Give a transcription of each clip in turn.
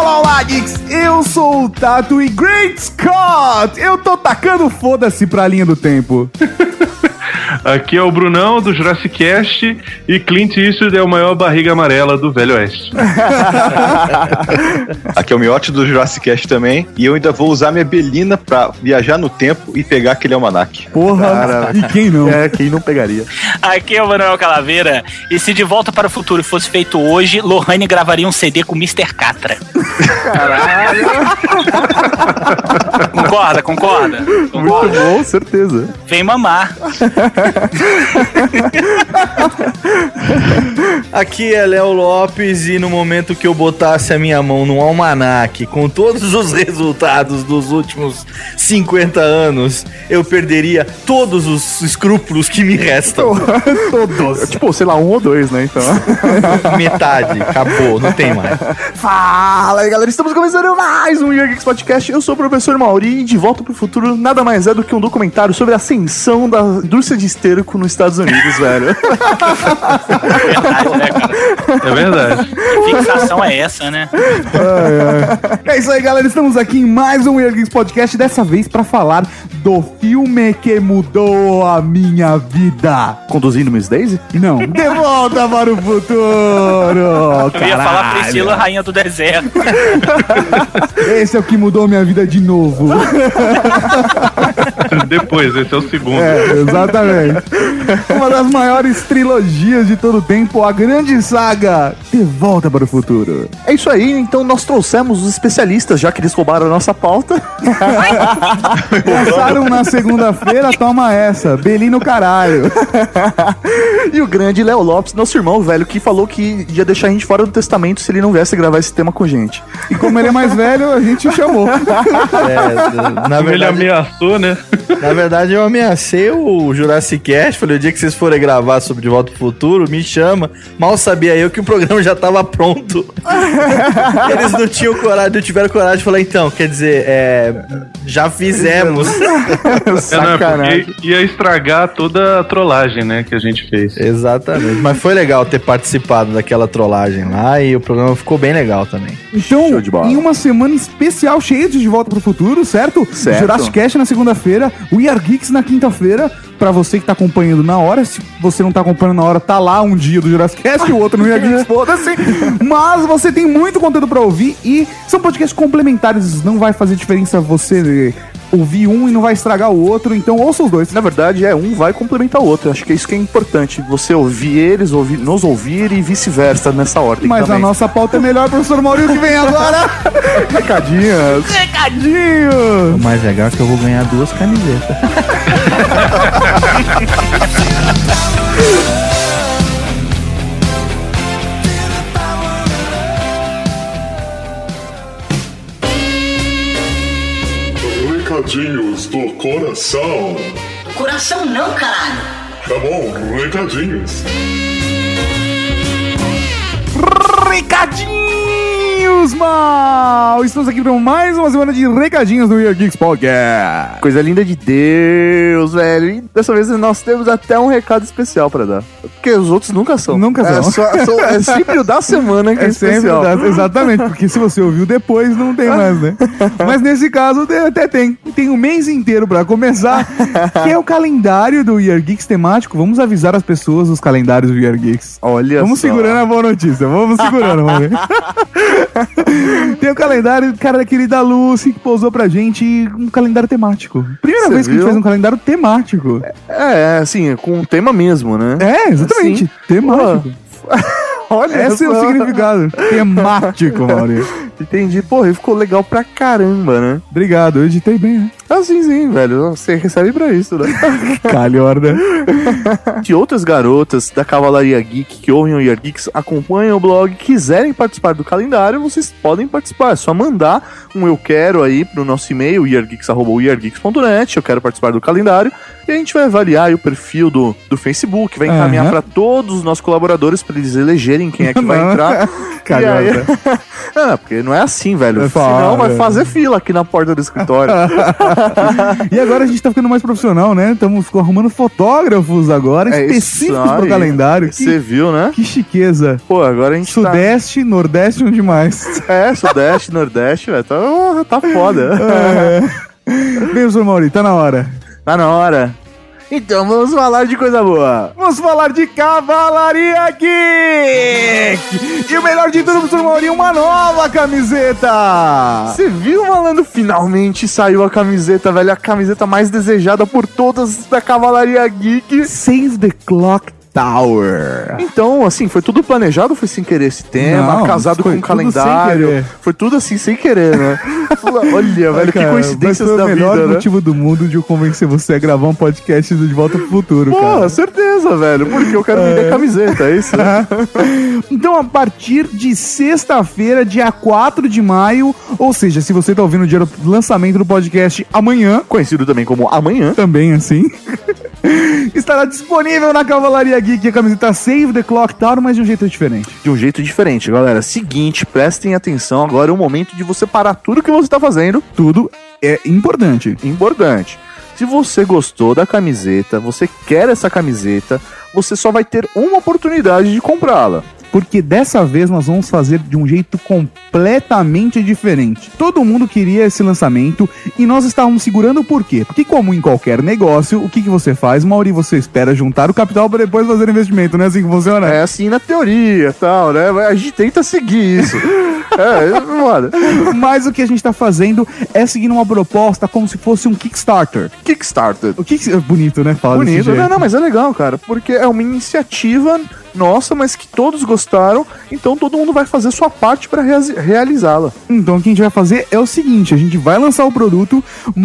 Olá, Geeks! Eu sou o Tato e Great Scott! Eu tô tacando foda-se pra linha do tempo. Aqui é o Brunão do Jurassic Cast e Clint Eastwood é o maior barriga amarela do Velho Oeste. Aqui é o Miotti do Jurassic Cast também. E eu ainda vou usar minha Belina pra viajar no tempo e pegar aquele almanac. Porra, e quem não? É, quem não pegaria? Aqui é o Manuel Calaveira. E se De Volta para o Futuro fosse feito hoje, Lohane gravaria um CD com Mr. Catra. Caralho! concorda, concorda? Muito Concorda? bom, certeza. Vem mamar. Aqui é Léo Lopes e no momento que eu botasse a minha mão num almanaque com todos os resultados dos últimos 50 anos, eu perderia todos os escrúpulos que me restam. Todos. Tipo, sei lá, um ou dois, né? Então. Metade, acabou, não tem mais. Fala aí, galera. Estamos começando mais um Year Geeks Podcast. Eu sou o professor Mauri e De Volta pro Futuro nada mais é do que um documentário sobre a ascensão da indústria de esterco nos Estados Unidos, velho. Verdade, né, cara? É verdade. Que fixação é essa, né? É isso aí, galera. Estamos aqui em mais um Weird Geeks Podcast, dessa vez pra falar do filme que mudou a minha vida. Conduzindo Miss Daisy? Não, de volta para o futuro. Eu ia falar Caralho. Priscila, rainha do deserto. Esse é o que mudou minha vida de novo. Depois, esse é o segundo. É, exatamente. Uma das maiores trilogias de todo o tempo, a grande saga De Volta para o Futuro. É isso aí, então nós trouxemos os especialistas, já que eles roubaram a nossa pauta. Lançaram na segunda-feira, toma essa. Belino caralho. E o grande Léo Lopes, nosso irmão, velho, que falou que ia deixar a gente fora do testamento se ele não viesse gravar esse tema com a gente. E como ele é mais velho, a gente o chamou. É, na, Ele verdade, ameaçou, né? na verdade, eu ameacei o Jurassic Cast. Falei, o dia que vocês forem gravar sobre De Volta pro Futuro, me chama. Mal sabia eu que o programa já tava pronto. Eles não tinham coragem, não tiveram coragem de falar, então, quer dizer, é, já fizemos. É, não, é porque ia estragar toda a trollagem, né, que a gente fez. Exatamente. Mas foi legal ter participado daquela trollagem lá e o programa ficou bem legal também. Então, Show de bola. em uma semana especial cheia de De Volta pro Futuro, certo? Certo. Jurassic Cast na segunda-feira, We Are Geeks na quinta-feira. Pra você que tá acompanhando na hora, se você não tá acompanhando na hora, tá lá um dia do Jurassic Cast e o outro no We Are Geeks, foda-se. Mas você tem muito conteúdo pra ouvir e são podcasts complementares, não vai fazer diferença você eh, ouvir um e não vai estragar o outro, então ouça os dois. Na verdade, é um vai complementar o outro. Acho que é isso que é importante. Você ouvir eles, ouvir, nos ouvir e vice-versa nessa ordem. Mas também. a nossa pauta é melhor, professor Maurício, que vem agora. Recadinhas. Recadinho! O mais legal é que eu vou ganhar duas camisetas. Recadinhos do coração. Coração não, caralho. Tá bom, recadinhos. Recadinhos, mal! Estamos aqui para mais uma semana de recadinhos do Year Geeks Podcast. Coisa linda de Deus, velho. E dessa vez nós temos até um recado especial pra dar. Porque os outros nunca são. Nunca é, são. só- só- é sempre o da semana que é, É sempre especial. da- exatamente, porque se você ouviu depois, não tem mais, né? Mas nesse caso tem- até tem. Tem o mês inteiro para começar, que é o calendário do Year Geeks temático. Vamos avisar as pessoas dos calendários do Year Geeks. Olha Vamos só. segurando a boa notícia, vamos segurando, vamos ver. Tem o calendário, cara, daquele da Lucy que pousou pra gente, um calendário temático. Primeira Cê vez que a gente viu? fez um calendário temático. É, assim, com um tema mesmo, né? Assim, É, exatamente, temático. Olha Esse é o só. significado, temático, Mauri. Entendi. Porra, e ficou legal pra caramba, né? Obrigado, eu editei bem, né? Assim sim, velho. Você recebe pra isso, né? Calhorda. de outras garotas da Cavalaria Geek que ouvem o Year Geeks, acompanham o blog, quiserem participar do calendário, vocês podem participar. É só mandar um eu quero aí pro nosso e-mail, yeargeeks.yeargeeks.net, eu quero participar do calendário, e a gente vai avaliar aí o perfil do, do Facebook, vai encaminhar Aham. pra todos os nossos colaboradores pra eles elegerem quem é que vai Não. entrar. E aí- Calhorda. Ah, porque não é assim, velho. É Senão foda. vai fazer fila aqui na porta do escritório. E agora a gente tá ficando mais profissional, né? Estamos arrumando fotógrafos agora, É isso específicos aí. pro calendário. Você Que, viu, né? que chiqueza. Pô, agora a gente Sudeste, Nordeste, onde mais? tá... É, Sudeste, Nordeste, velho, tá, oh, tá foda. É. Bem, professor Mauri, tá na hora. tá na hora. Então, vamos falar de coisa boa. Vamos falar de Cavalaria Geek! E o melhor de tudo, professor Mauri, uma nova camiseta! Você viu, malandro? Finalmente saiu a camiseta, velho. A camiseta mais desejada por todas da Cavalaria Geek. Save the Clock Tower. Então, assim, foi tudo planejado, foi sem querer esse tema, Não, casado com foi o tudo calendário. sem querer. foi tudo assim, sem querer, né? Fala, Olha, velho, que coincidências foi da o melhor vida, né? motivo do mundo de eu convencer você a gravar um podcast do De Volta pro Futuro, Porra, cara. certeza, velho, porque eu quero vender camiseta, é isso? Então, a partir de sexta-feira, dia 4 de maio, ou seja, se você tá ouvindo o dia do lançamento do podcast amanhã, Conhecido também como Amanhã. também assim. Estará disponível na Cavalaria Geek a camiseta Save the Clock Tower, mas de um jeito diferente. de um jeito diferente, galera. Seguinte, prestem atenção, agora é o momento de você parar tudo que você tá fazendo. Tudo é importante. Importante. Se você gostou da camiseta, você quer essa É. camiseta, você só vai ter uma oportunidade de comprá-la. Porque dessa vez nós vamos fazer de um jeito completamente diferente. Todo mundo queria esse lançamento e nós estávamos segurando por quê? Porque, como em qualquer negócio, o que, que você faz, Mauri? Você espera juntar o capital para depois fazer investimento, não é assim que funciona? É assim na teoria tal, né? Mas a gente tenta seguir isso. é, mano. Mas o que a gente está fazendo é seguindo uma proposta como se fosse um Kickstarter. Kickstarter. O que que- bonito, né? Falar desse Bonito. jeito. Não, não, mas é legal, cara, porque é uma iniciativa nossa, mas que todos gostaram, então todo mundo vai fazer sua parte pra reasi- realizá-la. Então o que a gente vai fazer é o seguinte: a gente vai lançar o produto,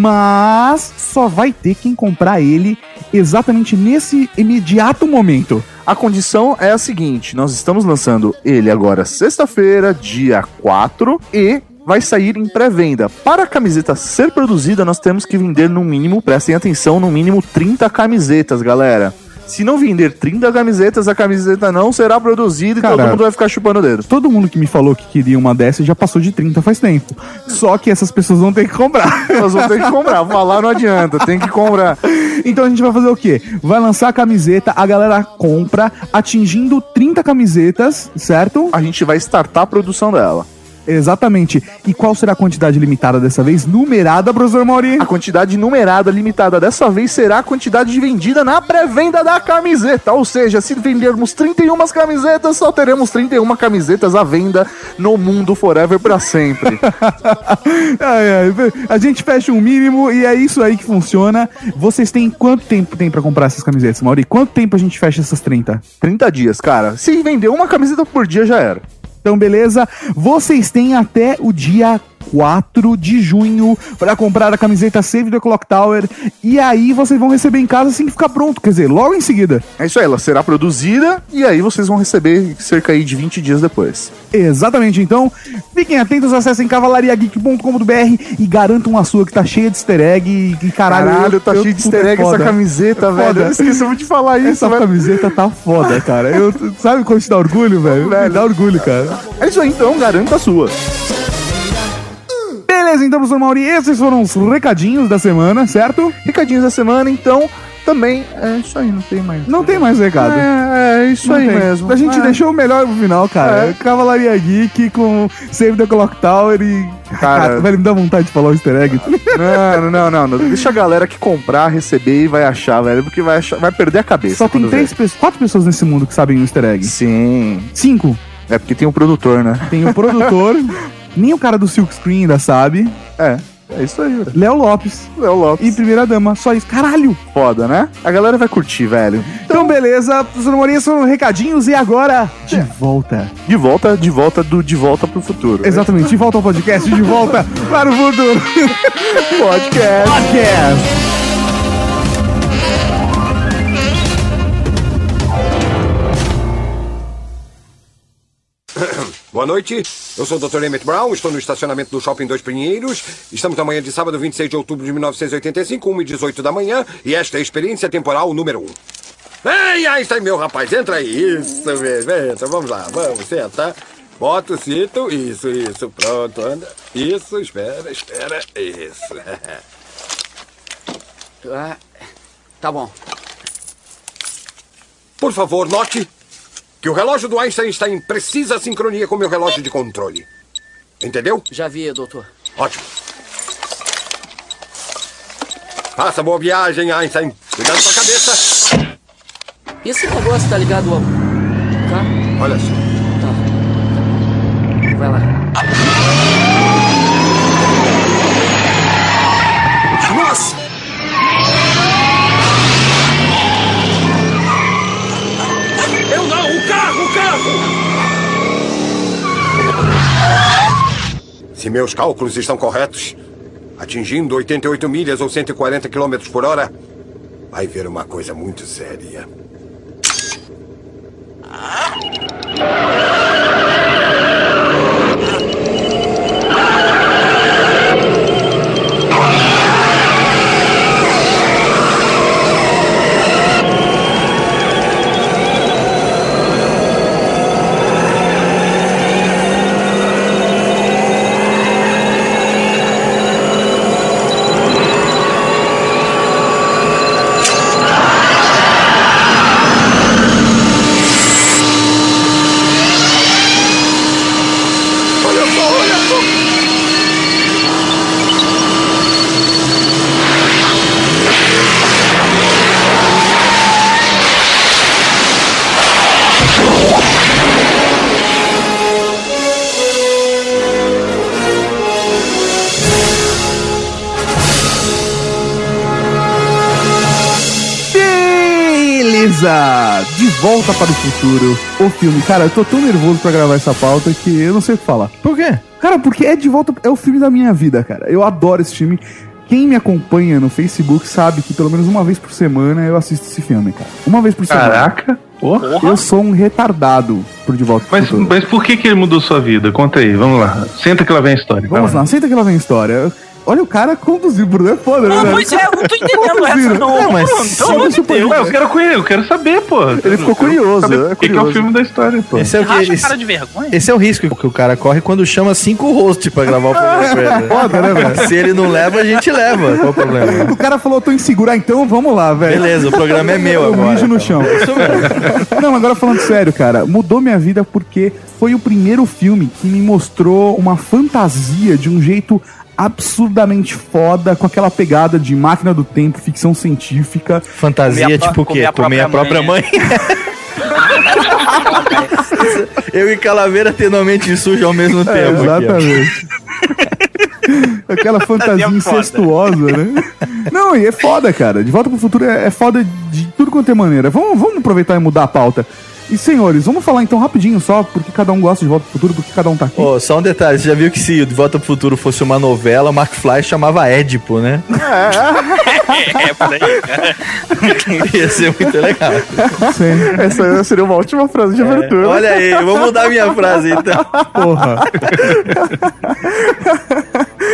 mas só vai ter quem comprar ele exatamente nesse imediato momento. A condição é a seguinte: nós estamos lançando ele agora sexta-feira, dia 4, e vai sair em pré-venda. Para a camiseta ser produzida, nós temos que vender no mínimo, prestem atenção, no mínimo 30 camisetas, galera. Se não vender 30 camisetas, a camiseta não será produzida e Cara, todo mundo vai ficar chupando o dedo. Todo mundo que me falou que queria uma dessa já passou de 30 faz tempo. Só que essas pessoas vão ter que comprar. Nós vamos ter que comprar, falar não adianta, tem que comprar. Então a gente vai fazer o quê? Vai lançar a camiseta, a galera compra, atingindo 30 camisetas, certo? A gente vai startar a produção dela. Exatamente. E qual será a quantidade limitada dessa vez? Numerada, professor Mauri? A quantidade numerada limitada dessa vez será a quantidade vendida na pré-venda da camiseta. Ou seja, se vendermos 31 camisetas, só teremos 31 camisetas à venda no mundo forever pra sempre. Ai, ai, a gente fecha um mínimo e é isso aí que funciona. Vocês têm quanto tempo tem pra comprar essas camisetas, Mauri? Quanto tempo a gente fecha essas 30? 30 dias, cara. Se vender uma camiseta por dia já era. Então, beleza? Vocês têm até o dia 4 de junho pra comprar a camiseta Save the Clock Tower e aí vocês vão receber em casa assim que ficar pronto, quer dizer, logo em seguida. É isso aí, ela será produzida e aí vocês vão receber cerca aí de 20 dias depois. Exatamente, então fiquem atentos, acessem cavalariageek.com.br e garantam a sua que tá cheia de easter egg e que caralho. eu- tá eu- puta, é foda. É camiseta, foda. esquecemos de falar Essa camiseta tá foda, cara. Eu, sabe quando te dá orgulho, velho? Me dá orgulho, cara. É isso aí, então, garanta a sua. Beleza, então, professor Mauri, esses foram os recadinhos da semana, certo? Recadinhos da semana, então, também é isso aí, não tem mais. Não tem mais recado. É, é isso Não aí tem. mesmo. A gente É. deixou o melhor pro final, cara. É. Cavalaria Geek com Save the Clock Tower e. Cara, velho, me dá vontade de falar o easter egg. Não, não, não, não. Deixa a galera que comprar, receber e vai achar, velho. Porque vai, achar- vai perder a cabeça. Só tem quando É três pessoas, quatro pessoas nesse mundo que sabem o easter vê. egg. Sim. Cinco. É porque tem um produtor, né? Tem o produtor, nem o cara do Silk Screen ainda sabe. É isso aí, velho. Léo Lopes É o Lopes. e Primeira Dama. Só isso. Caralho! foda, né? A galera vai curtir, velho. Então, beleza, professor Morinha, são recadinhos e agora de volta. É. De volta, de volta do De Volta pro Futuro. né? Exatamente, de volta ao podcast, de volta para o futuro. Podcast. Podcast. Boa noite, eu sou o Dr. Emmett Brown, estou no estacionamento do Shopping Dois Pinheiros. Estamos na manhã de sábado, 26 de outubro de 1985, 1h18 da manhã, e esta é a experiência temporal número 1. Ei, Einstein, meu rapaz, entra aí. Isso mesmo, entra, vamos lá, vamos, senta. Bota o cinto, isso, isso, pronto, anda. Isso, espera, espera, isso. É, Ah, tá bom. Por favor, note que o relógio do Einstein está em precisa sincronia com meu relógio de controle. Entendeu? Já vi, doutor. Ótimo. Passa boa viagem, Einstein. Cuidado com a cabeça. Esse negócio tá ligado ao. Tá? Olha só. Tá. Vai lá. Nossa! Eu não! O carro! O carro! Se meus cálculos estão corretos, atingindo 88 milhas ou 140 km por hora, vai ver uma coisa muito séria. Olha só, olha só! Beleza! De volta para o futuro. O filme, cara, eu tô tão nervoso pra gravar essa pauta que eu não sei o que falar. Por quê? Cara, porque é de volta. É o filme da minha vida, cara. Eu adoro esse filme. Quem me acompanha no Facebook sabe que pelo menos uma vez por semana eu assisto esse filme, cara. Uma vez por Caraca. semana. Eu sou um retardado por De Volta pro Mas, Futuro. mas por que, que ele mudou sua vida? Conta aí, vamos lá. Senta que lá vem a história. Vamos lá, senta que lá vem a história. Olha o cara conduzir, Bruno. É foda, né? Não, velho? pois é, eu não tô entendendo essa, Conduziram. não. É, mas Bruno, só pelo amor deixa de eu Deus. Ué, eu quero conhecer, eu quero saber, pô. Ele ficou curioso, Saber é O que, que é curioso. o filme da história, pô? Esse é o Racha que. a cara Esse, de vergonha. esse é o risco que o cara corre É quando chama cinco hosts pra gravar o programa com ele. Foda, né, velho? Se ele não leva, a gente leva. Qual o problema? O cara falou, tô inseguro, ah, então vamos lá, velho. Beleza, o programa é meu Eu agora. mijo no chão. Não, agora falando sério, cara, mudou minha vida porque foi o primeiro filme que me mostrou uma fantasia de um jeito absurdamente foda, com aquela pegada de máquina do tempo, ficção científica. Fantasia, Comer a pró- tipo o quê? Comer a própria mãe. Eu e Calaveira tendo a mente suja ao mesmo tempo. aqui, ó. É, exatamente. Aquela é Fantasia fantasia foda. incestuosa, né? Não, e é foda, cara. De Volta pro Futuro é, é foda de tudo quanto é maneira. Vamos, vamos aproveitar e mudar a pauta. E, senhores, vamos falar então rapidinho só, porque cada um gosta de Volta pro Futuro, porque cada um tá aqui. Ô, só um detalhe, você já viu que se o De Volta pro Futuro fosse uma novela, Mark Fly chamava Édipo, né? É, por aí, cara. Ia ser muito legal. Sim. Essa seria uma ótima frase de abertura. É, Olha aí, eu vou mudar minha frase então.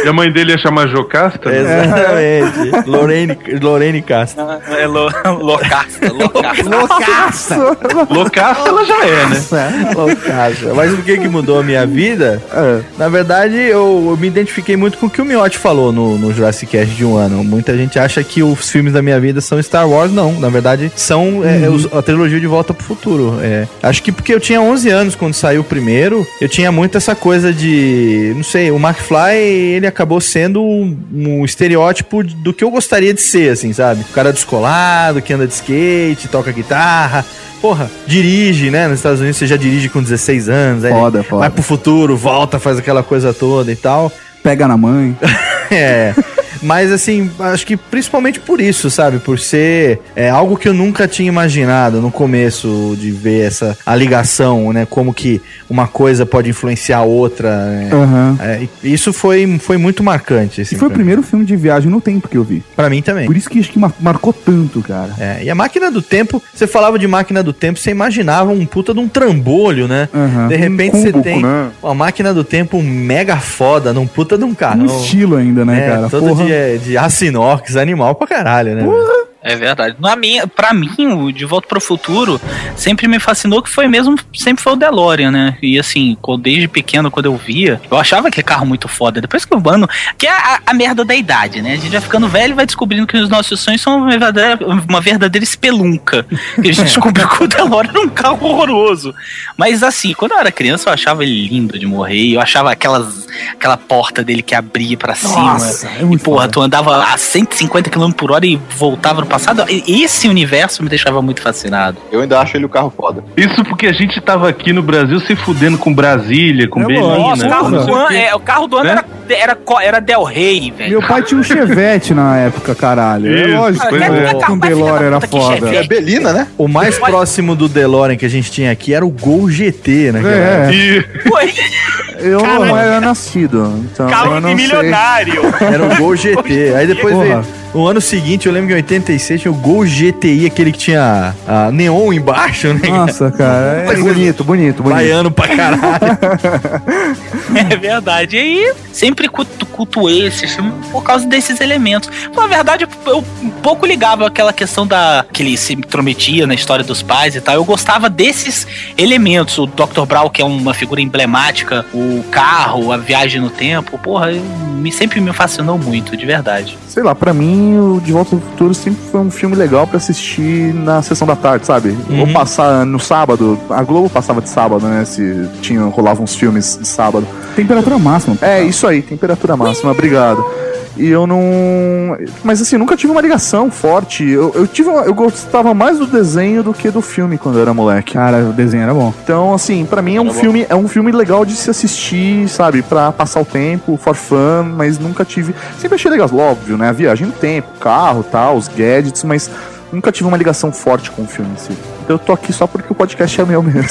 E a mãe dele ia chamar Jocasta? né? Exatamente. Lorene, Lorene Castro. É lo, loucaça, loucaça. Loucaça! Ah. Loucasta ela já é, né? Loucaça. Mas o que que mudou a minha vida? É. Na verdade, eu, eu me identifiquei muito com o que o Miotti falou no, no Jurassic Cast de um ano. Muita gente acha que os filmes da minha vida são Star Wars, não. Na verdade, são é, Uhum. os- a trilogia de Volta pro Futuro. É. Acho que porque eu tinha 11 anos quando saiu o primeiro, eu tinha muito essa coisa de... Não sei, o McFly, ele acabou sendo um, um estereótipo do que eu gostaria de ser, assim, sabe? O cara descolado, que anda de skate, toca guitarra... Porra, dirige, né? Nos Estados Unidos você já dirige com 16 anos. aí Foda, Vai foda. pro futuro, volta, faz aquela coisa toda e tal. Pega na mãe. É. Mas assim, acho que principalmente por isso, sabe? Por ser é, algo que eu nunca tinha imaginado no começo de ver essa a ligação, né? Como que uma coisa pode influenciar a outra. né? Aham. É, e isso foi, foi muito marcante. Assim, E foi o pra mim. primeiro filme de viagem no tempo que eu vi. Pra mim também. Por isso que acho que mar- marcou tanto, cara. É, e a máquina do tempo, você falava de máquina do tempo, você imaginava um puta de um trambolho, né? Aham. Um De repente você cúbico, tem né? uma máquina do tempo mega foda, num puta de um Um carro. estilo ainda, né, É, cara? Todo Porra. de, de aço inox, animal pra caralho, né? velho? É verdade. Na minha, pra mim, o De Volta para o Futuro sempre me fascinou, que foi mesmo, sempre foi o DeLorean, né? E assim, quando- desde pequeno, quando eu via, eu achava aquele carro muito foda. Depois que eu mano, que é a, a merda da idade, né? A gente vai ficando velho e vai descobrindo que os nossos sonhos são uma verdadeira, uma verdadeira espelunca. E a gente descobriu que o DeLorean era um carro horroroso. Mas assim, quando eu era criança, eu achava ele lindo de morrer. e Eu achava aquelas, aquela porta dele que abria pra cima. Nossa, é E, muito porra, foda. tu andava a 150 km por hora e voltava no passado. E- Esse universo me deixava muito fascinado. Eu ainda acho ele o carro foda. Isso porque a gente tava aqui no Brasil se fudendo com Brasília, com É Belém, lógico. Nossa, né? o carro, Porra. do ano, é, o carro do ano Né? era, era, co- era Del Rey, velho. Meu pai tinha um Chevette na época, caralho. é Isso, lógico pois que é. o- que um DeLorean era Que foda. É a Belina, né? O mais próximo do DeLorean que a gente tinha aqui era o Gol GT, né? cara? É, E Foi, Eu não é. era nascido, então eu carro de não sei. milionário. Era o Gol GT. Aí depois Porra. veio. No ano seguinte, eu lembro que em 86 tinha o Gol GTI, aquele que tinha a neon embaixo, né? cara? Nossa, cara. É bonito, bonito, bonito. Baiano pra caralho. É verdade. E aí, sempre cultu cultuei esse filme por causa desses elementos. Na verdade, eu um pouco ligava aquela questão da que ele se intrometia na história dos pais e tal. Eu gostava desses elementos. O Dr. Brown, que é uma figura emblemática, o carro, a viagem no tempo. Porra, eu- me, sempre me fascinou muito, de verdade. Sei lá, pra mim, o De Volta ao Futuro sempre foi um filme legal pra assistir na sessão da tarde, sabe? Ou passar no sábado. A Globo passava de sábado, né? Se tinha, rolava uns filmes de sábado. Temperatura máxima. tá? É, isso aí, temperatura máxima, obrigado. E eu não. Mas assim, eu nunca tive uma ligação forte. Eu, eu, tive uma- eu gostava mais do desenho do que do filme quando eu era moleque. Cara, o desenho era bom. Então, assim, pra mim é um filme é um filme legal de se assistir, sabe? Pra passar o tempo, for fun, mas nunca tive. Sempre achei legal, óbvio, né? A viagem no tempo, carro tal, os gadgets, mas nunca tive uma ligação forte com o filme em si. Então eu tô aqui só porque o podcast é meu mesmo.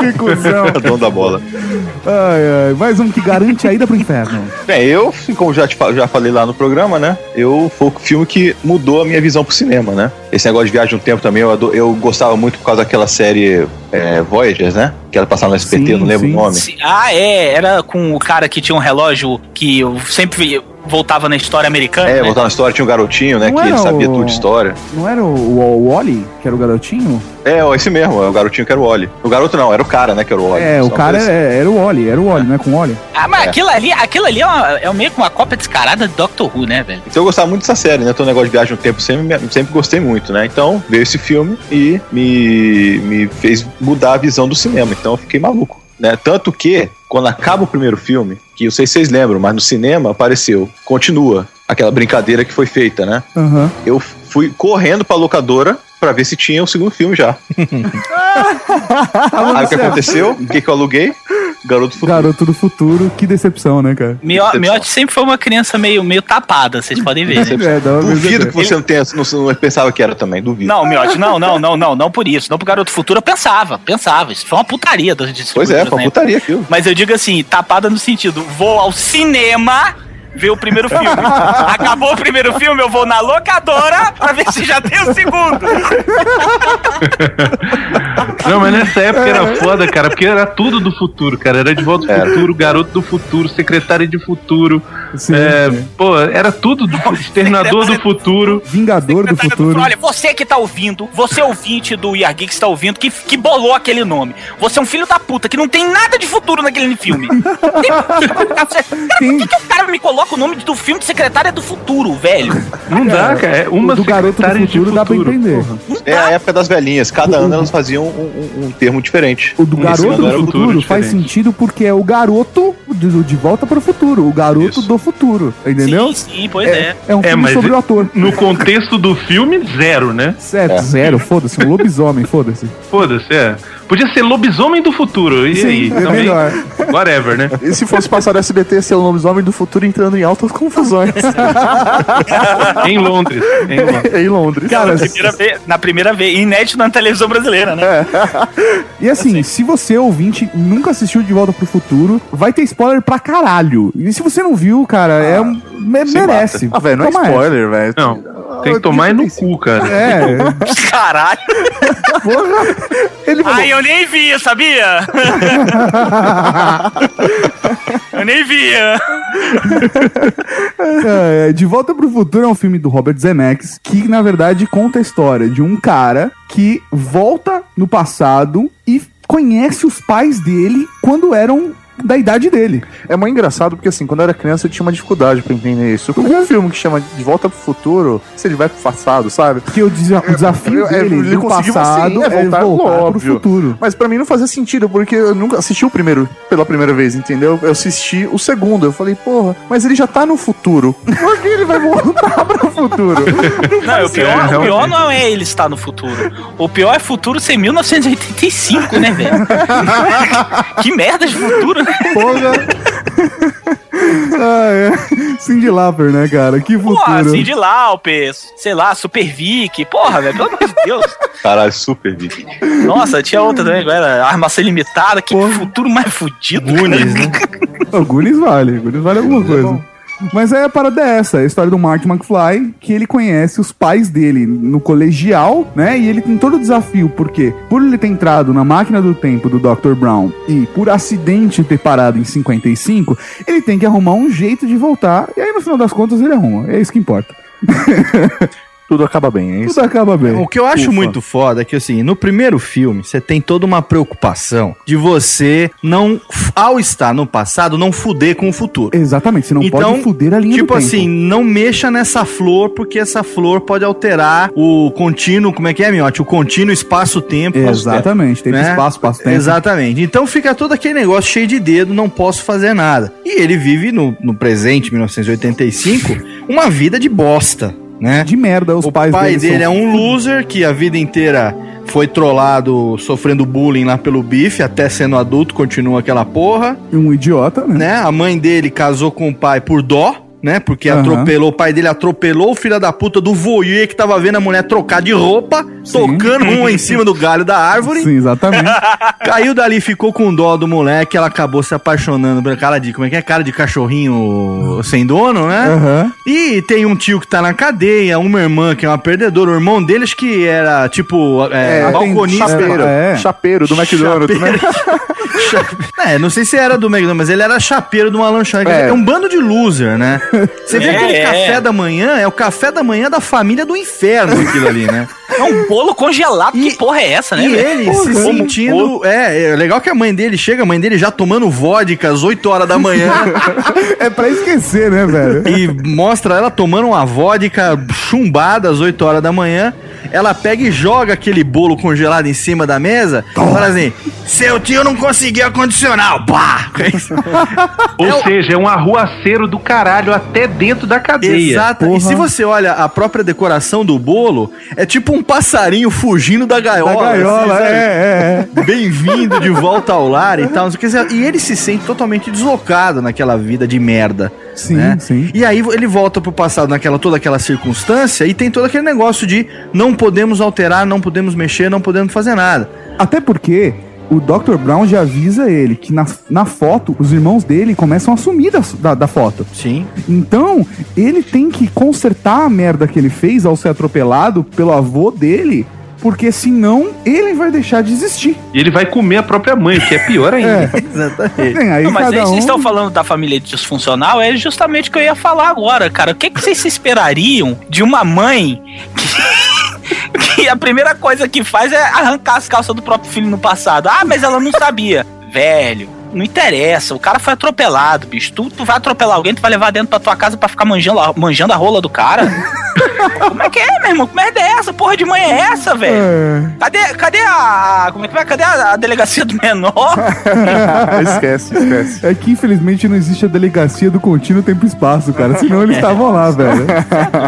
Que cuzão. Dono da bola. Ai, ai. Mais um que garante a ida pro inferno. Bem, eu, assim, como já, te, fa- já falei lá no programa, né? Eu foi o filme que mudou a minha visão pro cinema, né? Esse negócio de viagem no tempo também, eu, ado- eu gostava muito por causa daquela série é, Voyagers, né? Que ela passava no SPT, Sim, não lembro sim. o nome. Se- Ah, é. Era com o cara que tinha um relógio que eu sempre vi- voltava na história americana. É, né? voltar na história, tinha um garotinho, né? Não que era ele sabia o- tudo de história. Não era o, o, o Wally, que era o garotinho? É, ó, esse mesmo, é o garotinho que era o Oli. O garoto não, era o cara, né? Que era o Oli. é, o Só cara coisa assim. é- era o Wally, era o Wally, não é com o Wally? Ah, mas aquilo ali, aquilo ali é, uma- é meio que uma cópia descarada do Doctor Who, né, velho? Então eu gostava muito dessa série, né? Então o negócio de viagem no tempo sempre, me- sempre gostei muito, né? Então veio esse filme e me, me fez mudar a visão do cinema. Então eu fiquei maluco, né? Tanto que, quando acaba o primeiro filme, que eu sei se vocês lembram, mas no cinema apareceu, continua, aquela brincadeira que foi feita, né? Aham. Eu fui correndo pra locadora pra ver se tinha o segundo filme já. Ah, Aí o que aconteceu? O que, que eu aluguei? Garoto Futuro. Garoto do futuro, que decepção, né, cara? Mio- Decepção. Miotti sempre foi uma criança meio, meio tapada, vocês podem ver. Né? É, dá uma Duvido vergonha. que você não tenha, não, não pensava que era também, duvido. Não, Miotti, não, não, não, não, não por isso. Não pro Garoto Futuro eu pensava, pensava. Isso foi uma putaria das Pois é, distribuidoras foi na uma época. putaria aquilo. Mas eu digo assim, tapada no sentido, vou ao cinema ver o primeiro filme. Acabou o primeiro filme, eu vou na locadora pra ver se já tem o segundo. Não, mas nessa época É. era foda, cara, porque era tudo do futuro, cara. Era de volta ao Era. futuro, garoto do futuro, secretário de futuro. Sim, é, sim. Pô, era tudo do externador do futuro. Vingador do Secretário futuro. Olha, você que tá ouvindo, você ouvinte do IR Geek que tá ouvindo, que, que bolou aquele nome. Você é um filho da puta que não tem nada de futuro naquele filme. Tem- cara, por que, que o cara me coloca o nome do filme de secretária do futuro, velho? Não dá, cara. É uma do garoto do secretária futuro, de futuro. dá pra entender. Não É dá. a época das velhinhas. Cada ano elas faziam um, um- um termo diferente. O do Esse garoto Garoto do do futuro, Futuro faz diferente. sentido porque é o garoto de, de volta pro futuro. O garoto Isso. do futuro. Entendeu? Sim, sim, pois é. É um É, filme mas sobre e- o ator. No contexto do filme, zero, né? Certo, É. zero, foda-se. Um lobisomem, foda-se. Foda-se, é. Podia ser lobisomem do futuro. E aí? é também, melhor. whatever, né? E se fosse passar no SBT, ia ser o lobisomem do futuro entrando em altas confusões Em Londres. Em Londres. em Londres. Cara, Primeira vez, na primeira vez, inédito na televisão brasileira, né? E assim, se você, ouvinte, nunca assistiu De Volta pro Futuro, vai ter spoiler pra caralho. E se você não viu, cara, é um- me- se merece. Ah, velho, não é Toma essa. spoiler, velho. Não. Tem que tomar e no cu, cara. É, Caralho. porra. Ele falou, Ai, eu nem via, sabia? eu nem via. É, De Volta pro Futuro é um filme do Robert Zemeckis que, na verdade, conta a história de um cara que volta no passado e conhece os pais dele quando eram da idade dele. É muito engraçado porque, assim, quando eu era criança eu tinha uma dificuldade pra entender isso. Uhum. Qualquer filme que chama De Volta pro Futuro, se ele vai pro passado, sabe? Que o, desa- o desafio eu- eu- dele ele do conseguiu, passado assim, é é voltar, voltar, pro óbvio. futuro. Mas pra mim não fazia sentido, porque eu nunca assisti o primeiro pela primeira vez, entendeu? Eu assisti o segundo, eu falei, porra, mas ele já tá no futuro. Por que ele vai voltar pro futuro? Não, o pior, É, o pior não é ele estar no futuro. O pior é futuro ser 1985, né, velho? que merda de futuro, né? Porra. ah, é. Cindy Lauper, né, cara? Que futuro. Porra, Cindy Lauper, sei lá, Super Vic, porra, velho, pelo amor de Deus. Caralho, super, Vic. Nossa, tinha outra também, era Armação Ilimitada, que Porra. futuro mais fudido. Gunis, né? O Goonies vale, Goonies vale é alguma coisa. Mas aí a parada é essa, a história do Mark McFly, que ele conhece os pais dele no colegial, né? E ele tem todo o desafio, porque por ele ter entrado na máquina do tempo do Dr. Brown e por acidente ter parado em 55, ele tem que arrumar um jeito de voltar, e aí no final das contas ele arruma. É isso que importa. Tudo acaba bem, é isso. Tudo acaba bem. O que eu acho Ufa. muito foda é que, assim, no primeiro filme, você tem toda uma preocupação de você não, ao estar no passado, não fuder com o futuro. Exatamente, você não Então, pode foder a linha do Tipo tempo. assim, não mexa nessa flor, porque essa flor pode alterar o contínuo, como é que é, Miote? O contínuo espaço-tempo. Exatamente, tempo, né? espaço, espaço, tempo. Exatamente. Então fica todo aquele negócio cheio de dedo, não posso fazer nada. E ele vive no, no presente, 1985, uma vida de bosta, né? De merda, os o pais pai dele, dele é são... um loser que a vida inteira foi trollado, sofrendo bullying lá pelo bife, até sendo adulto continua aquela porra, um idiota, né? né? A mãe dele casou com o pai por dó, né? Porque Aham. atropelou, o pai dele atropelou o filho da puta do voyeur que tava vendo a mulher trocar de roupa, tocando um em cima do galho da árvore. Sim, exatamente. Caiu dali, ficou com dó do moleque, ela acabou se apaixonando pela cara de. Como é que é? Cara de cachorrinho sem dono, né? Aham. E tem um tio que tá na cadeia, uma irmã que é uma perdedora, o irmão deles que era, tipo, é, É, balconista. tem- Chapeiro, É. chapeiro do McDonald's, né? É, não sei se era do McDonald's, mas ele era chapeiro de uma lanchonete. É. É, um bando de loser, né? Você vê É, aquele é. café da manhã, é o café da manhã da família do inferno aquilo ali, né? É um bolo congelado, que porra é essa, né? E velho? ele se sentindo. É, é legal que a mãe dele chega, a mãe dele já tomando vodka às 8 horas da manhã. É pra esquecer, né, velho? e mostra ela tomando uma vodka chumbada às 8 horas da manhã. Ela pega e joga aquele bolo congelado em cima da mesa. Fala assim: Seu tio não conseguiu acondicionar. Pá! Ou seja, é um arruaceiro do caralho até dentro da cadeia. Exato. Porra. E se você olha a própria decoração do bolo, é tipo um passarinho fugindo da Da gaiola. gaiola, assim, sabe? é, é, é. Bem-vindo de volta ao lar e tal. não sei o que. E ele se sente totalmente deslocado naquela vida de merda. Sim, né? sim. E aí ele volta pro passado naquela toda aquela circunstância e tem todo aquele negócio de não podemos alterar, não podemos mexer, não podemos fazer nada. Até porque o Dr. Brown já avisa ele que na, na foto os irmãos dele começam a sumir da, da, da foto. Sim. Então, ele tem que consertar a merda que ele fez ao ser atropelado pelo avô dele, porque senão ele vai deixar de existir. E ele vai comer a própria mãe, que é pior ainda. Exatamente. Tem aí Não, mas aí cada um... vocês estão falando da família disfuncional, é justamente o que eu ia falar agora, cara. O que, que vocês se esperariam de uma mãe que, que a primeira coisa que faz é arrancar as calças do próprio filho no passado? Ah, mas ela não sabia. Velho, não interessa. O cara foi atropelado, bicho. Tu, tu vai atropelar alguém, tu vai levar dentro pra tua casa pra ficar manjando, a- manjando a rola do cara? Como é que é, meu irmão? Que merda é essa? Porra de mãe é essa, velho? É. Cadê, cadê a. Como é que vai? Cadê a- a delegacia do menor? esquece, esquece. É que infelizmente não existe a delegacia do contínuo tempo e espaço, cara. Senão eles estavam lá, velho.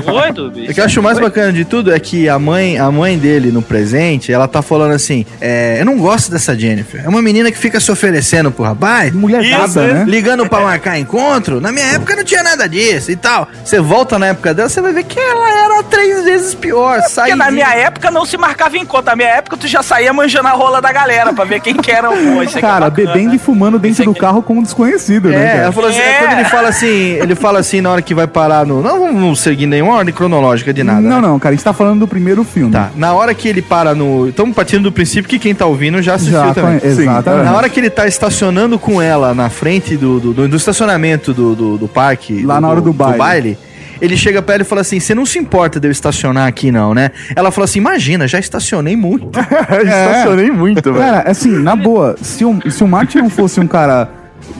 Doido, bicho. O que eu acho mais bacana de tudo é que a mãe, a mãe dele no presente, ela tá falando assim: é, eu não gosto dessa Jennifer. É uma menina que fica se oferecendo pro rapaz. Mulher Isso, dada, né? Ligando pra marcar encontro. Na minha época não tinha nada disso e tal. Você volta na época dela, você vai ver que ela ela era três vezes pior. Porque Saí na de- minha época não se marcava em conta. Na minha época tu já saía manjando a rola da galera pra ver quem que era o bom. Isso aqui é Cara, bacana. Tá bebendo e fumando dentro Isso do aqui- carro como desconhecido, né, É, cara? ela falou assim, É. quando ele fala assim, ele fala assim na hora que vai parar no. Não vamos seguir nenhuma ordem cronológica de nada. Não, né? não, cara, a gente tá falando do primeiro filme. Tá. Na hora que ele para no. Estamos partindo do princípio que quem tá ouvindo já assistiu Já, também. conhe- exatamente. Na hora que ele tá estacionando com ela na frente do, do, do- do estacionamento do, do, do parque. Lá na hora do baile. ele chega pra ela e fala assim: Você não se importa de eu estacionar aqui, não, né? Ela fala assim: Imagina, já estacionei muito. Estacionei muito, velho. É. Cara, assim, na boa, se o, se o Martin não fosse um cara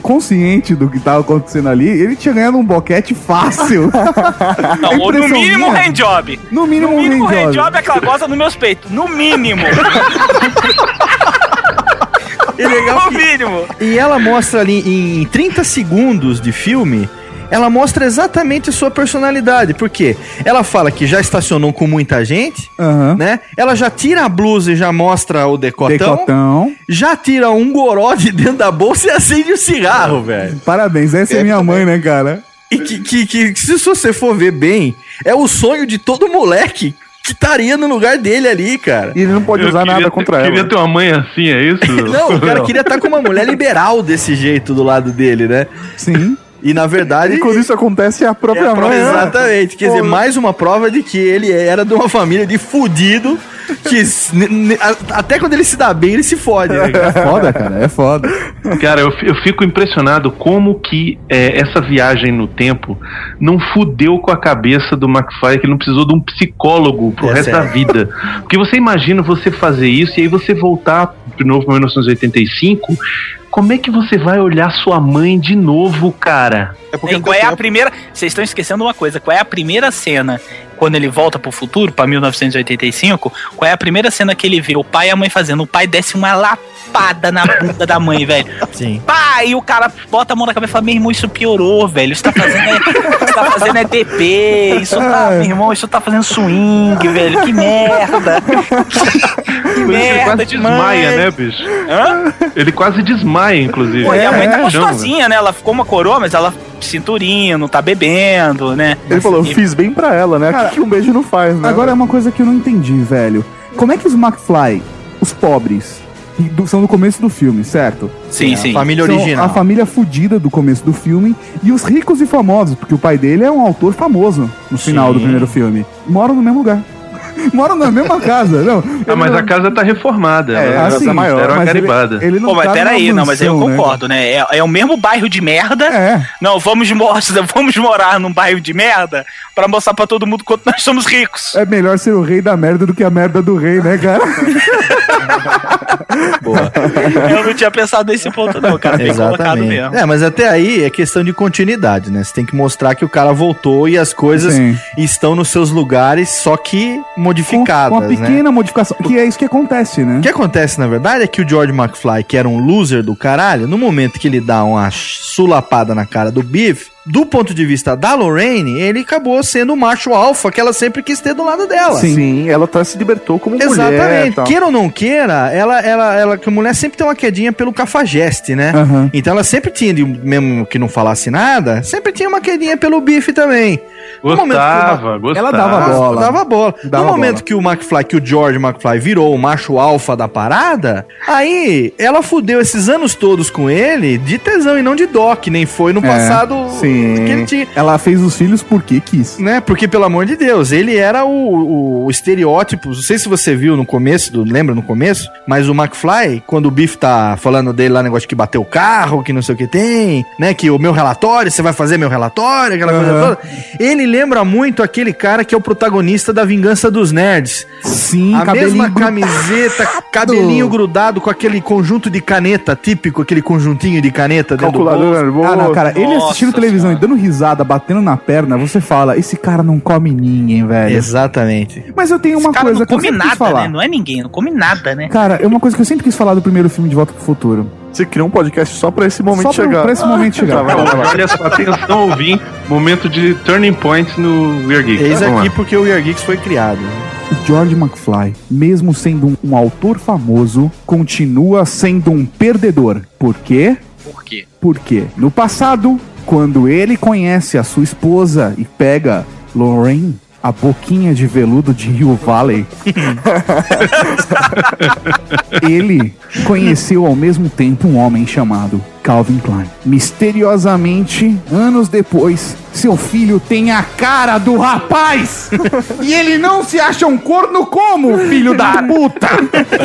consciente do que tava acontecendo ali, ele tinha ganhado um boquete fácil. É Não, ou no impressão mínimo minha. handjob. No mínimo, No mínimo um handjob. handjob é aquela goza nos meus peitos. No mínimo. E legal no que- mínimo. E ela mostra ali em 30 segundos de filme. Ela mostra exatamente a sua personalidade, porque ela fala que já estacionou com muita gente, Aham. né? Ela já tira a blusa e já mostra o decotão, Decotão. já tira um goró de dentro da bolsa e acende o cigarro, velho. Parabéns, essa é, minha mãe, né, cara? E que, que, que, se você for ver bem, é o sonho de todo moleque que estaria no lugar dele ali, cara. E ele não pode Eu usar queria nada ter- contra Queria ela. ter uma mãe assim, é isso? Não, o cara queria estar com uma mulher liberal desse jeito do lado dele, né? Sim. E na verdade. E quando isso acontece, é a É a própria prova- mãe. né? Exatamente. Quer dizer, mais uma prova de que ele era de uma família de fudido que s- ne- ne- a- até quando ele se dá bem, ele se fode. né, cara? É foda, cara, é foda. Cara, eu, fi- eu fico impressionado como que é, essa viagem no tempo não fudeu com a cabeça do McFly, que ele não precisou de um psicólogo pro É resto da sério. vida. Porque você imagina você fazer isso e aí você voltar de novo pra 1985, como é que você vai olhar sua mãe de novo, cara? É porque E não qual tem é a tempo. primeira. Vocês estão esquecendo uma coisa. Qual é a primeira cena quando ele volta pro futuro, pra 1985? Qual é a primeira cena que ele vê o pai e a mãe fazendo? O pai desce uma lapada na bunda da mãe, velho. Sim. Pá! E o cara bota a mão na cabeça e fala: Meu irmão, isso piorou, velho. Isso tá fazendo é, isso tá fazendo é DP. Isso tá, É. meu irmão, isso tá fazendo swing, velho. Que merda. que ele merda, quase de mãe. desmaia, né, bicho? Ele quase desmaia, inclusive. É, Pô, e a mãe tá Não, gostosinha, né? Ela ficou uma coroa, mas ela cinturinha, não tá bebendo, né? Ele falou, E- eu fiz bem pra ela, né? Cara, o que um beijo não faz, né? Agora é uma coisa que eu não entendi, velho. Como é que os McFly, os pobres, que do- são do começo do filme, certo? Sim, A sim. família São original. A família fudida do começo do filme e os ricos e famosos, porque o pai dele é um autor famoso no final Sim. do primeiro filme. Moram no mesmo lugar. Moram na mesma casa. Não, Ah, mas ele a casa tá reformada. É, ela- a ela casa é Era maior, uma assim, mas ele- caribada. Ele, não Pô, mas tá peraí, numa não, mas aí eu mansão, né? concordo, né? É, é o mesmo bairro de merda. É. Não, vamos, mor- vamos morar num bairro de merda pra mostrar pra todo mundo quanto nós somos ricos. É melhor ser o rei da merda do que a merda do rei, né, cara? Eu não tinha pensado nesse ponto, não, cara. Bem colocado mesmo. É, mas até aí é questão de continuidade, né? Você tem que mostrar que o cara voltou e as coisas Sim. estão nos seus lugares, só que Com, modificadas, com uma né? pequena modificação. Que é isso que acontece, né? O que acontece, na verdade, é que o George McFly, que era um loser do caralho, no momento que ele dá uma sulapada na cara do Biff, do ponto de vista da Lorraine, ele acabou sendo o macho alfa que ela sempre quis ter do lado dela. Sim. ela até se libertou como mulher. Exatamente. e tal. Queira ou não queira, ela, ela, ela, que a mulher sempre tem uma quedinha pelo cafajeste, né? Aham. Então ela sempre tinha, de- mesmo que não falasse nada, sempre tinha uma quedinha pelo bife também. No momento que o Ma- Gostava, gostava. Ela dava bola. Dava bola. Dava no momento bola. que o McFly, que o George McFly virou o macho alfa da parada, aí ela fudeu esses anos todos com ele de tesão e não de dó, que nem foi no É, passado sim. que ele tinha. Hum. Ela fez os filhos porque quis. Né? Porque, pelo amor de Deus, ele era o, o- o estereótipo. Não sei se você viu no começo, do- lembra no começo, mas o McFly, quando o Biff tá falando dele lá, negócio que bateu o carro, que não sei o que tem, né? Que o meu relatório, você vai fazer meu relatório, aquela coisa Aham. toda. Ele lembra muito aquele cara que é o protagonista da Vingança dos Nerds. Sim, A mesma grudado. camiseta, cabelinho grudado com aquele conjunto de caneta típico, aquele conjuntinho de caneta dentro do Calculadora nervosa. Ah, não, cara, ele Nossa assistindo televisão e dando risada, batendo na perna, você fala, esse cara não come ninguém, velho. Exatamente. Mas eu tenho Esse uma cara coisa não que eu come sempre quis nada, falar. né? Não é ninguém, não come nada, né? Cara, é uma coisa que eu sempre quis falar do primeiro filme de Volta pro Futuro. Você criou um podcast só pra esse um momento Só pra, chegar. pra esse momento chegar. Tá, vai lá, vai lá. Olha só, atenção, ouvinte. Momento de turning point no Weird Geek. Eis Vamos lá. aqui porque o Year Geeks foi criado. O George McFly, mesmo sendo um, um autor famoso, continua sendo um perdedor. Por quê? Por quê? Porque no passado, quando ele conhece a sua esposa e pega Lorraine, a A boquinha de veludo de Rio Valley. Ele conheceu ao mesmo tempo um homem chamado Calvin Klein. Misteriosamente, anos depois, seu filho tem a cara do rapaz! e ele não se acha um corno como, filho da puta!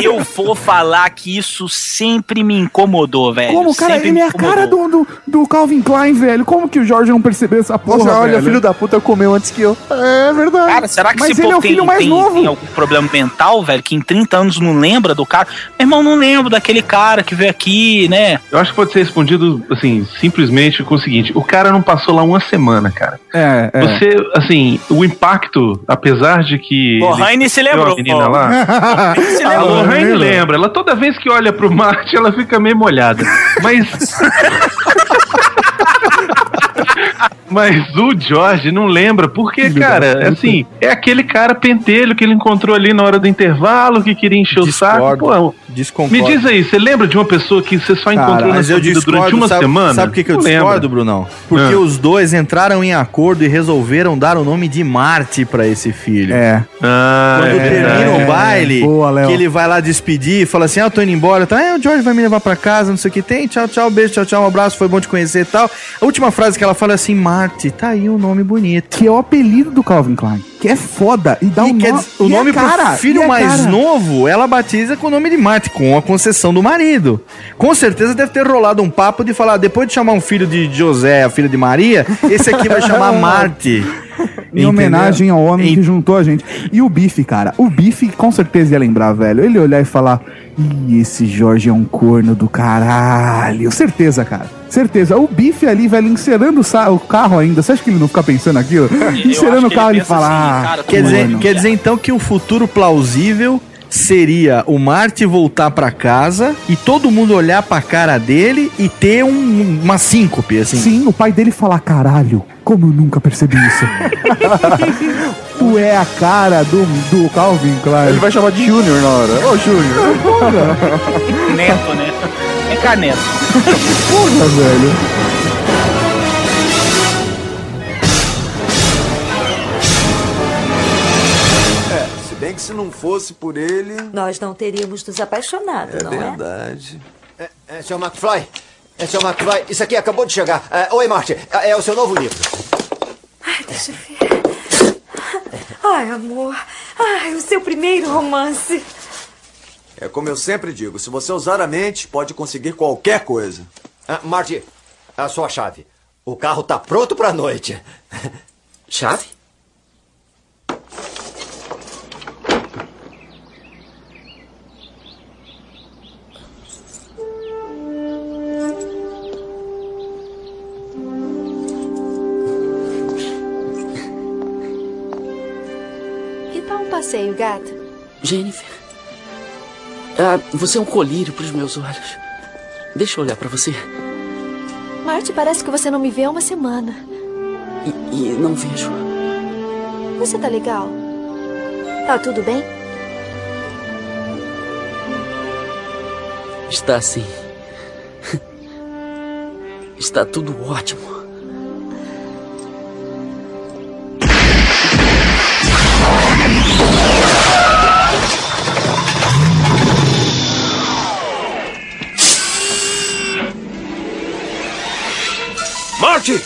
Eu vou falar que isso sempre me incomodou, velho. Como, cara, sempre ele me é a incomodou. cara do, do, do Calvin Klein, velho. Como que o Jorge não percebeu essa porra, Nossa, olha, velho? filho da puta comeu antes que eu. É verdade. Cara, será que Mas esse ele povo é o tem, filho mais tem- novo. tem algum problema mental, velho, que em 30 anos não lembra do cara? Meu irmão, não lembro daquele cara que veio aqui, né? Eu acho que pode ser respondido, assim, simplesmente com o seguinte: o cara não passou lá uma semana, cara. É, é. Você, assim, o impacto, apesar de que. O ele Heine se deu lembrou. a menina lá. Heine se A lembrou. Lorraine lembra. Ela toda vez que olha pro Marte, ela fica meio molhada. Mas. Mas o Jorge não lembra, porque, cara, assim, é aquele cara pentelho que ele encontrou ali na hora do intervalo, que queria encher o saco. Discordo. Pô, Desconcordo. me diz aí, você lembra de uma pessoa que você só encontrou na Mas sua eu vida discordo, durante Tá uma sabe, semana? Sabe por que, que eu Não lembra. discordo, Brunão? Porque Ah. os dois entraram em acordo e resolveram dar o nome de Marte pra esse filho. É. Ah, Quando é termina verdade. o baile, Boa, Léo. que ele vai lá despedir e fala assim: Ah, eu tô indo embora. Tá, é, o George vai me levar pra casa, não sei o que tem. Tchau, tchau, beijo, tchau, tchau, um abraço, foi bom te conhecer e tal. A última frase que ela fala é assim: Marte, tá aí um nome bonito. Que é o apelido do Calvin Klein. Que é foda. E dá E um quer no- dizer, o e é nome cara, pro filho e é mais cara. novo, ela batiza com o nome de Marte, com a concessão do marido. Com certeza deve ter rolado um papo de falar, depois de chamar um filho de José, a filha de Maria, esse aqui vai chamar Marte. Em homenagem ao homem Em- que juntou a gente. E o Bife, cara. O Bife com certeza ia lembrar, velho. Ele ia olhar e falar: Ih, esse Jorge é um corno do caralho. Certeza, cara. Certeza. O Bife ali, velho, encerando o, sa- o carro ainda. Você acha que ele não fica pensando aquilo? acho Encerando o que carro, ele ele, pensa fala: assim, "Ah, cara, Quer dizer, mano." quer dizer então que o futuro plausível seria o Marte voltar pra casa e todo mundo olhar pra cara dele e ter um- uma síncope, assim. Sim, o pai dele fala, caralho, como eu nunca percebi isso. tu é a cara do, do Calvin Ele Klein. É vai chamar de Júnior na hora. Ô, Júnior. Neto, né? É cá, Neto. Porra, velho. Se bem que se não fosse por ele. Nós não teríamos nos apaixonado, não é? verdade. É, é, seu McFly. É, seu McFly. Isso aqui acabou de chegar. É, oi, Marte. É, é o seu novo livro. Ai, deixa eu ver. Ai, amor. Ai, o seu primeiro romance. É como eu sempre digo: se você usar a mente, pode conseguir qualquer coisa. Ah, Marte, a sua chave. O carro tá pronto pra noite. Chave? Que tal um passeio, gato? Jennifer. Ah, você é um colírio pros meus olhos. Deixa eu olhar pra você. Marte, parece que você não me vê há uma semana. E, e não vejo. Você tá legal? Tá tudo bem? Está assim. Está tudo ótimo. Marte!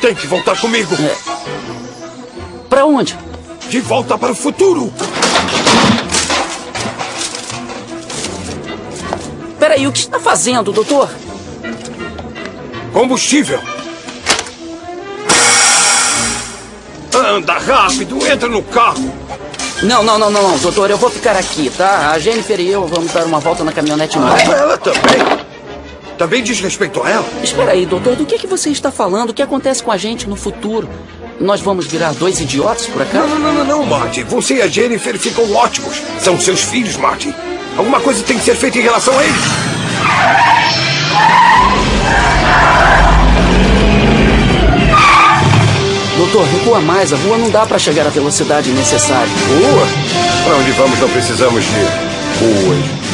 Tem que voltar comigo! É. Pra onde? De volta para o futuro! Peraí, o que está fazendo, doutor? Combustível! Anda rápido, entra no carro! Não, não, não, não, não, doutor, eu vou ficar aqui, tá? A Jennifer e eu vamos dar uma volta na caminhonete nova. Ela também! Ah, Também desrespeitou ela? Espera aí, doutor, do que, que você está falando? O que acontece com a gente no futuro? Nós vamos virar dois idiotas por Não, acaso? não, não, não, não, Marty. Você e a Jennifer ficam ótimos. São seus filhos, Marty. Alguma coisa tem que ser feita em relação a eles. Doutor, recua mais, a rua não dá para chegar à velocidade necessária. Boa. Para onde vamos não precisamos de ruas.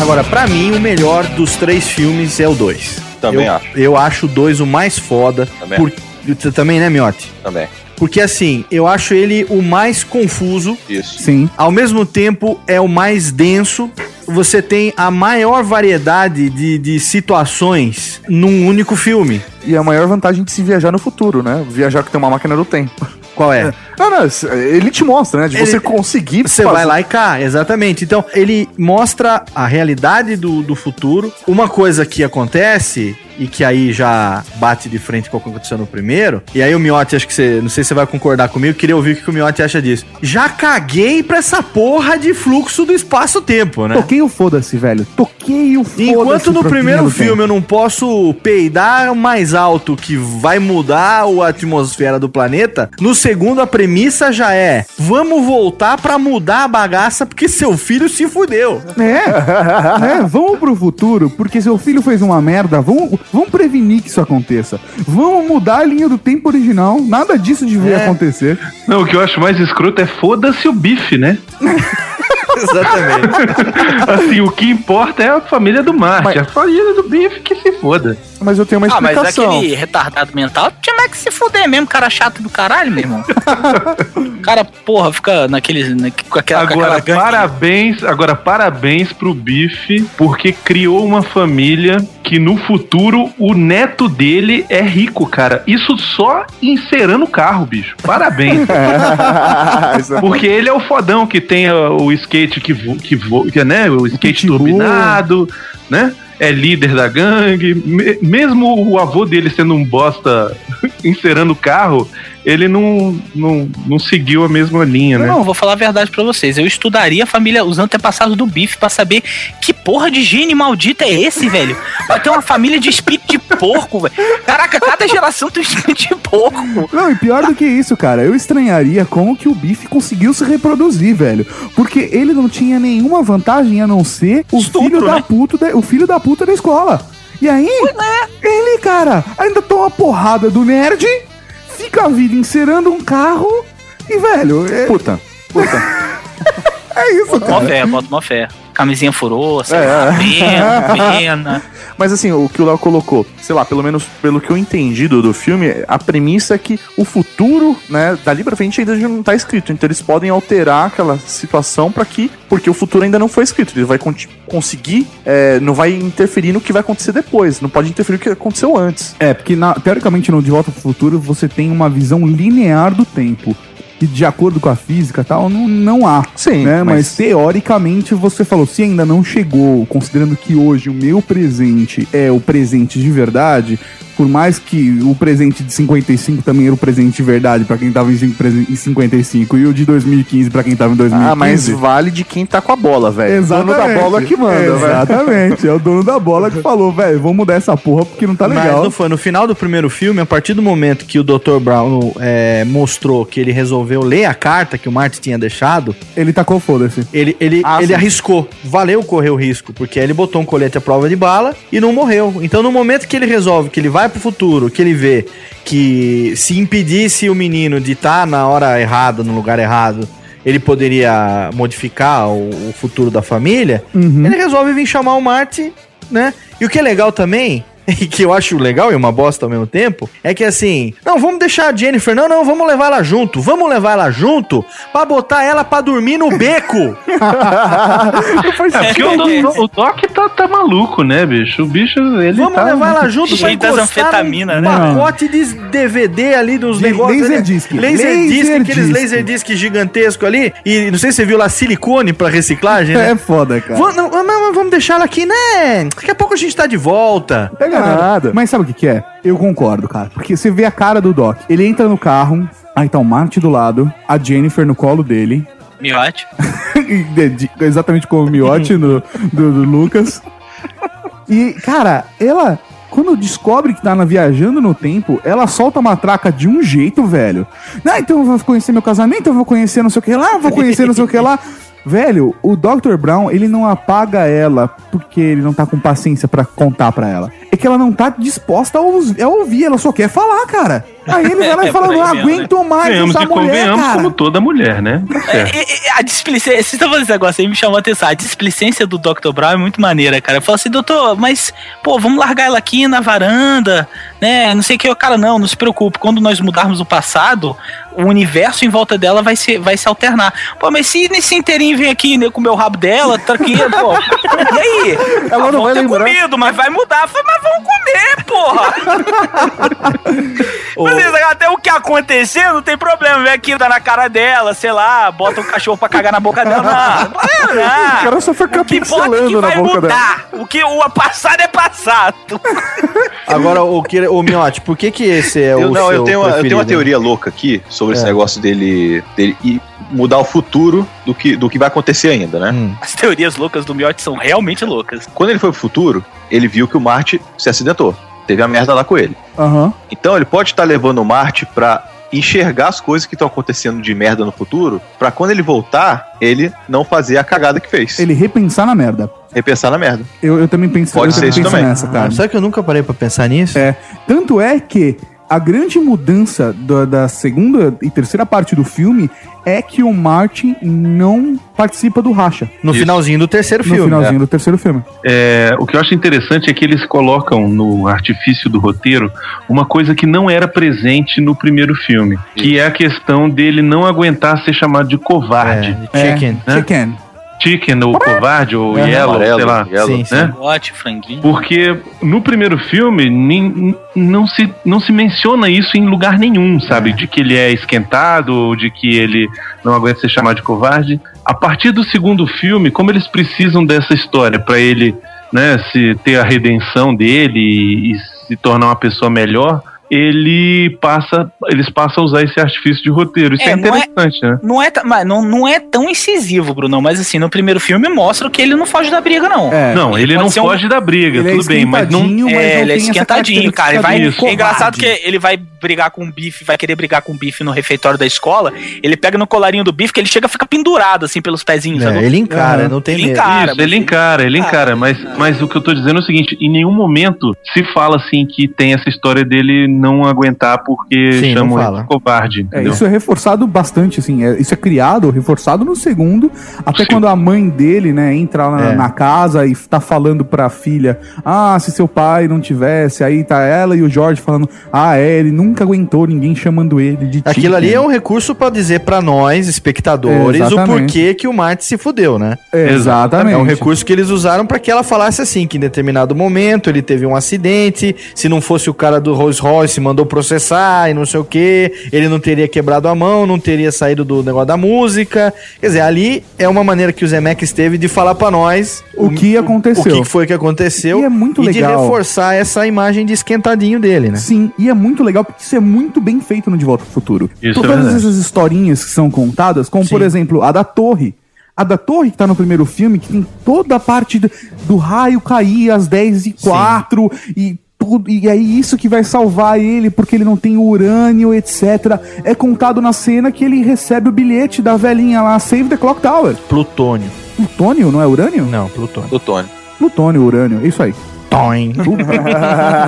Agora, pra mim, o melhor dos três filmes é o 2. Também eu, acho. Eu acho o 2 o mais foda. Também por- T- Também, né, Miotti? Também. Porque assim, eu acho ele o mais confuso. Isso. Sim. Ao mesmo tempo, é o mais denso. Você tem a maior variedade de, de situações num único filme. E Tá, a maior vantagem de se viajar no futuro, né? Viajar que tem uma máquina do tempo. Qual é? Não, não, ele te mostra, né? De você Ele- conseguir. Você fazer- vai lá e cá, exatamente. Então, ele mostra a realidade do, do futuro. Uma coisa que acontece, e que aí já bate de frente com o que aconteceu no primeiro, e aí o Miotti, acho que você, não sei se você vai concordar comigo, queria ouvir o que que o Miotti acha disso. Já caguei pra essa porra de fluxo do espaço-tempo, né? Toquei o foda-se, velho. Toquei o um foda-se. Enquanto no pra primeiro opinião do filme eu não posso peidar mais alto que vai mudar o- a atmosfera do planeta, no segundo a premissa já é: vamos voltar pra mudar a bagaça porque seu filho se fudeu. É, é, vamos pro futuro, porque seu filho fez uma merda, vamos, vamos prevenir que isso aconteça. Vamos mudar a linha do tempo original, nada disso devia É. acontecer. Não, o que eu acho mais escroto é foda-se o bife, né? Exatamente. Assim, o que importa é a família do é Marte. A família né, do bife que se foda. Mas eu tenho uma Ah, mas explicação. aquele retardado mental tinha mais que se fuder mesmo, cara chato do caralho, meu irmão. É, O cara, porra, fica naquele. na- com aquela, com Agora, aquela gangue. parabéns, agora parabéns pro Bife, porque criou uma família que no futuro o neto dele é rico, cara. Isso só encerando o carro, bicho. Parabéns. Porque ele é o fodão que tem ó, o skate que vo, que, vo, que é, né, o skate pitbull. turbinado, né? É líder da gangue. Me- mesmo o avô dele sendo um bosta encerando o carro, ele não, não, não seguiu a mesma linha, né? Não, vou falar a verdade pra vocês. Eu estudaria a família, os antepassados do bife, pra saber que porra de gene maldito é esse, velho. Vai ter uma família de espírito de porco, velho. Caraca, cada geração tem um espírito de porco. Não, e pior do que isso, cara, eu estranharia como que o Biff conseguiu se reproduzir, velho. Porque ele não tinha nenhuma vantagem a não ser o Estupro, filho da né? puta, da- o filho da puta da escola. E aí, é. ele, cara, ainda toma porrada do nerd, fica a vida encerando um carro e, velho, é, Puta. Puta. é isso, Bota mó cara. É. fé, bota mó fé. Camisinha furou, sei lá, pena, pena. É. Mas assim, o que o Léo colocou, sei lá, pelo menos pelo que eu entendi do, do filme, a premissa é que o futuro, né, dali pra frente ainda não tá escrito. Então eles podem alterar aquela situação pra que. Porque o futuro ainda não foi escrito. Ele vai conti- conseguir. é, não vai interferir no que vai acontecer depois. Não pode interferir no que aconteceu antes. É, porque na- teoricamente no De Volta pro Futuro você tem uma visão linear do tempo. E de acordo com a física e tal, não, não há. Sim. né? Mas... teoricamente você falou, se ainda não chegou, considerando que hoje o meu presente é o presente de verdade, por mais que o presente de 55 também era o presente de verdade pra quem tava em cin- presen- em 55 e o de 2015 pra quem tava em 2015. Ah, mas vale de quem tá com a bola, velho. O dono Exatamente. da bola que manda, velho. Tá Exatamente. É o dono da bola que falou, velho, vamos mudar essa porra porque não tá Mas legal. não foi. No final do primeiro filme, a partir do momento que o Dr. Brown é, mostrou que ele resolveu ler a carta que o Marty tinha deixado, Ele tacou foda-se. ele, ele, Ah, ele sim. arriscou. Valeu correr o risco, porque ele botou um colete à prova de bala e não morreu. Então, no momento que ele resolve que ele vai pro futuro, que ele vê que se impedisse o menino de estar na hora errada, no lugar errado, ele poderia modificar o, o futuro da família, ele resolve vir chamar o Marte, né? E o que é legal também. E que eu acho legal e uma bosta ao mesmo tempo, é que assim, não, vamos deixar a Jennifer, não, não, vamos levar ela junto, vamos levar ela junto pra botar ela pra dormir no beco. É porque o, Doc- o Doc tá, tá maluco, né, bicho? O bicho, ele Vamos tá... levar ela junto pra Cheio das encostar num anfetaminas, né? pacote de DVD ali dos De negócios. né? laserdisc. Laser, disc, aqueles Laserdisc. laser disc gigantesco ali. E não sei se você viu lá silicone pra reciclagem, né? É foda, cara. Vamos, não, não, não, vamos deixar ela aqui, né? Daqui a pouco a gente tá de volta. pega né? nada. Nada. Mas sabe o que, que é? Eu concordo, cara. Porque você vê a cara do Doc. Ele entra no carro, aí tá o Marty do lado, a Jennifer no colo dele. Miote. de- de- exatamente como o Miotti no, do, do Lucas. E, cara, ela. Quando descobre que tá na- viajando no tempo, ela solta uma traca de um jeito, velho. Ah, então eu vou conhecer meu casamento, eu vou conhecer não sei o que lá, eu vou conhecer não sei o que lá. Velho, o Dr. Brown, ele não apaga ela porque ele não tá com paciência pra contar pra ela. é que ela não tá disposta a ous- a ouvir, ela só quer falar, cara. Aí ele vai lá e É, fala, por aí não mesmo, né? aguento mais Ganhamos essa e mulher, convenhamos cara. como toda mulher, né? Tá certo. É, E- e- A displicência, vocês estão falando esse negócio aí, me chamou a atenção. A displicência do Dr. Brown é muito maneira, cara. Eu falo assim, doutor, mas, pô, vamos largar ela aqui na varanda, né? Não sei o que. Eu, Cara, não, não se preocupe. Quando nós mudarmos o passado, o universo em volta dela vai se, vai se alternar. Pô, mas se nesse inteirinho vem aqui né, comer o rabo dela, tá aqui, pô. E aí? Ela não vai ter lembrar. comido, mas vai mudar. Eu falei, mas vamos comer, porra! Beleza, até o que acontecer não tem problema. Vem aqui, dá na cara dela, sei lá, bota o cachorro pra cagar na boca dela. Não, não. Ah! O cara só fica O que pincelando bota que na vai boca mudar. O que o passado é passado. Agora, o, que, o Miotti, por que que esse é Eu, o não, seu eu tenho, uma, eu tenho preferido, uma hein? teoria louca aqui sobre esse É. negócio dele, dele ir mudar o futuro do que, do que vai acontecer ainda, né? Hum. As teorias loucas do Miotti são realmente loucas. Quando ele foi pro futuro, ele viu que o Marte se acidentou. Teve a merda lá com ele. Aham. Então ele pode estar levando o Marte pra enxergar as coisas que estão acontecendo de merda no futuro, pra quando ele voltar, ele não fazer a cagada que fez. Ele repensar na merda. Repensar na merda. Eu, eu também penso, Pode eu ser isso também penso também. nessa, cara. Ah, Sabe que eu nunca parei pra pensar nisso? É. Tanto é que a grande mudança da, da segunda e terceira parte do filme é que o Martin não participa do racha No finalzinho do terceiro no filme. finalzinho do terceiro filme. É, o que eu acho interessante é que eles colocam no artifício do roteiro uma coisa que não era presente no primeiro filme, que é a questão dele não aguentar ser chamado de covarde. É, Chicken. Né? Chicken. Chicken Uhum. ou covarde ou É, yellow, amarelo, sei lá. yellow. Sim, sim. Né? Ótimo, franguinho. Porque no primeiro filme nin- não, se, não se menciona isso em lugar nenhum, sabe? De que ele é esquentado, ou de que ele não aguenta ser chamado de covarde. A partir do segundo filme, como eles precisam dessa história pra ele né, se ter a redenção dele e, e se tornar uma pessoa melhor, ele passa, eles passam a usar esse artifício de roteiro. Isso É, é, não é- interessante, né? Não é, ta- mas não, não é tão incisivo, Bruno, mas assim, no primeiro filme mostra que ele não foge da briga, não. É. não, ele, ele não pode ser um- foge da briga, Ele é tudo bem, mas não esquentadinho, É, ele é tem essa esquentadinho, cara. Ele vai, característica do é engraçado covarde. que ele vai brigar com o bife, vai querer brigar com o bife no refeitório da escola. Ele pega no colarinho do bife que ele chega a ficar pendurado, assim, pelos pezinhos. sabe? É, ele encara, Aham. não tem Ele medo. encara. Isso, ele encara, ele Ah, encara, mas, mas o que eu tô dizendo é o seguinte, em nenhum momento se fala assim que tem essa história dele não aguentar porque Sim, chamam não ele fala. de covarde, É, entendeu? isso é reforçado bastante, assim. é- isso é criado, reforçado no segundo. Até Sim. quando a mãe dele, né, entra lá na, É. na casa e tá falando pra filha: Ah, se seu pai não tivesse. Aí tá ela e o Jorge falando: Ah, é, ele nunca aguentou ninguém chamando ele de Aquilo ali é o. um recurso pra dizer pra nós, espectadores, É, o exatamente. porquê que o Marte se fudeu, né? Exatamente. É um recurso que eles usaram pra que ela falasse assim, que em determinado momento ele teve um acidente, se não fosse o cara do Rolls Royce, mandou processar e não sei o que, ele não teria quebrado a mão, não teria saído do negócio da música. Quer dizer, ali é uma maneira que o Zemeckis teve de falar pra nós O que o aconteceu. que foi que aconteceu E é muito e de legal. reforçar essa imagem de esquentadinho dele, né? Sim, e é muito legal porque isso é muito bem feito no De Volta pro Futuro. Então, Isso é Todas verdade. essas historinhas que são contadas, como por exemplo a da Torre. A da Torre que tá no primeiro filme, que tem toda a parte do, do raio cair às 10 e 4 e tudo. E é isso que vai salvar ele, porque ele não tem urânio, etc. É contado na cena que ele recebe o bilhete da velhinha lá, Save the Clock Tower. Plutônio. Plutônio, não é urânio? Não, Plutônio. Do Tony. Plutônio, urânio, isso aí. Toin.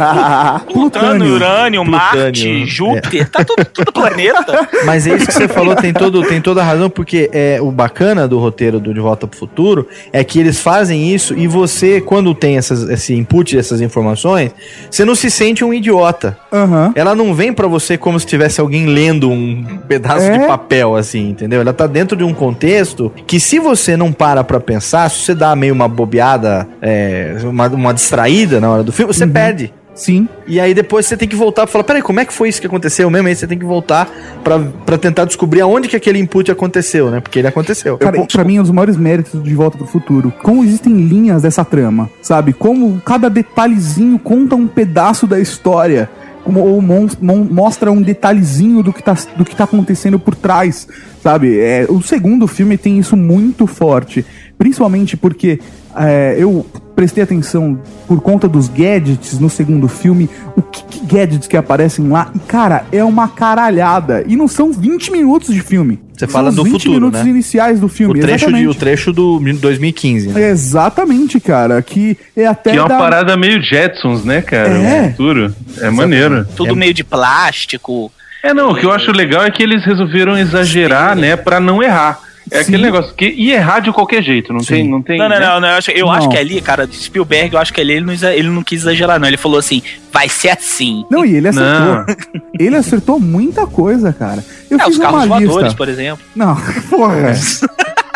Plutônio, urânio, Marte, Plutânio, é. Júpiter, tá tudo, tudo planeta. Mas é isso que você falou, tem, todo, tem toda a razão, porque é, o bacana do roteiro do De Volta pro Futuro é que eles fazem isso e você, quando tem essas, esse input, essas informações, você não se sente um idiota. Aham. Ela não vem pra você como se tivesse alguém lendo um pedaço É. de papel, assim, entendeu? Ela tá dentro de um contexto que se você não para pra pensar, se você dá meio uma bobeada, é, uma, uma distraída na hora do filme, você perde. Uhum. Sim. E aí depois você tem que voltar pra falar, peraí, como é que foi isso que aconteceu mesmo? Aí você tem que voltar pra, pra tentar descobrir aonde que aquele input aconteceu, né? Porque ele aconteceu. Cara, pra mim, é um dos maiores méritos do de Volta pro Futuro. Como existem linhas dessa trama, sabe? Como cada detalhezinho conta um pedaço da história. Como, ou mon- mon- mostra um detalhezinho do que, tá, do que tá acontecendo por trás, sabe? É, o segundo filme tem isso muito forte. Principalmente porque é, eu prestei atenção por conta dos gadgets no segundo filme. O que, que gadgets que aparecem lá? E, cara, é uma caralhada. E não são 20 minutos de filme. Você fala os do 20 futuro, minutos né? iniciais do O filme, trecho, de, exatamente. o trecho do 2015. Né? Exatamente, cara, que é até Que é uma da- parada meio Jetsons, né, cara? É. O futuro. É maneiro. Tudo meio de plástico. É, não, o que eu acho legal é que eles resolveram exagerar, né, pra não errar. É aquele negócio que ia errar de qualquer jeito, não tem, não tem. Não, não, né? não, não, eu acho, eu Não. acho que é ali, cara, de Spielberg, eu acho que ali ele não, exa- ele não quis exagerar, não. Ele falou assim, vai ser assim. Não, e ele Não. acertou. ele acertou muita coisa, cara. Eu Ah, fiz os carros uma voadores, lista. por exemplo. Não, porra.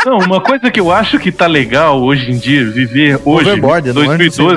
Não, uma coisa que eu acho que tá legal hoje em dia, viver hoje, Overboard, não é? Não sei 2012.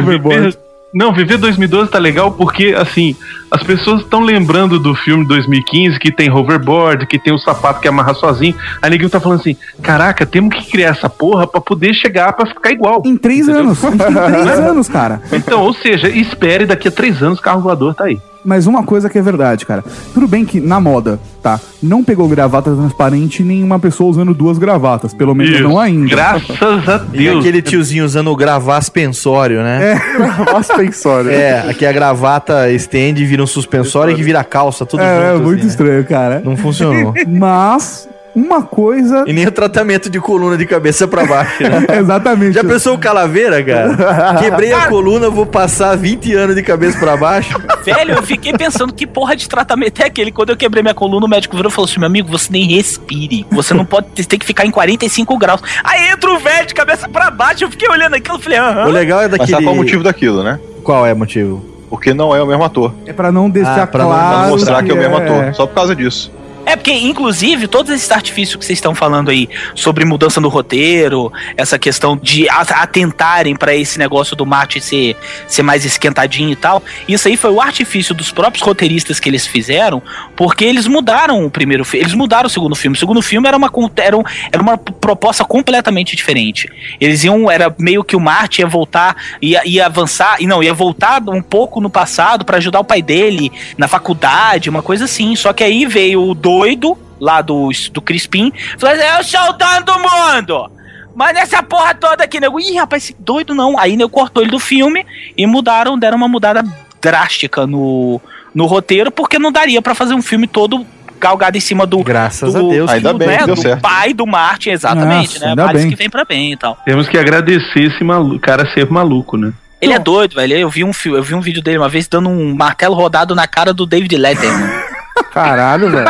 viver, É não, viver 2012 tá legal porque, assim, as pessoas estão lembrando do filme 2015 que tem hoverboard, que tem o sapato que amarra sozinho. A neguinho tá falando assim: caraca, temos que criar essa porra pra poder chegar pra ficar igual. Em três anos. Em três anos, cara. Então, ou seja, espere daqui a três anos o carro voador tá aí. Mas uma coisa que é verdade, cara. Tudo bem que na moda, tá? Não pegou gravata transparente e nenhuma pessoa usando duas gravatas. Pelo menos Isso. não ainda. Graças a E aquele tiozinho usando o gravar suspensório, né? É, gravar suspensório. É, aqui a gravata estende, vira um suspensório e que vira calça, tudo é, junto. é assim, muito né? estranho, cara. Não funcionou. Mas uma coisa. assim. E nem o tratamento de coluna de cabeça pra baixo, né? Exatamente. Já pensou o calaveira, cara? Quebrei a Cara. coluna, vou passar 20 anos de cabeça pra baixo. Velho, eu fiquei pensando que porra de tratamento é aquele. Quando eu quebrei minha coluna, o médico virou e falou assim: meu amigo, você nem respire. Você não pode você tem que ficar em 45 graus. Aí entra o velho de cabeça pra baixo. Eu fiquei olhando aquilo e falei, aham. O legal é Mas daquele... sabe qual é o motivo daquilo, né? Qual é o motivo? Porque não é o mesmo ator. É pra não deixar Ah, pra não- claro. pra mostrar que é o mesmo é- ator. Só por causa disso. É porque, inclusive, todos esses artifícios que vocês estão falando aí sobre mudança no roteiro, essa questão de a- atentarem pra esse negócio do Marte ser, ser mais esquentadinho e tal, isso aí foi o artifício dos próprios roteiristas que eles fizeram, porque eles mudaram o primeiro filme, eles mudaram o segundo filme. O segundo filme era uma, con- era, um- era uma proposta completamente diferente. Eles iam, era meio que o Marte ia voltar, ia, ia avançar, e não, ia voltar um pouco no passado pra ajudar o pai dele na faculdade, uma coisa assim. Só que aí veio o doido lá do, do Crispim, falou assim, eu sou o dono do mundo! Mas essa porra toda aqui, nego. Ih, rapaz, esse doido não. Aí nego cortou ele do filme e mudaram, deram uma mudada drástica no, no roteiro, porque não daria pra fazer um filme todo galgado em cima do. Graças do, a Deus. Ainda do, bem né, que deu do certo. pai do Martin, exatamente, Nossa, né? então. ainda Parece bem. que vem pra bem e tal. Temos que agradecer esse malu cara ser maluco, né? Ele é doido, velho. Eu vi um filme, eu vi um vídeo dele uma vez dando um martelo rodado na cara do David Letterman. Caralho, velho.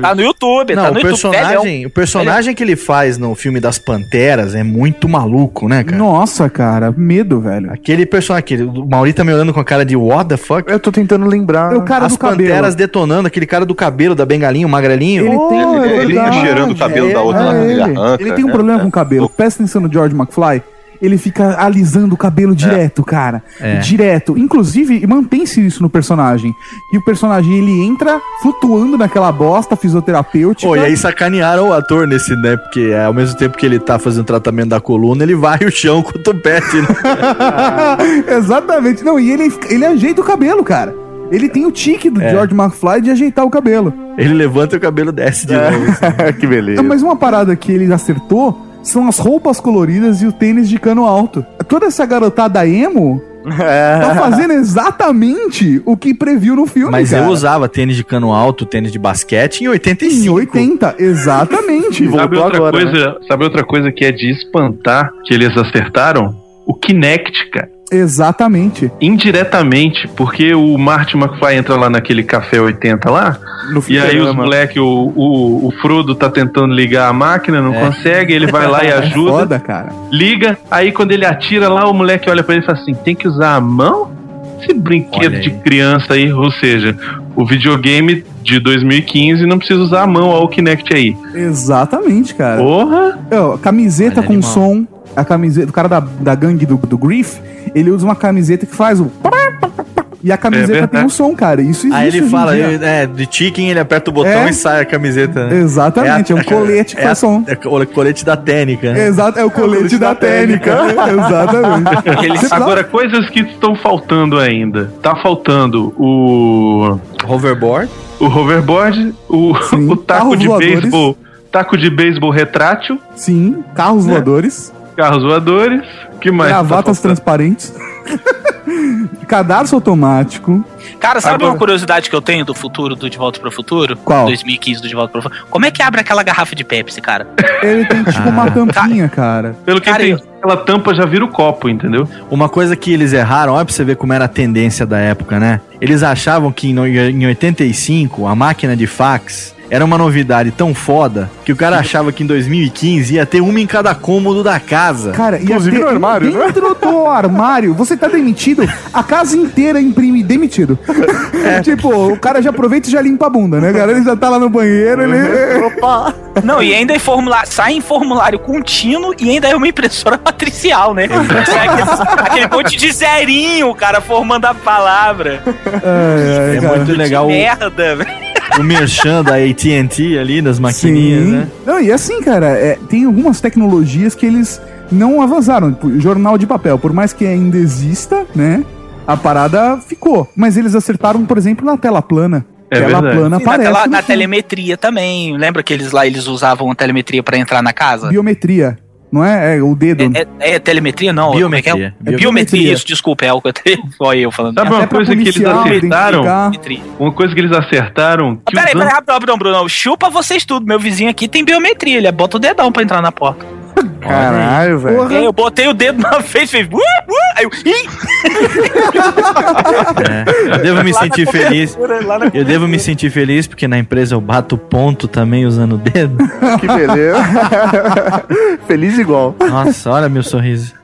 Tá no YouTube, tá no YouTube, Não, tá o no YouTube. personagem, o personagem que ele faz no filme das Panteras é muito maluco, né, cara? Nossa, cara, medo, velho. Aquele personagem, aquele, o Mauri tá me olhando com a cara de what the fuck? Eu tô tentando lembrar. É o cara As do cabelo. Panteras detonando, aquele cara do cabelo, da bengalinha, o magrelinho. Ele Ele, tem, é ele verdade. cheirando o cabelo é, da outra lá É quando ele ele. arranca. Ele tem um né? problema com o cabelo. Presta atenção no George McFly. Ele fica alisando o cabelo direto, cara. É. Direto. Inclusive, mantém-se isso no personagem. E o personagem, ele entra flutuando naquela bosta fisioterapêutica. Pô, e aí sacanearam o ator nesse, né? Porque é, ao mesmo tempo que ele tá fazendo tratamento da coluna, ele vai o chão com o topete, né? Exatamente. Não, e ele, ele ajeita o cabelo, cara. Ele tem o tique É. do George McFly de ajeitar o cabelo. Ele levanta e o cabelo desce de É. novo. assim. que beleza. Mas uma parada que ele acertou são as roupas coloridas e o tênis de cano alto. Toda essa garotada emo tá fazendo exatamente o que previu no filme, Mas cara. eu usava tênis de cano alto, tênis de basquete em 85. Em 80, exatamente. Sabe Voltou outra, agora, né? coisa, sabe outra coisa que é de espantar que eles acertaram? O Kinect, cara. exatamente. Indiretamente, porque o Marty McFly entra lá naquele café 80 lá, No e aí os fliperama. moleque, o, o, o Frodo tá tentando ligar a máquina, não consegue, ele vai lá e É. ajuda, Foda, cara. liga, aí quando ele atira lá, o moleque olha pra ele e fala assim, tem que usar a mão? Esse Olha brinquedo aí. de criança aí, ou seja, o videogame de 2015 não precisa usar a mão, ó o Kinect aí. Exatamente, cara. Porra! Ó, camiseta Olha, com animal. som. A camiseta do cara da, da gangue do, do Griff, ele usa uma camiseta que faz o. E a camiseta tem verdade. um som, cara. Isso existe. Aí ele hoje em fala, dia. eu- é, de chicken, ele aperta o botão É. e sai a camiseta, né? Exatamente, é, um colete que é faz som. a- é o colete da técnica, né? Exato, é o colete da, técnica. Exatamente. Você Eles, precisava- agora, coisas que estão faltando ainda. Tá faltando o. Hoverboard. O hoverboard, o, Sim. o taco Carros de voadores. beisebol. Taco de beisebol retrátil, Né? Sim, carros voadores, carros voadores. Que mais? gravatas tá faltando? transparentes. Cadarço automático. é- Cara, sabe Agora- uma curiosidade que eu tenho do futuro, do De Volta pro Futuro? Qual? 2015 do De Volta pro Futuro. Como é que abre aquela garrafa de Pepsi, cara? Ele tem tipo Ah. uma tampinha, cara. Pelo que Cara, tem, aquela tampa já vira o copo, entendeu? Uma coisa que eles erraram, olha pra você ver como era a tendência da época, né? Eles achavam que em no- em 85 a máquina de fax era uma novidade tão foda que o cara achava que em 2015 ia ter uma em cada cômodo da casa. Cara, ia Inclusive ter um no armário, né? dentro do armário, você tá demitido, a casa inteira imprime demitido. É. tipo, o cara já aproveita e já limpa a bunda, né, cara? Ele já tá lá no banheiro, Uhum. ele... Opa! Não, e ainda é formula... sai em formulário contínuo e ainda é uma impressora matricial, né? Sai aquele, aquele monte de zerinho, cara, formando a palavra. Ai, ai, É cara. muito legal Que o, merda, velho. o merchan da AT&T ali, das maquininhas, Sim. né? Não, e assim, cara, é, tem algumas tecnologias que eles não avançaram. Tipo, jornal de papel, por mais que ainda exista, né? A parada ficou. Mas eles acertaram, por exemplo, na tela plana. É tela verdade. plana E na, aparece. tela- no na filme. telemetria também. Lembra que eles lá eles usavam a telemetria pra entrar na casa? Biometria, não é? É o dedo. É, é- é telemetria, não? Biometria. Como é que é? É Biometria. Biometria. isso, desculpa, é o que eu tenho. Olha eu falando. Sabe uma é pra coisa que eles policial acertaram? identificar. Biometria. Uma coisa que eles acertaram. Ah, Que Peraí, usando- peraí, rapidão, rapidão, Bruno. Chupa vocês tudo. Meu vizinho aqui tem biometria. Ele bota o dedão pra entrar na porta. Caralho, velho. Aí Eu botei o dedo na frente, fez. Uh, uh, aí eu. Ih! É. Eu devo me Lá na sentir feliz. cobertura, lá na Eu devo me sentir feliz porque na empresa eu bato ponto também usando o dedo. Que beleza. Feliz igual. Nossa, olha meu sorriso.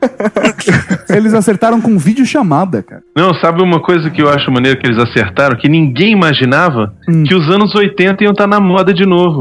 Eles acertaram com videochamada, cara. Não, sabe uma coisa que eu acho maneiro que eles acertaram, que ninguém imaginava? Hum. Que os anos 80 iam estar na moda de novo.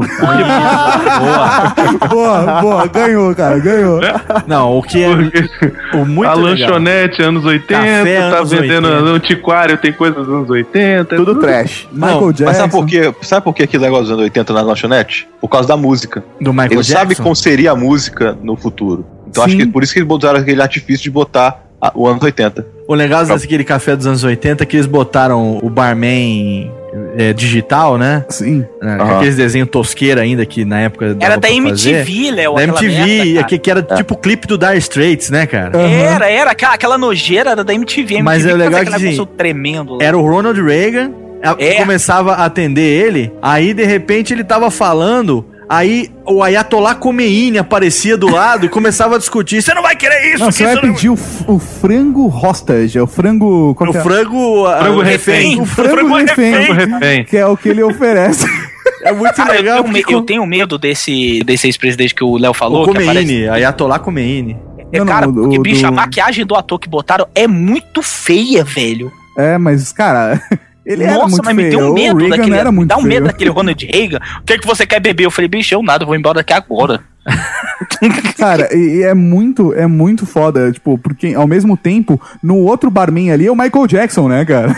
Porque boa, boa, ganhou, cara, ganhou. Não, o que é o muito a legal. lanchonete anos 80, Café tá anos vendendo 80. antiquário, tem coisa dos anos 80. Tudo trash. Michael Não, mas Jackson. Mas sabe por, quê? sabe por que aquele negócio dos anos 80 na lanchonete? Por causa da música. Do Michael Ele Jackson. sabe como seria a música no futuro. Então acho Sim. que por isso que eles botaram aquele artifício de botar a- o ano 80. O legal daquele café dos anos 80 é que eles botaram o barman é, digital, né? Sim. É, Aham. Aqueles desenhos tosqueira ainda que na época dava Era da pra fazer. MTV, Léo. aquela Da MTV, merda, cara. É. que, que era tipo o clipe do Dire Straits, né, cara? É. Era, era. Aquela, aquela nojeira era da MTV. Mas MTV é legal fazia que, aquela assim, coisa tremendo. lá. Era o Ronald Reagan, a- É. começava a atender ele, aí de repente ele tava falando, aí o Ayatollah Khomeini aparecia do lado e começava a discutir, você não vai querer isso, Não, que você vai isso não... pedir o, f- o frango hostage, é o frango... qual O que é? frango... a- Frango o refém. O frango refém, refém. que é o que ele oferece. É muito Cara, eu legal, tenho, me- porque eu tenho medo desse, desse ex-presidente que o Léo o falou. que Tá aparece- Khomeini, Ayatollah Khomeini. É, Não, não, cara, o- porque, o bicho, é a do- maquiagem do ator que botaram é muito feia, velho. É, mas, cara, ele era Nossa, muito mas me feio. deu um o medo Reagan daquele. era muito dá um feio. medo daquele Ronald Reagan. O que, que você quer beber? Eu falei, bicho, eu nada, vou embora daqui agora. Cara, e, e é muito, é muito foda, tipo, porque ao mesmo tempo, no outro barman ali é o Michael Jackson, né, cara?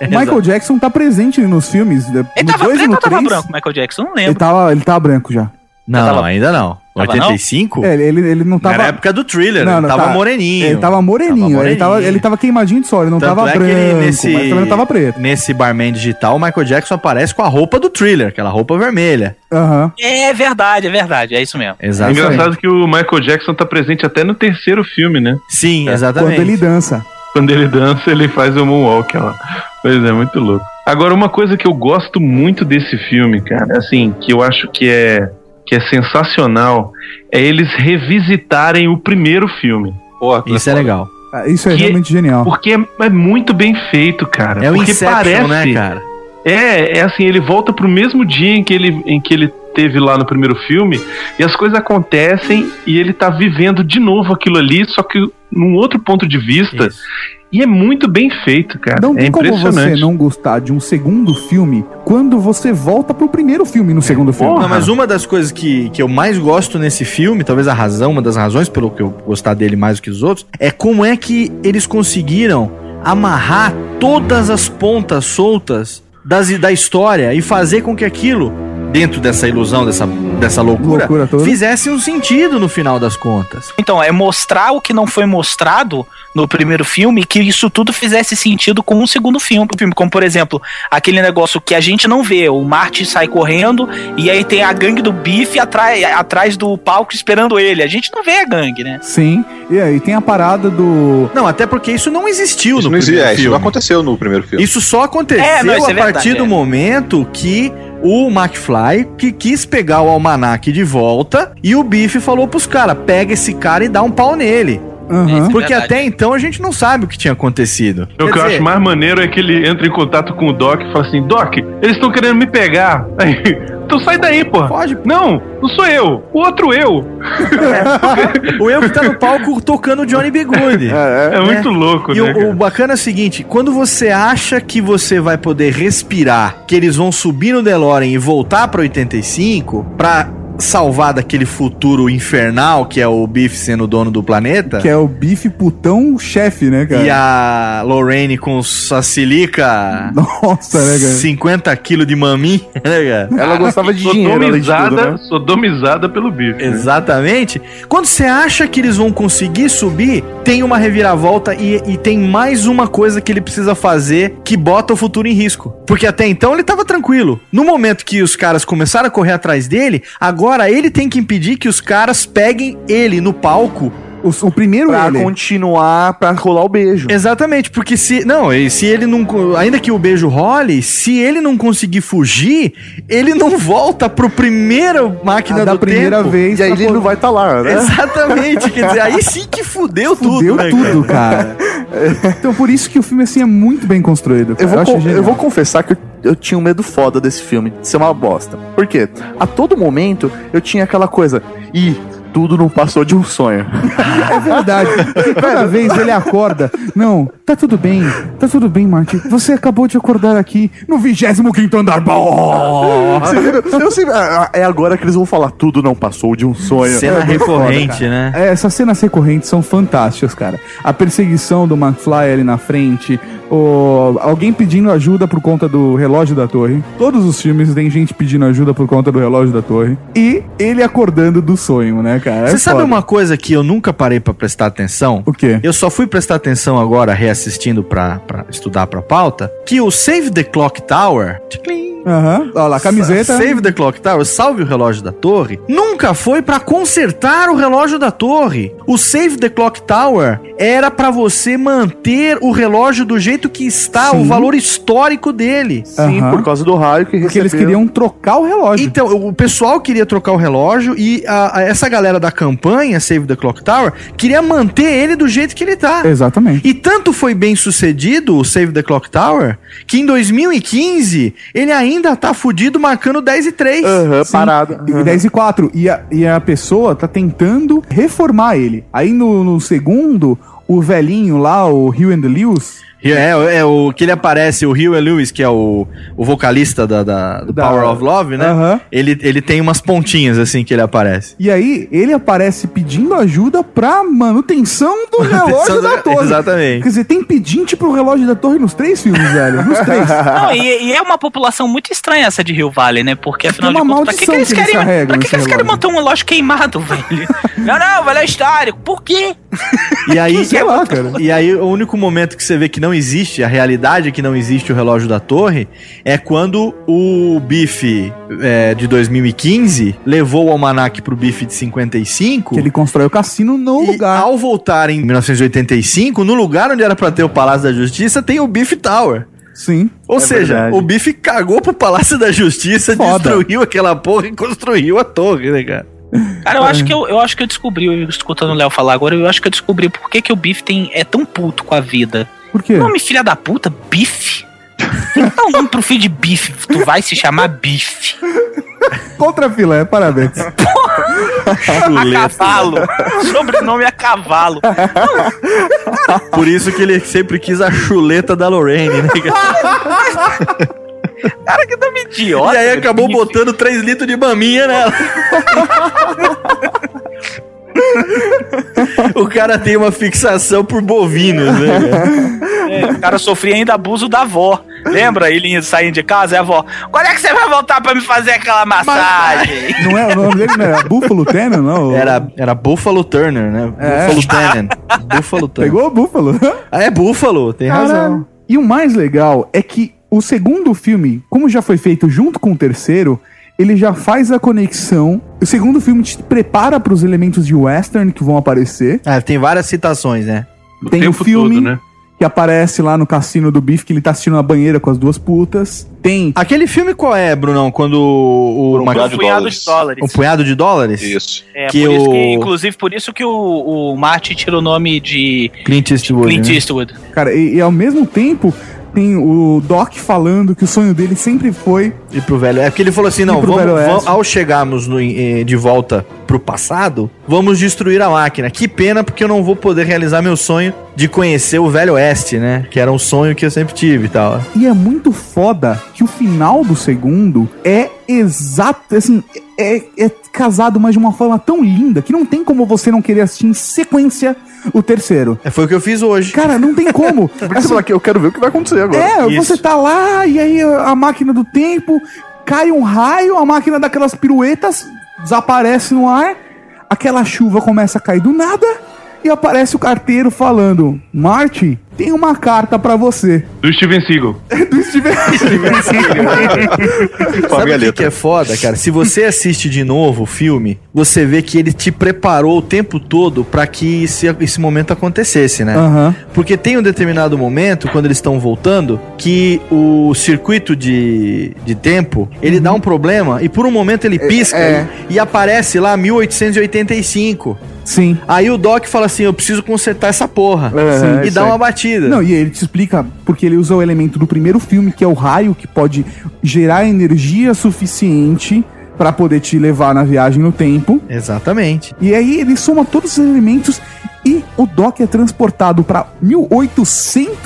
o Michael Exato. Jackson tá presente nos filmes. né? Ele no tava dois e preto no ou tava três, branco, Michael Jackson? Não Ele lembro. tava, ele tava branco já. Não, Tava- ainda não. Tava 85? É, ele, ele, ele não Era a tava... época do thriller, Não, não, ele tava tá. moreninho. Ele tava moreninho, Tava Ele, tava, moreninho. ele tava queimadinho de sol, ele não Tanto tava é que branco, ele nesse- mas também não tava preto. Nesse barman digital, o Michael Jackson aparece com a roupa do thriller, aquela roupa vermelha. Aham. É verdade, é verdade, é isso mesmo. É Exatamente. engraçado que o Michael Jackson tá presente até no terceiro filme, né? Sim, Quando exatamente. ele dança. Quando ele dança, ele faz o Moonwalk lá. Pois é, muito louco. Agora, uma coisa que eu gosto muito desse filme, cara, assim, que eu acho que é, que é sensacional, é eles revisitarem o primeiro filme. Isso é legal. Ah, Isso é Que- realmente genial. Porque é, é muito bem feito, cara. É o porque Inception, né, cara? É, é assim, ele volta pro mesmo dia em que ele, em que ele teve lá no primeiro filme, e as coisas acontecem e ele tá vivendo de novo aquilo ali, só que num outro ponto de vista. Isso. E é muito bem feito, cara. Não é tem como você impressionante. não gostar de um segundo filme quando você volta pro primeiro filme no segundo filme. Porra. Não, mas uma das coisas que, que eu mais gosto nesse filme, talvez a razão, uma das razões pelo que eu gostar dele mais do que os outros, é como é que eles conseguiram amarrar todas as pontas soltas das, da história e fazer com que aquilo, dentro dessa ilusão, dessa dessa loucura, Loucura toda. fizesse um sentido no final das contas. Então, é mostrar o que não foi mostrado no primeiro filme e que isso tudo fizesse sentido com um segundo filme. filme. Como, por exemplo, aquele negócio que a gente não vê, o Marty sai correndo e aí tem a gangue do Biff atrai- atrás do palco esperando ele. A gente não vê a gangue, né? Sim. E aí tem a parada do. Não, até porque isso não existiu Isso no não, existe, primeiro é, filme. isso não aconteceu no primeiro filme. Isso só aconteceu É, não, isso é a verdade, partir do é. momento que o McFly que quis pegar o almanac de volta e o Biff falou pros caras, pega esse cara e dá um pau nele. Aham. É, Porque Verdade. até então a gente não sabe o que tinha acontecido. O Quer que eu dizer, acho mais maneiro é que ele entra em contato com o Doc e fala assim: Doc, eles estão querendo me pegar. Aí, então sai daí, porra. Pode. Não, não sou eu. O outro eu. O eu que tá no palco tocando o Johnny B. Good. É, muito louco, E né? o, o cara? bacana é o seguinte, quando você acha que você vai poder respirar, que eles vão subir no DeLorean e voltar pra 85 pra salvar daquele futuro infernal que é o Biff sendo o dono do planeta Que é o bife putão chefe, né, cara? e a Lorraine com sua silica Nossa, né, cara? 50 quilos de mami, né, cara? Ela gostava de dinheiro, além de tudo, sodomizada, né? sodomizada pelo né? bife. Exatamente. Quando você acha que eles vão conseguir subir, tem uma reviravolta e, e tem mais uma coisa que ele precisa fazer que bota o futuro em risco. Porque até então ele tava tranquilo. No momento que os caras começaram a correr atrás dele, agora ele tem que impedir que os caras peguem ele no palco. O, o primeiro Pra ele. continuar, pra rolar o beijo. Exatamente, porque se. Não, e se ele não. co- Ainda que o beijo role, se ele não conseguir fugir, ele não volta pro primeiro máquina a da do primeira tempo. vez. E aí pra ele poder- não vai estar lá, né? Exatamente, quer dizer, aí sim que fudeu, Fudeu tudo, né, tudo, cara. então por isso que o filme assim é muito bem construído. cara. Eu vou, acho con- genial. eu vou confessar que eu, eu tinha um medo foda desse filme, de ser uma bosta. Por quê? A todo momento eu tinha aquela coisa, ih, tudo não passou de um sonho. "Ah, É verdade. Porque Cada vez ele acorda. Não, tá tudo bem. Tá tudo bem, Marty. Você acabou de acordar aqui no 25 andar. Bom, Você entendeu? Eu sempre- ah, ah, é agora que eles vão falar, tudo não passou de um sonho. Cena recorrente, É, foda, cara. né? É, essas cenas recorrentes são fantásticas, cara. A perseguição do McFly ali na frente, o... alguém pedindo ajuda por conta do relógio da torre. Todos os filmes tem gente pedindo ajuda por conta do relógio da torre. E ele acordando do sonho, né, cara? É Você sabe foda. uma coisa que eu nunca parei pra prestar atenção? O quê? Eu só fui prestar atenção agora, reassistindo pra, pra estudar pra pauta, que o Save the Clock Tower. Tchiclim. Aham. Olha lá, camiseta. Save the Clock Tower, salve o relógio da torre. Nunca foi pra consertar o relógio da torre. O Save the Clock Tower era pra você manter o relógio do jeito que está, o Sim. valor histórico dele. Sim, Aham. por causa do raio que Porque recebeu. eles queriam trocar o relógio. Então, o pessoal queria trocar o relógio e a- a- essa galera da campanha Save the Clock Tower queria manter ele do jeito que ele tá. Exatamente. E tanto foi bem sucedido o Save the Clock Tower que em 2015 ele ainda tá fudido marcando 10 e 3. Aham, Sim, parado. E 10 e 4. E a, e a pessoa tá tentando reformar ele. Aí no, no segundo, o velhinho lá, o Hugh and the Lewis, E É, é o que ele aparece, o Hugh Lewis, que é o, o vocalista da, da- do Da- Power of Love, né? Aham. Ele, ele tem umas pontinhas assim que ele aparece. E aí, ele aparece pedindo ajuda pra manutenção do relógio da torre. Exatamente. Quer dizer, tem pedinte pro relógio da torre nos três filmes, velho. Nos três. Não, e, e é uma população muito estranha essa de Rio Valley, né? Porque afinal uma de contas, pra que, que maldição eles que eles querem. carregam pra que, que esse eles querem relógio. manter um relógio queimado, velho? não, não, velho é histórico. Por quê? E aí, Sei lá, cara. E aí, o único momento que você vê que não existe, a realidade é que não existe o relógio da torre, é quando o bife é, de 2015 levou o almanac pro bife de 55. Que ele constrói o cassino no e lugar. ao voltar em 1985, no lugar onde era pra ter o Palácio da Justiça, tem o Biff Tower. Sim. Ou seja, verdade. o Biff cagou pro Palácio da Justiça, Foda. destruiu aquela porra e construiu a torre, né, cara? é. Cara, eu acho que eu, eu acho que eu descobri, eu escutando o Léo falar agora, eu acho que eu descobri por que, que o Biff tem, é tão puto com a vida. Por quê? Nome filha da puta, Biff. Tem que dar um nome pro filho de Biff. Tu vai se chamar Biff. Contra filé, parabéns. A cavalo. né? Sobrenome a cavalo. Por isso que ele sempre quis a chuleta da Lorraine, né, cara? Cara, que nome idiota. e aí velho. acabou Biff. botando 3 litros de maminha nela. o cara tem uma fixação por bovinos, né? cara? É, o cara sofria ainda abuso da avó. Lembra? Ele saindo de casa e a avó, quando é que você vai voltar pra me fazer aquela massagem? Não é, o nome dele não era Buffalo Tanner, não? Era, era Buffalo Turner, né? É. Buffalo Turner. Buffalo Turner. Pegou o Buffalo? Ah, é Buffalo, tem razão. Caralho. E o mais legal é que o segundo filme, como já foi feito junto com o terceiro, ele já faz a conexão. O segundo filme te prepara para os elementos de western que vão aparecer. Ah, tem várias citações, né? O Tem o tempo filme. todo, né? Que aparece lá no cassino do Biff, que ele tá assistindo na banheira com as duas putas. Tem. Aquele filme qual é, Brunão? Quando o. Por um Mac- punhado de punhado de dólares. Um punhado de dólares? Isso. É, que por isso que, o- inclusive, por isso que o, o Marty tira o nome de Clint Eastwood. Clint né? Eastwood. Cara, e, e ao mesmo tempo tem o Doc falando que o sonho dele sempre foi. E pro velho. É porque ele falou assim: não, pro vamos, Velho vamos- Oeste. ao chegarmos no- eh, de volta pro passado, vamos destruir a máquina. Que pena, porque eu não vou poder realizar meu sonho de conhecer o Velho Oeste, né? Que era um sonho que eu sempre tive e tal. E é muito foda que o final do segundo é exato. Assim, é, é casado, mas de uma forma tão linda que não tem como você não querer assistir em sequência o terceiro. É, foi o que eu fiz hoje. Cara, não tem como. Por isso que eu quero ver o que vai acontecer agora. É, Isso. você tá lá e aí a máquina do tempo cai um raio, a máquina daquelas piruetas desaparece no ar, aquela chuva começa a cair do nada e aparece o carteiro falando: Marte, tem uma carta pra você. Do Steven Seagal. Do Steven Com a Sabe minha o que, que letra. é foda, cara? Se você assiste de novo o filme, você vê que ele te preparou o tempo todo pra que esse, esse momento acontecesse, né? Aham. Porque tem um determinado momento, quando eles estão voltando, que o circuito de, de tempo, ele dá um problema e por um momento ele pisca Uhum. é. e aparece lá 1885. Sim. Aí o Doc fala assim, eu preciso consertar essa porra. É, Sim. e é isso dá aí. uma batida. Não, e ele te explica porque ele usa o elemento do primeiro filme, que é o raio, que pode gerar energia suficiente pra poder te levar na viagem no tempo. Exatamente. E aí ele soma todos os elementos e o Doc é transportado pra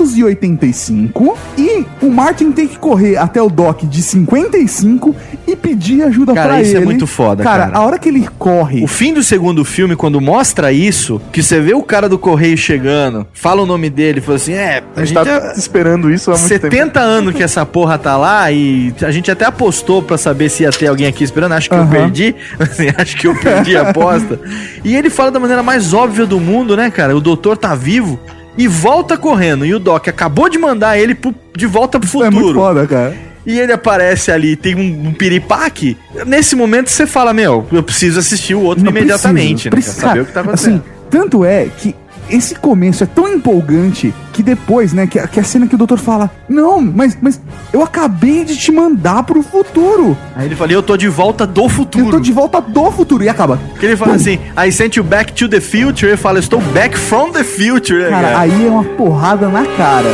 1885 e o Martin tem que correr até o Doc de 55 e pedir ajuda pra ele. Cara, isso é muito foda, Cara, cara. a hora que ele corre, O fim do segundo filme, quando mostra isso, que você vê o cara do correio chegando, fala o nome dele, fala assim: é, A gente tá esperando isso há muito tempo. 70 anos que essa porra tá lá e a gente até apostou pra saber se ia ter alguém aqui esperando. Acho que eu Aham. perdi. Assim, acho que eu perdi a aposta. E ele fala da maneira mais óbvia do mundo, né, cara? O doutor tá vivo e volta correndo. E o Doc acabou de mandar ele pro- de volta pro é muito futuro. foda, cara. e ele aparece ali, tem um, um piripaque. Nesse momento você fala: Meu, eu preciso assistir o outro Não, imediatamente. né? É preciso, Pra saber cara, o que tá acontecendo. Assim, tanto é que esse começo é tão empolgante que depois, né, que, a- que a cena que o doutor fala: Não, mas, mas eu acabei de te mandar pro futuro. Aí ele fala: Eu tô de volta do futuro. Eu tô de volta do futuro. E acaba. Que ele fala assim, I sent you back to the future. Ele fala, estou back from the future. né, Cara, aí é uma porrada na cara.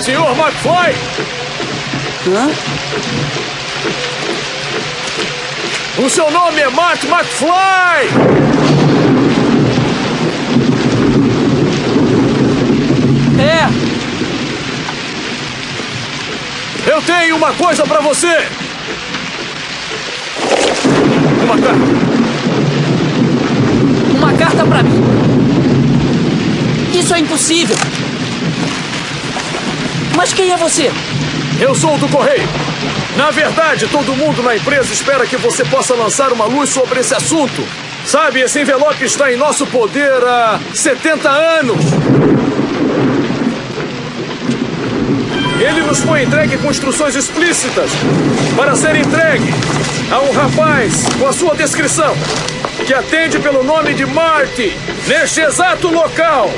Senhor McFly! O seu nome é Matt McFly! É, Eu tenho uma coisa pra você! Uma carta. Uma carta pra mim. Isso é impossível. Mas quem é você? Eu sou do Correio. Na verdade, todo mundo na empresa espera que você possa lançar uma luz sobre esse assunto. Sabe, esse envelope está em nosso poder há 70 anos. Ele nos foi entregue com instruções explícitas para ser entregue a um rapaz com a sua descrição, que atende pelo nome de Marty, neste exato local,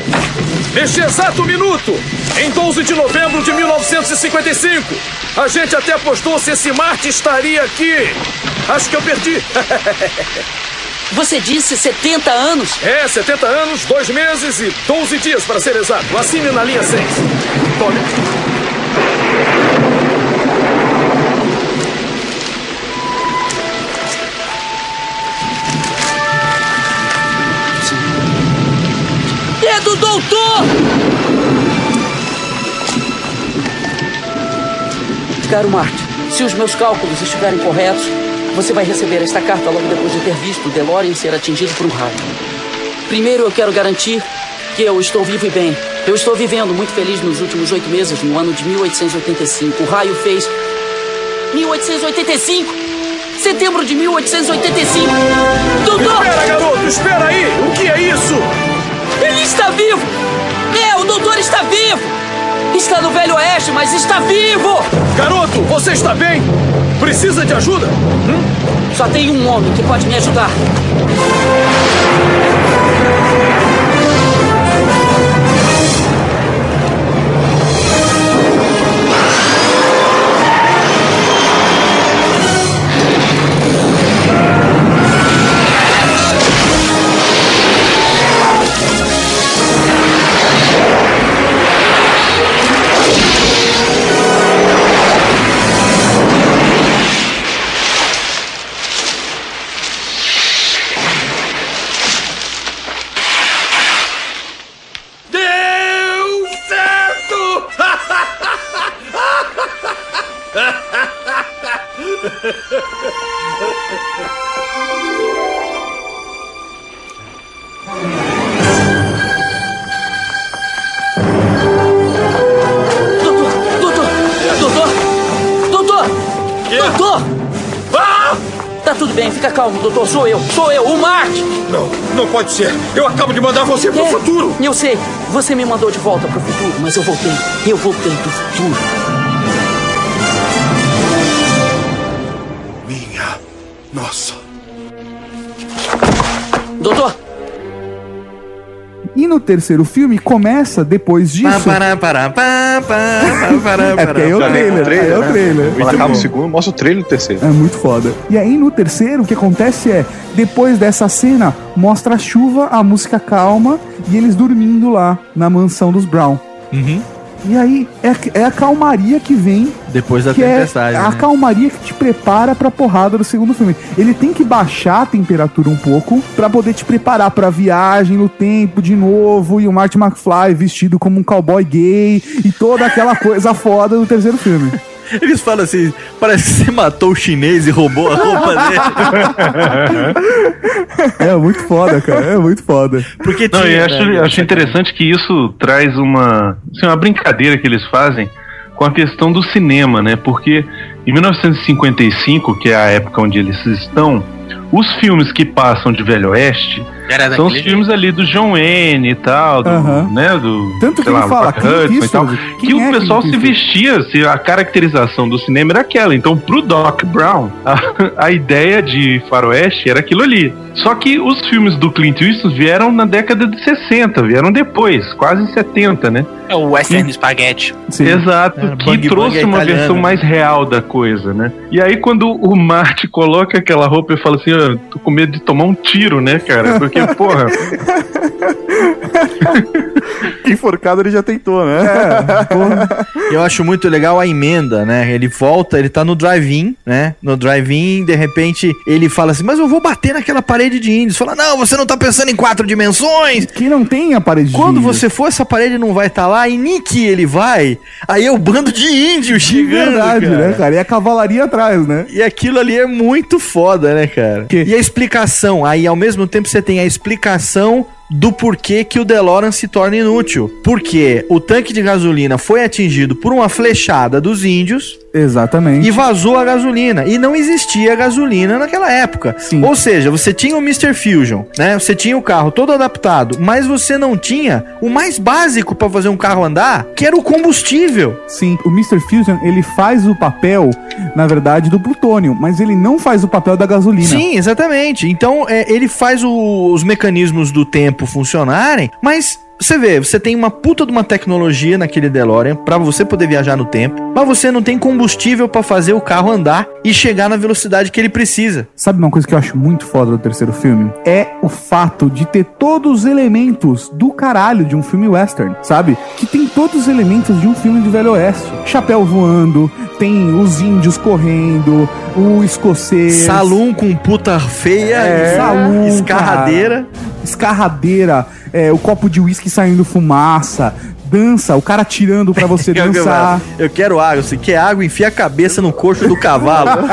neste exato minuto, em 12 de novembro de 1955. A gente até apostou se esse Marty estaria aqui. Acho que eu perdi. Você disse 70 anos? É, 70 anos, 2 meses e 12 dias para ser exato. Assine na linha 6. Tome. Eu doutor! Caro Marte, se os meus cálculos estiverem corretos, você vai receber esta carta logo depois de ter visto o DeLorean ser atingido por um raio. Primeiro eu quero garantir que eu estou vivo e bem. Eu estou vivendo muito feliz nos últimos oito meses, no ano de 1885. O raio fez. 1885! Setembro de 1885! Doutor! Espera, garoto, espera aí! O que é isso? Ele está vivo! É, o doutor está vivo! Está no Velho Oeste, mas está vivo! Garoto, você está bem? Precisa de ajuda? Hum? Só tem um homem que pode me ajudar. Ah! Tá doutor, sou eu, sou eu, o Marte! Não, não pode ser. Eu acabo de mandar você pro é, futuro. Eu sei, você me mandou de volta pro futuro, mas eu voltei. Eu voltei do futuro. Minha nossa. Doutor! E no terceiro filme começa depois disso. Pará, pará, pará, é porque aí é o trailer. trailer é o trailer. Né? Quando acaba o um segundo, mostra o trailer do terceiro. É muito foda. E aí no terceiro, o que acontece é, depois dessa cena, mostra a chuva, a música calma e eles dormindo lá na mansão dos Brown. Uhum. E aí é, é a calmaria que vem. Depois da que tempestade. É a né? calmaria que te prepara pra porrada do segundo filme. Ele tem que baixar a temperatura um pouco para poder te preparar pra viagem no tempo de novo. E o Marty McFly vestido como um cowboy gay e toda aquela coisa foda do terceiro filme. Eles falam assim, parece que você matou o chinês e roubou a roupa dele. é muito foda, cara. É muito foda. Porque Não, tinha, eu acho, né? acho, interessante que isso traz uma, assim, uma brincadeira que eles fazem com a questão do cinema, né? Porque em 1955, que é a época onde eles estão, os filmes que passam de Velho Oeste Era são os filmes jeito. ali do John Wayne e tal, do, uh -huh. né, do tanto que lá, ele fala Hudson e tal, que o é pessoal se vestia, se a caracterização do cinema era aquela. Então, pro Doc Brown, a, a ideia de faroeste era aquilo ali. Só que os filmes do Clint Eastwood vieram na década de 60, vieram depois, quase 70, né? É o Western e, Spaghetti. Sim. Exato, é, que bang trouxe bang uma italiano. versão mais real da coisa, né? E aí quando o Marte coloca aquela roupa e fala assim, oh, tô com medo de tomar um tiro, né, cara? Porque, porra... Enforcado ele já tentou, né? É, Eu acho muito legal a emenda, né? Ele volta, ele tá no drive-in, né? No drive-in, de repente ele fala assim: Mas eu vou bater naquela parede de índios. Fala, não, você não tá pensando em quatro dimensões. Que não tem a parede Quando de você for, essa parede não vai estar tá lá. E Nick ele vai. Aí é o bando de índios chegando. Verdade, cara. né, cara? E a cavalaria atrás, né? E aquilo ali é muito foda, né, cara? Que? E a explicação. Aí ao mesmo tempo você tem a explicação do porquê que o DeLorean se torna inútil. Porque o tanque de gasolina foi atingido por uma flechada dos índios. Exatamente. E vazou a gasolina. E não existia gasolina naquela época. Sim. Ou seja, você tinha o Mr. Fusion, né? Você tinha o carro todo adaptado, mas você não tinha o mais básico para fazer um carro andar, que era o combustível. Sim, o Mr. Fusion, ele faz o papel, na verdade, do plutônio, mas ele não faz o papel da gasolina. Sim, exatamente. Então, é, ele faz o, os mecanismos do tempo funcionarem, mas você vê, você tem uma puta de uma tecnologia naquele DeLorean para você poder viajar no tempo, mas você não tem combustível para fazer o carro andar e chegar na velocidade que ele precisa. Sabe uma coisa que eu acho muito foda do terceiro filme? É o fato de ter todos os elementos do caralho de um filme western, sabe? Que tem todos os elementos de um filme de velho oeste. Chapéu voando, tem os índios correndo, o escocês, salão com puta feia, é, salão, escarradeira. Cara descarradeira, é, o copo de uísque saindo fumaça, dança, o cara tirando pra você dançar. É Eu quero água. Se quer água, enfia a cabeça no coxo do cavalo.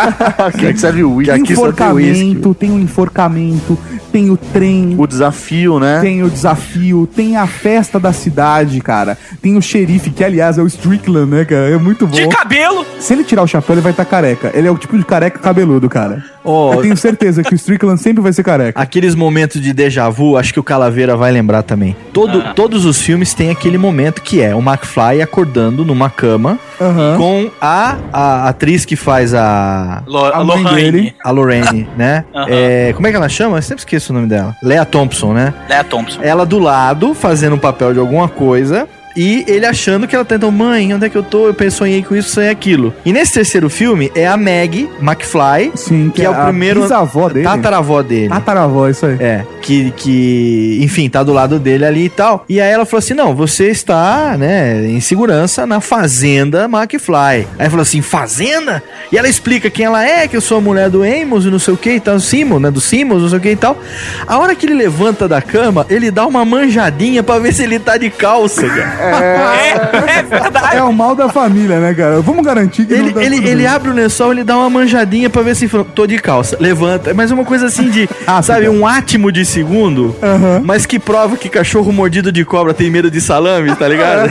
Aqui que serve o Tem uísque. Aqui só tem uísque. enforcamento, tem o enforcamento, tem o trem, O desafio, né? tem o desafio, tem a festa da cidade, cara. Tem o xerife, que aliás é o Strickland, né, cara? É muito bom. De cabelo! Se ele tirar o chapéu, ele vai estar careca. Ele é o tipo de careca cabeludo, cara. Ó, Eu tenho certeza que o Strickland sempre vai ser careca. Aqueles momentos de déjà vu, acho que o Calaveira vai lembrar também. Todo, Ah. Todos os filmes têm aquele momento que é o McFly acordando numa cama Aham. com a, a atriz que faz a, Lo A mãe Lorraine. dele. a Lorraine, né? Aham. É, como é que ela chama? Eu sempre esqueço o nome dela. Lea Thompson, né? Né, Thompson? Ela do lado, fazendo um papel de alguma coisa. E ele achando que ela tá, então, mãe, onde é que eu tô? Eu pe- sonhei com isso, sonhei aquilo. E nesse terceiro filme é a Maggie McFly, Sim, que é o a primeiro- Bisavó dele. tataravó dele. Ah, Tataravó, tá isso aí. É, que, que, enfim, tá do lado dele ali e tal. E aí ela falou assim: não, você está, né, em segurança na fazenda McFly. Aí falou assim: fazenda? E ela explica quem ela é, que eu sou a mulher do Amos e não sei o que e tal, Simon, né, do Simons, não sei o que e tal. A hora que ele levanta da cama, ele dá uma manjadinha pra ver se ele tá de calça, cara. É, é verdade. É o mal da família, né, cara? Vamos garantir que Ele, não dá ele, tudo ele isso. abre o lençol, ele dá uma manjadinha pra ver se fala, tô de calça. Levanta. Mas é uma coisa assim de, Ah, sabe, fica. um átimo de segundo. Aham. Mas que prova que cachorro mordido de cobra tem medo de salame, tá ligado?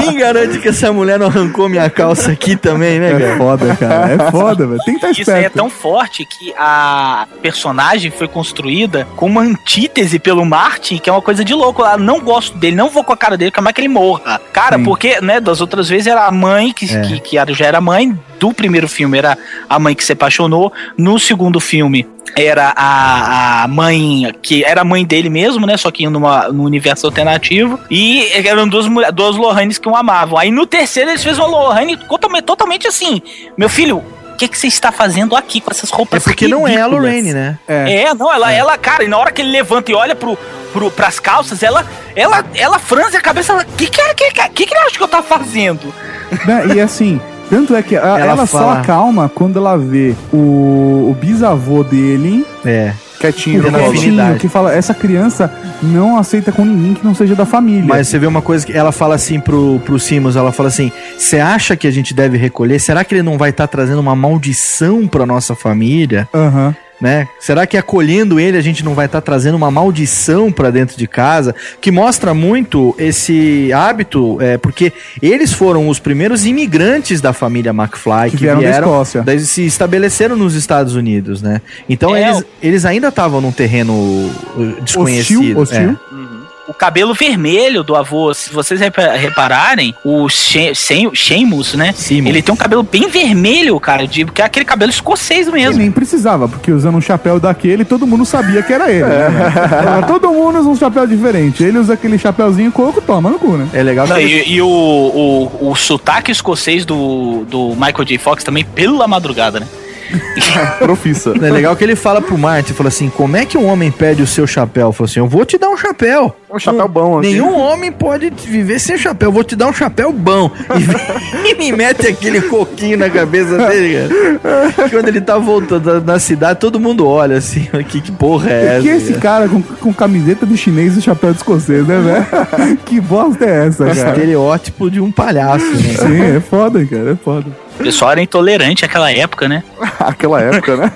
Quem garante que essa mulher não arrancou minha calça aqui também, né, É cara? foda, cara. É foda, velho. Tem que estar Isso aí é esperto. tão forte que a personagem foi construída com uma antítese pelo Martin, que é uma coisa de louco. Ah, não gosto dele, não vou com a cara dele, como é que ele morra? Cara, Sim. É. porque, né, das outras vezes era a mãe, que, que, que era- já era mãe do primeiro filme, era a mãe que se apaixonou. No segundo filme era a, a mãe, que era a mãe dele mesmo, né, só que numa, num universo alternativo. E eram duas, mulher- duas Lohanes que o amavam. Aí no terceiro eles fez uma Lohane totalmente, totalmente assim, meu filho... O que que você está fazendo aqui com essas É roupas porque não é a ridículas?" Lorraine, né? É, não, ela, ela, cara, e na hora que ele levanta e olha pro, pro, pras calças, ela, ela, ela franze a cabeça, ela, que que, é- que, que, que que ele acha que eu tava fazendo? Né? E assim, tanto é que a- ela, Ela só fala- acalma quando ela vê o, o bisavô dele, É. o Quietinho no colo. Betinho, afinidade. que fala: essa criança não aceita com ninguém que não seja da família. Mas você vê uma coisa que ela fala assim pro, pro Simons, ela fala assim: você acha que a gente deve recolher? Será que ele não vai estar trazendo uma maldição pra nossa família? Aham. né? Será que acolhendo ele a gente não vai estar trazendo uma maldição pra dentro de casa? Que mostra muito esse hábito, é, porque eles foram os primeiros imigrantes da família McFly que vieram, da Escócia. daí se estabeleceram nos Estados Unidos, né? Então É, eles, eles ainda estavam num terreno uh, desconhecido. hostil. é. O cabelo vermelho do avô, se vocês repa- repararem, o She- She- Sheamus, né? Simons. Ele tem um cabelo bem vermelho, cara, de, que é aquele cabelo escocês E mesmo. nem precisava, porque usando um chapéu daquele, todo mundo sabia que era ele. né, velho? todo mundo usa um chapéu diferente. Ele usa aquele chapéuzinho coco, toma no cu, né? É legal Não, que eles- e e o, o, o sotaque escocês do, do Michael J. Fox também, pela madrugada, né? Profissa. É legal que ele fala pro Martin, fala assim, como é que um homem pede o seu chapéu? Fala assim, eu vou te dar um chapéu. Um chapéu bom, assim. Nenhum homem pode viver sem chapéu. Vou te dar um chapéu bom. E vem- E me mete aquele coquinho na cabeça dele, cara. Quando ele tá voltando da- na cidade, todo mundo olha assim, que, que porra é E que essa? esse cara com, com camiseta de chinês e chapéu de escocês, né, velho? que bosta é essa, cara? cara? Estereótipo de um palhaço, né? Sim, é foda, cara, é foda. O pessoal era intolerante naquela época, né? Aquela época, né?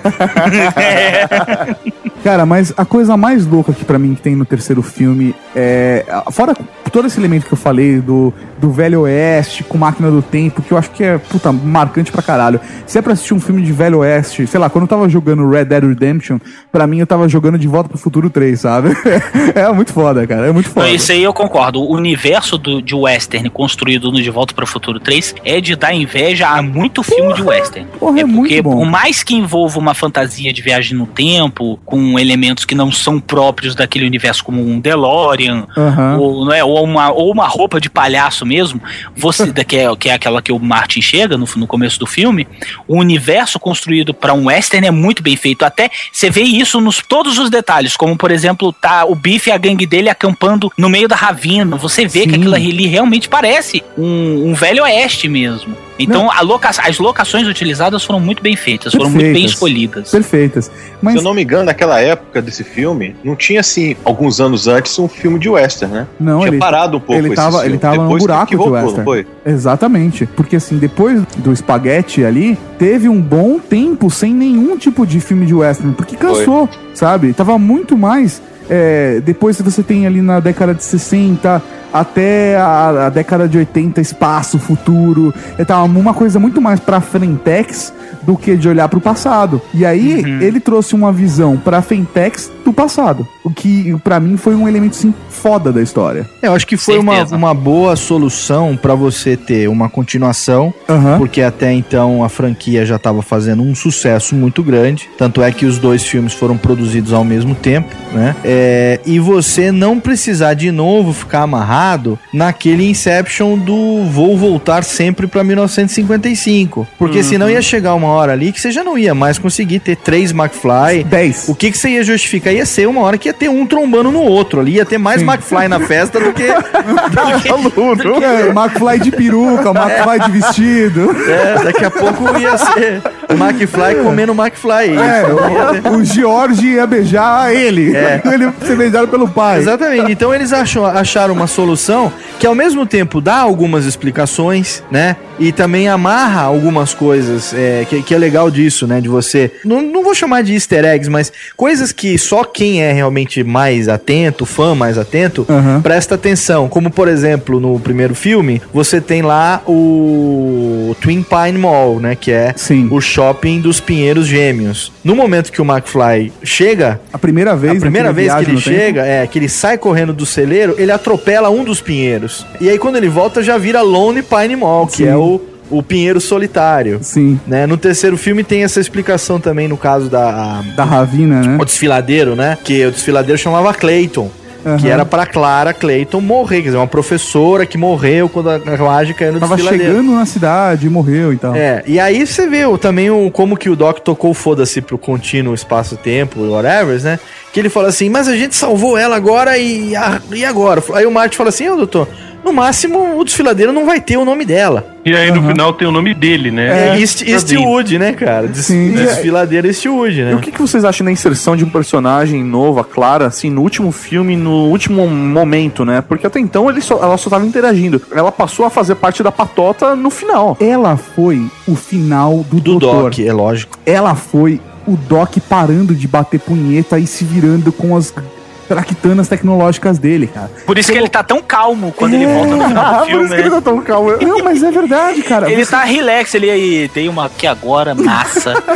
Cara, mas a coisa mais louca que pra mim que tem no terceiro filme é. Fora todo esse elemento que eu falei do, do Velho Oeste com máquina do tempo, que eu acho que é, puta, marcante pra caralho. Se é pra assistir um filme de Velho Oeste, sei lá, quando eu tava jogando Red Dead Redemption, pra mim eu tava jogando De Volta pro Futuro 3, sabe? é muito foda, cara, é muito Não, foda. isso aí eu concordo. O universo do- de western construído no De Volta para o Futuro 3 é de dar inveja a muito filme de western. Porra, é, muito por bom. mais que envolva uma fantasia de viagem no tempo, com elementos que não são próprios daquele universo, como um DeLorean, Aham. ou, não é, ou, uma, ou uma roupa de palhaço mesmo, você que é, que é aquela que o Martin chega no, no começo do filme, o universo construído para um western é muito bem feito. Até você vê isso nos todos os detalhes, como por exemplo, tá o Biff e a gangue dele acampando no meio da ravina. Você vê Sim. que aquilo ali realmente parece um, um velho oeste mesmo. Então a loca- as locações utilizadas foram muito bem feitas, foram muito bem Perfeitas. escolhidas. Perfeitas. Mas Se eu não me engano, naquela época desse filme, não tinha, assim, alguns anos antes, um filme de western, né? não, tinha ele. parado um pouco ele esse tava- filme. ele tava num Depois que- buraco que de voltou, western. não foi? Exatamente. Porque assim, depois do espaguete ali, teve um bom tempo sem nenhum tipo de filme de western. Porque cansou, sabe? Tava muito mais. é, depois você tem ali na década de 60 até a, a década de 80, espaço, futuro. É, tava uma coisa muito mais pra Frentex do que de olhar pro passado. E aí Uhum. ele trouxe uma visão pra Frentex do passado. O que pra mim foi um elemento assim, foda da história. É, eu acho que foi uma, Certeza. uma boa solução pra você ter uma continuação, Aham. porque até então a franquia já estava fazendo um sucesso muito grande. Tanto é que os dois filmes foram produzidos ao mesmo tempo, né? É, e você não precisar de novo ficar amarrado naquele Inception do vou voltar sempre pra 1955, porque senão ia chegar uma hora ali que você já não ia mais conseguir ter três McFly, 10. o que, que você ia justificar? Ia ser uma hora que ia ter um trombando no outro ali, ia ter mais McFly na festa do que. Que é McFly de peruca, McFly de vestido. É, daqui a pouco ia ser McFly comendo McFly. É, o, o George ia beijar ele. Ele ia ser beijado pelo pai. É. Exatamente. Então eles acham- acharam uma solução que ao mesmo tempo dá algumas explicações, né? E também amarra algumas coisas é, que, que é legal disso, né? De você. Não, não vou chamar de easter eggs, mas coisas que só quem é realmente mais atento, fã mais atento, Aham. presta atenção. Como, por exemplo, no primeiro filme, você tem lá o Twin Pine Mall, né? Que é Sim. o shopping dos Pinheiros Gêmeos. No momento que o McFly chega, A primeira vez. né, a primeira naquele vez que viagem ele no tempo. chega, é, que ele sai correndo do celeiro, ele atropela um dos pinheiros. E aí quando ele volta já vira Lone Pine Mall, que Sim. é o, o pinheiro solitário. Sim. Né? No terceiro filme tem essa explicação também no caso da, Da Ravina, né? o desfiladeiro, né? Que o desfiladeiro chamava Clayton. Aham. Que era pra Clara Clayton morrer, quer dizer, uma professora que morreu quando a carruagem caiu no Tava desfiladeiro. chegando então. na cidade e morreu e tal. É, e aí você vê o- também o, como que o Doc tocou o foda-se pro contínuo espaço-tempo, whatever, né? Que ele fala assim, mas a gente salvou ela agora e, a- e agora? Aí o Marty fala assim, ô doutor, no máximo o desfiladeiro não vai ter o nome dela. E aí no final tem o nome dele, né? É, East, Eastwood, né, cara? Des, Sim. desfiladeiro Eastwood, E o né? que, que vocês acham da inserção de um personagem novo, a Clara, assim, no último filme, no último momento, né? Porque até então ele só- ela só tava interagindo. Ela passou a fazer parte da patota no final. Ela foi o final do, Do doutor. Doc, é lógico. Ela foi o Doc parando de bater punheta e se virando com as traquitanas tecnológicas dele, cara. Por isso que ele tá tão calmo quando ele volta no final Ah, do por isso filme, que ele né? tá tão calmo. Não, mas é verdade, cara. Ele tá relax, ele aí, tem uma aqui agora, massa,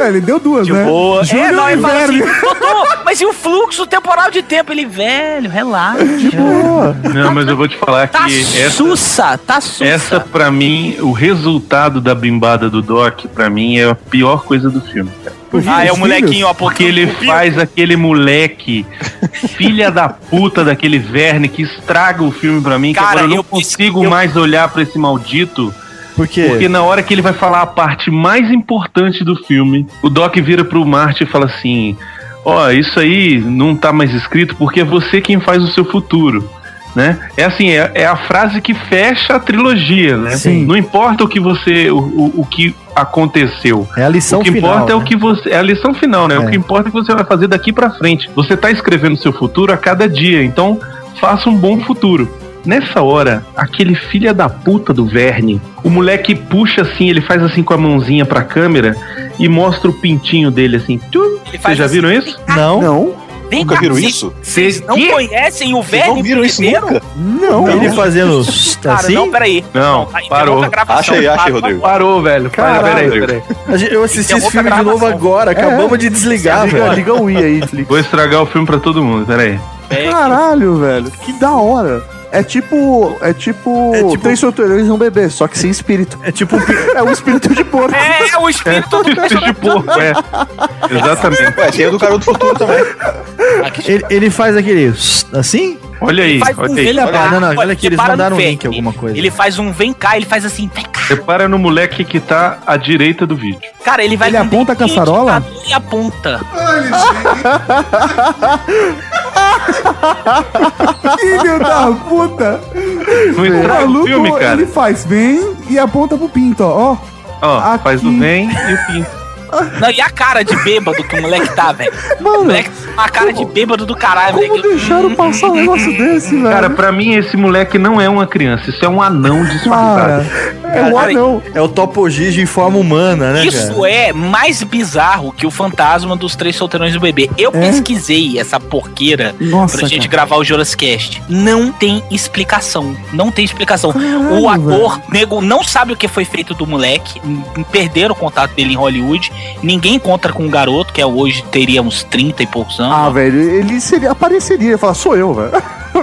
É, ele deu duas, de né? boa. Júlio é, não, ele fala assim, Verne. doutor, mas e o fluxo temporal de tempo? Ele, velho, relaxa. Não, mas eu vou te falar que Tá essa, sussa, tá sussa. essa pra mim, o resultado da bimbada do Doc, pra mim, é a pior coisa do filme. Os Ah, é o filhos? molequinho, ó, Porque ele faz aquele moleque, filha da puta daquele Verne, que estraga o filme pra mim, Cara, que agora eu não eu- consigo eu- mais olhar pra esse maldito. Por quê? Porque na hora que ele vai falar a parte mais importante do filme, o Doc vira pro Marty e fala assim: Ó, isso aí não tá mais escrito porque é você quem faz o seu futuro. Né? É assim, é, é a frase que fecha a trilogia, né? Sim. Não importa o que você. o, o- o que aconteceu. É a lição o que final. importa é o né? que você. É a lição final, né? É. O que importa é o que você vai fazer daqui pra frente. Você tá escrevendo seu futuro a cada dia, então faça um bom futuro. Nessa hora, aquele filha da puta do Verne, o moleque puxa assim, ele faz assim com a mãozinha pra câmera e mostra o pintinho dele assim. Tchum. Ele faz Vocês já assim, viram isso? Não. Não, Vem Nunca cá, viram vocês- isso? Vocês não Quê? conhecem o Vocês velho não viram isso nunca? não. Ele fazendo Cara, assim? não, peraí. Não, Aí, parou. interrompe a gravação. Acha aí, acha aí, Parou. Rodrigo. Parou, velho. Parou, Caralho. peraí, peraí. Eu assisti Interrompa esse filme a de novo né? gravação. agora, acabamos de desligar, É. Liga, velho. liga o i aí, Felipe. Vou estragar o filme pra todo mundo, peraí. Caralho, velho. Que da hora. É tipo. É tipo. É tipo- Tem solteirões e um bebê, só que sem espírito. É tipo É um espírito de porco. É, é o espírito do Espírito de Tipo, porco, é. Exatamente. Ué, tem o do Garoto do Futuro também. Ele, ele faz aquele. assim? Olha aí, faz um olha aí. velho Olha, não, não, abraço, olha que eles para no mandaram um vem. link, alguma coisa. Ele faz um vem cá, ele faz assim, vem cá. Repara no moleque que tá à direita do vídeo. Cara, ele vai Ele com aponta a dedinho caçarola? indicador E aponta. Filho da puta! Não estraga o Maluco, filme, cara. Ele faz bem e aponta pro pinto, ó. Ó, Ó, faz o Aqui. bem e o pinto. Não, e a cara de bêbado que o moleque tá, velho? O Mano, moleque tá com uma cara de bêbado do caralho, como velho. deixaram passar um negócio desse, velho? Cara, pra mim esse moleque não é uma criança, isso é um anão Cara, disfarçado. é um cara, anão. É o Topo Giz em forma humana, né, cara? Isso é mais bizarro que o fantasma dos três solteirões do bebê. Eu É? pesquisei essa porqueira nossa, pra gente cara. gravar o Jurascast. Não tem explicação. Não tem explicação. Caralho, o ator, nego, não sabe o que foi feito do moleque. n- Perderam o contato dele em Hollywood. Ninguém encontra com o garoto, que é hoje teria uns 30 e poucos anos. Ah, velho, ele seria, apareceria, ia falar, sou eu, velho.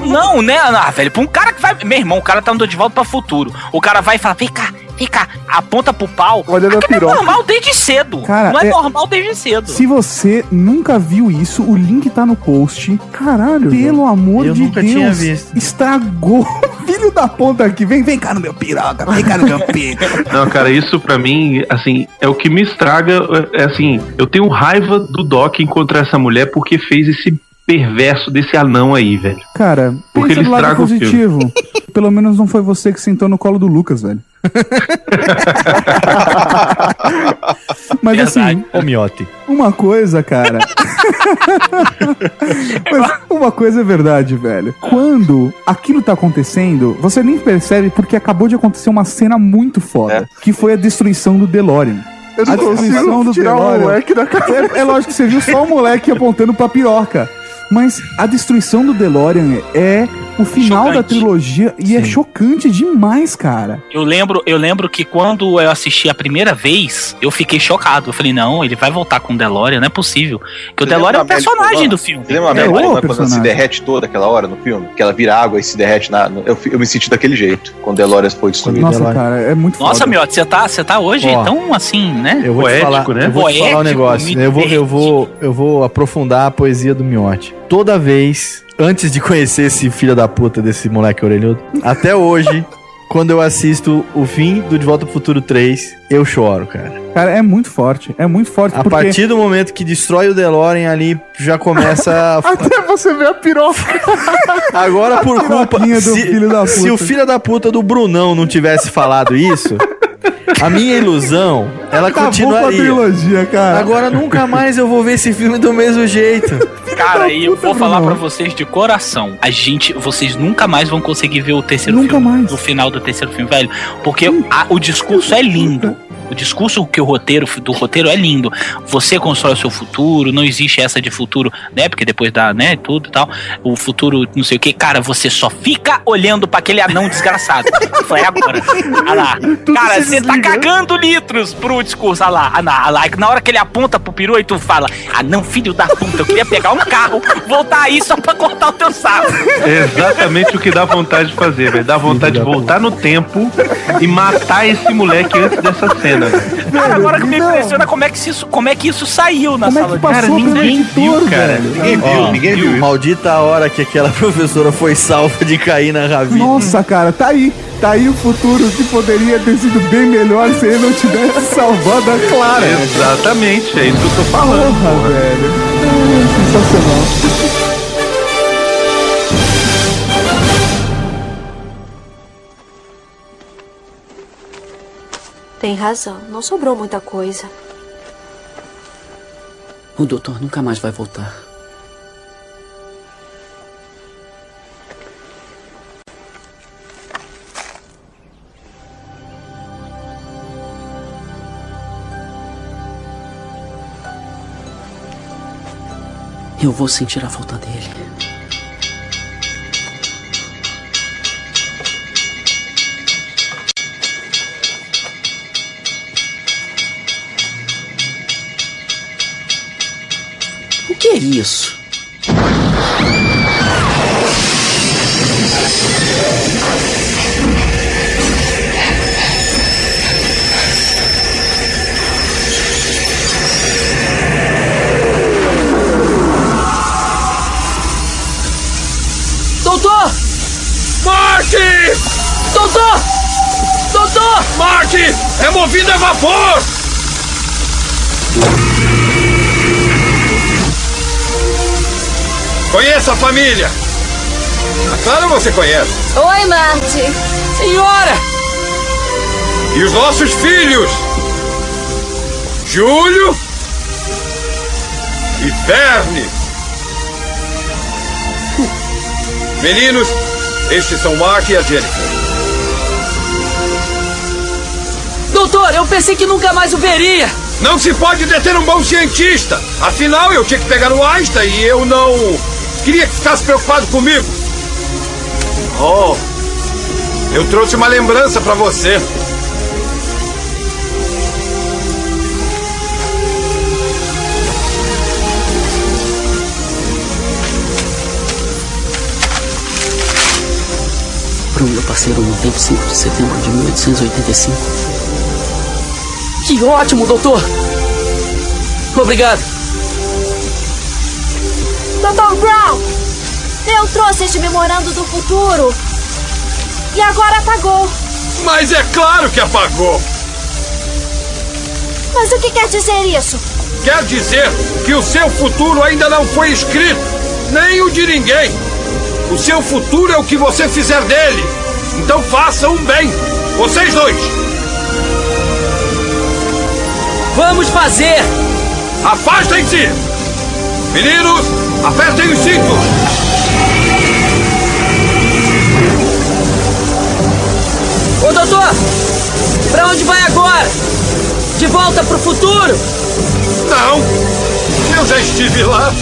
Não, né, ah, velho? Pra um cara que vai. Meu irmão, o cara tá andando de volta pra futuro. O cara vai e fala: vem cá, vem cá, aponta pro pau. Olha na Aquilo piroca. é normal desde cedo. Cara, não é, é- normal desde cedo. Se você nunca viu isso, o link tá no post. Caralho, pelo amor eu de nunca Deus. tinha visto. Estragou. Filho da puta aqui, vem, vem cá no meu piroca, vem cá no meu pinto. Não, cara, isso pra mim, assim, é o que me estraga. É, assim, eu tenho raiva do Doc encontrar essa mulher porque fez esse perverso desse anão aí, velho. Cara, Porque pensa ele do lado estraga o positivo. Pelo menos não foi você que sentou no colo do Lucas, velho. Mas assim, Verdade. Ô, miote. uma coisa, cara. Mas uma coisa é verdade, velho. Quando aquilo tá acontecendo, você nem percebe porque acabou de acontecer uma cena muito foda, que foi a destruição do DeLorean. É. Eu A destruição do tirar o DeLorean. moleque da cara. É, é lógico que você viu só o moleque apontando pra piroca. Mas a destruição do DeLorean é o final da Chocante. trilogia e é chocante demais, cara. Eu lembro, eu lembro que quando eu assisti a primeira vez, eu fiquei chocado. Eu falei, não, ele vai voltar com o DeLorean, não é possível. Porque o Você lembra DeLorean é a um Mary personagem Polan? do filme. Você lembra a É Mary o Polan quando ela se personagem. assim, derrete toda aquela hora no filme? Que ela vira água e se derrete na. no- Eu, fi- eu me senti daquele jeito quando Delores foi destruída. Nossa, DeLorean. cara, é muito Nossa, foda. Miotti, você tá, você tá hoje Ó. tão assim, né? Eu vou te Poético, falar, né? eu vou te falar Poético, um negócio. me Eu vou, eu, vou, eu vou aprofundar a poesia do Miote. Toda vez, antes de conhecer esse filho da puta desse moleque orelhudo, até hoje, quando eu assisto o fim do De Volta pro Futuro 3, eu choro, cara. Cara, é muito forte. É muito forte. A partir do momento que destrói o DeLorean ali, já começa. a- Até você ver a piroca. Agora por culpa. piroquinha do Se, filho da se puta. o filho da puta do Brunão não tivesse falado isso, a minha ilusão, ela Acabou com a continuaria. trilogia, cara. Agora nunca mais eu vou ver esse filme do mesmo jeito. Cara, e eu vou Bruno. falar pra vocês de coração. A gente, vocês nunca mais vão conseguir ver o terceiro Nunca filme. mais. O final do terceiro filme, velho. Porque a- o discurso é lindo. O discurso que o roteiro do roteiro é lindo. Você constrói o seu futuro, não existe essa de futuro, né? Porque depois dá, né, tudo e tal. O futuro, não sei o que, cara, você só fica olhando pra aquele anão desgraçado. Foi agora. Ah lá. Cara, você tá cagando litros pro discurso. Ah lá, ah lá, ah lá. Na hora que ele aponta pro peru e tu fala, ah não, filho da puta, eu queria pegar um carro, voltar aí só pra cortar o teu saco. É exatamente o que dá vontade de fazer, velho. Dá vontade de voltar no tempo e matar esse moleque antes dessa cena. velho. Cara, agora que me não. impressiona como é que isso, como é que isso saiu na Como é sala que de aula. passou pelo ninguém editor, viu, cara. velho? Ninguém viu, Ó, ninguém viu. Maldita a hora que aquela professora foi salva de cair na ravina. Nossa, cara, tá aí. Tá aí o futuro que poderia ter sido bem melhor se ele não tivesse salvado a Clara. Exatamente, é isso que eu tô falando. né? Porra, velho. É sensacional. Tem razão, não sobrou muita coisa. O doutor nunca mais vai voltar. Eu vou sentir a falta dele. O que é isso? Doutor! Marty! Doutor! Doutor! Marty! É movido a vapor! Conheça a família! Ah, Claro você conhece. Oi, Marte. Senhora! E os nossos filhos! Júlio e Verne. Hum. Meninos, estes são Mark e a Jennifer. Doutor, eu pensei que nunca mais o veria. Não se pode deter um bom cientista. Afinal, eu tinha que pegar o Einstein e eu não queria que ficasse preocupado comigo. Oh, eu trouxe uma lembrança pra você. Para o meu parceiro no 25 de setembro de 1885. Que ótimo, doutor! Obrigado. Dr. Brown! Eu trouxe este memorando do futuro. E agora apagou. Mas é claro que apagou. Mas o que quer dizer isso? Quer dizer que o seu futuro ainda não foi escrito, nem o de ninguém. O seu futuro é o que você fizer dele. Então façam um bem, vocês dois. Vamos fazer! Afastem-se! Meninos, apertem os cintos! Ô, doutor! Pra onde vai agora? De volta pro futuro? Não! Eu já estive lá!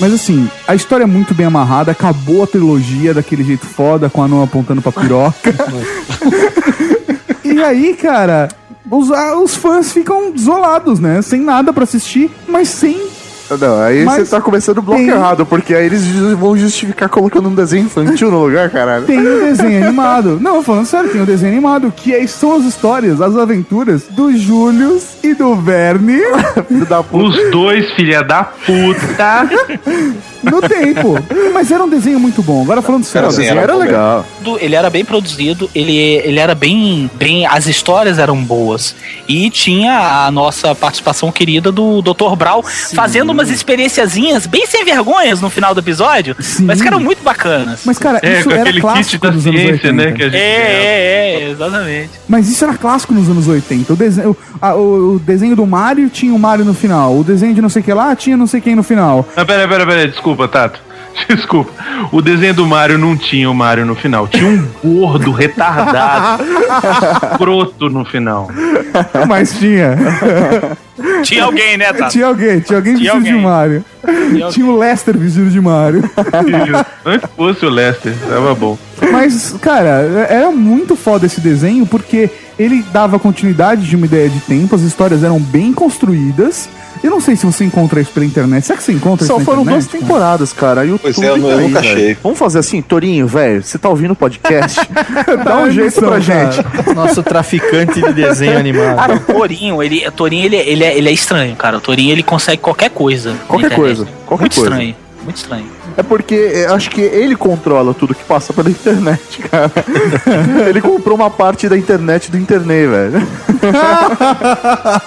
Mas assim, a história é muito bem amarrada, acabou a trilogia daquele jeito foda, com a Noa apontando pra piroca. e aí, cara, os, ah, os fãs ficam isolados, né? Sem nada pra assistir, mas sem. Não, aí Mas você tá começando o bloco tem- errado, porque aí eles ju- vão justificar colocando um desenho infantil no lugar, caralho. Tem né? o desenho animado. Não, falando sério, tem o desenho animado, que aí são as histórias, as aventuras do Júlio e do Verne Filho da puta. Os dois, filha da puta. Tá? no tempo. Mas era um desenho muito bom. Agora falando sério. Não, o desenho era legal. do- ele era bem produzido, ele, ele era bem, bem. As histórias eram boas. E tinha a nossa participação querida do Dr. Brau fazendo umas experiênciazinhas bem sem vergonhas no final do episódio, Sim. mas que eram muito bacanas. Mas, cara, É, isso com era aquele kit clássico da dos anos ciência, 80. né? Que a gente É, é, é, exatamente. Mas isso era clássico nos anos 80. O desenho, o- a- o, o desenho do Mario tinha o Mario no final. O desenho de não sei o que lá tinha não sei quem no final. Ah, pera, pera, pera, desculpa, Tato. Desculpa. O desenho do Mario não tinha o Mario no final. Tinha um gordo retardado. escroto no final. Mas tinha. Tinha alguém, né, Tato? tinha alguém, tinha alguém Tinha vestido de alguém. Mario. Tinha o Lester vestido de Mario. Antes fosse o Lester, tava bom. Mas, cara, é, era muito foda esse desenho porque ele dava continuidade de uma ideia de tempo, as histórias eram bem construídas. Eu não sei se você encontra isso pela internet. Será que você encontra Só isso na foram internet? duas temporadas, cara. YouTube Pois é, eu não- eu tá aí, nunca velho. achei. Vamos fazer assim, Torinho, velho, você tá ouvindo o podcast? Dá um uma jeito emoção, pra cara. gente. Nosso um traficante de desenho animado. Cara, o Torinho, ele, o Torinho ele, ele, é, ele é estranho, cara. O Torinho ele consegue qualquer coisa. na Qualquer internet. coisa, qualquer muito coisa. estranho, muito estranho. É porque é, acho que ele controla tudo que passa pela internet, cara. ele comprou uma parte da internet do internet, velho.